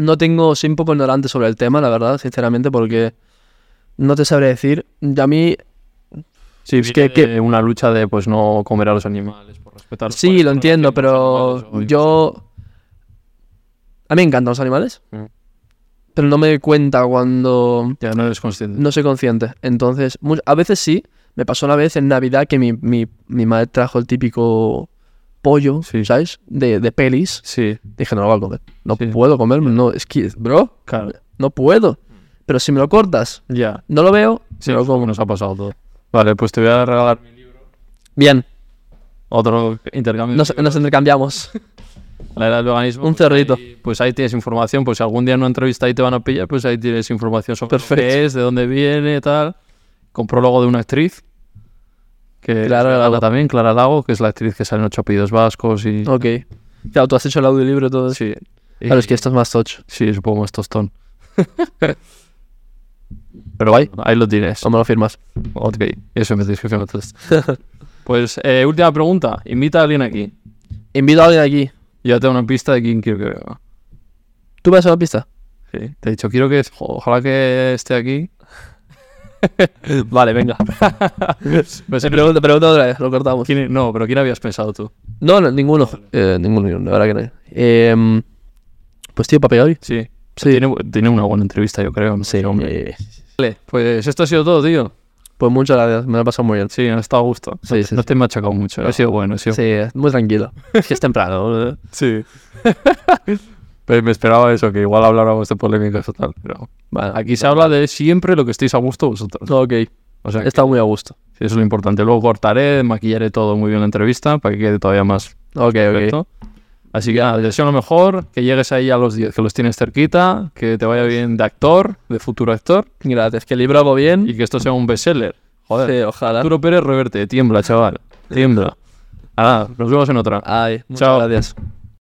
S2: no tengo. Soy un poco ignorante sobre el tema, la verdad, sinceramente, porque. No te sabré decir. Y A mí.
S1: Sí,
S2: Es
S1: es
S2: que-
S1: que,
S2: que-
S1: una lucha de pues no comer a los animales por respetar.
S2: Sí, lo entiendo, pero. Yo. A mí me encantan los animales.
S1: Mm.
S2: Pero no me doy cuenta cuando.
S1: Ya no eres consciente.
S2: No soy consciente. Entonces, mu- a veces sí. Me pasó una vez en Navidad que mi, mi- mi madre trajo el típico pollo,
S1: Sí.
S2: ¿sabes? De, de pelis.
S1: Sí,
S2: Dije, no lo voy a comer. No
S1: Sí.
S2: puedo comerme. No, es que, bro,
S1: claro.
S2: no puedo. Pero si me lo cortas,
S1: Ya.
S2: no lo veo.
S1: Sí, como nos ha pasado todo. Vale, pues te voy a regalar mi libro.
S2: Bien,
S1: Otro intercambio. de
S2: nos,
S1: libros.
S2: nos intercambiamos.
S1: La era del veganismo.
S2: Un
S1: pues
S2: cerrito.
S1: ahí- pues ahí tienes información. Pues si algún día en una entrevista ahí te van a pillar, pues ahí tienes información sobre lo
S2: Perfecto.
S1: qué es, de dónde viene, tal. Con prólogo de una actriz. Que
S2: Clara
S1: es
S2: Lago.
S1: vegana también, Clara Lago, que es la actriz que sale en Ocho Apellidos Vascos y...
S2: ok. Claro, tú has hecho el audiolibro y todo eso.
S1: Sí.
S2: Claro, es
S1: Y-
S2: que esto es más tocho.
S1: Sí, supongo es tostón. Pero ahí, ahí lo tienes.
S2: ¿Cómo lo firmas?
S1: Ok, eso me descripción entonces. Pues eh, última pregunta. Invita a alguien aquí.
S2: Invito a alguien aquí.
S1: Yo ya tengo una pista de quién quiero que venga.
S2: ¿Tú vas a la pista?
S1: Sí, Te he dicho, quiero que... jo- Ojalá que esté aquí.
S2: Vale, venga.
S1: Pues,
S2: Te pregunto, pregunto Eh, otra vez, lo cortamos.
S1: ¿quién e- no, pero ¿quién habías pensado tú?
S2: No, no, ninguno. Eh, ninguno, ninguno, la verdad que no. Em, pues tío, Papi Gaby.
S1: Sí.
S2: Sí.
S1: Tiene, bu- tiene una buena entrevista, yo creo. ¿no?
S2: Eh,
S1: Vale, pues esto ha sido todo, tío.
S2: Pues muchas gracias, me lo he pasado muy bien.
S1: Sí, han estado a gusto.
S2: Sí,
S1: no,
S2: sí,
S1: no
S2: sí.
S1: te he machacado mucho. Ha sido bueno, ha sido
S2: Sí, eh, muy tranquilo. Es que es temprano. eh.
S1: Sí. Pero me esperaba eso, que igual habláramos de polémicas o tal. Pero
S2: Bueno,
S1: aquí se habla de siempre lo que estéis a gusto vosotros.
S2: Ok, he
S1: O sea, que
S2: estado muy a gusto.
S1: eso es lo importante. Luego cortaré, maquillaré todo muy bien la entrevista para que quede todavía más
S2: Ok, ok.
S1: perfecto. Así que nada, te deseo lo mejor, que llegues ahí a los 10, que los tienes cerquita, que te vaya bien de actor, de futuro actor,
S2: Gracias, que libro hago bien.
S1: y que esto sea un bestseller. Joder.
S2: Sí, ojalá.
S1: Arturo Pérez Reverte, tiembla, chaval. Tiembla. Nada, nos vemos en otra.
S2: Ay, muchas
S1: Chao.
S2: gracias.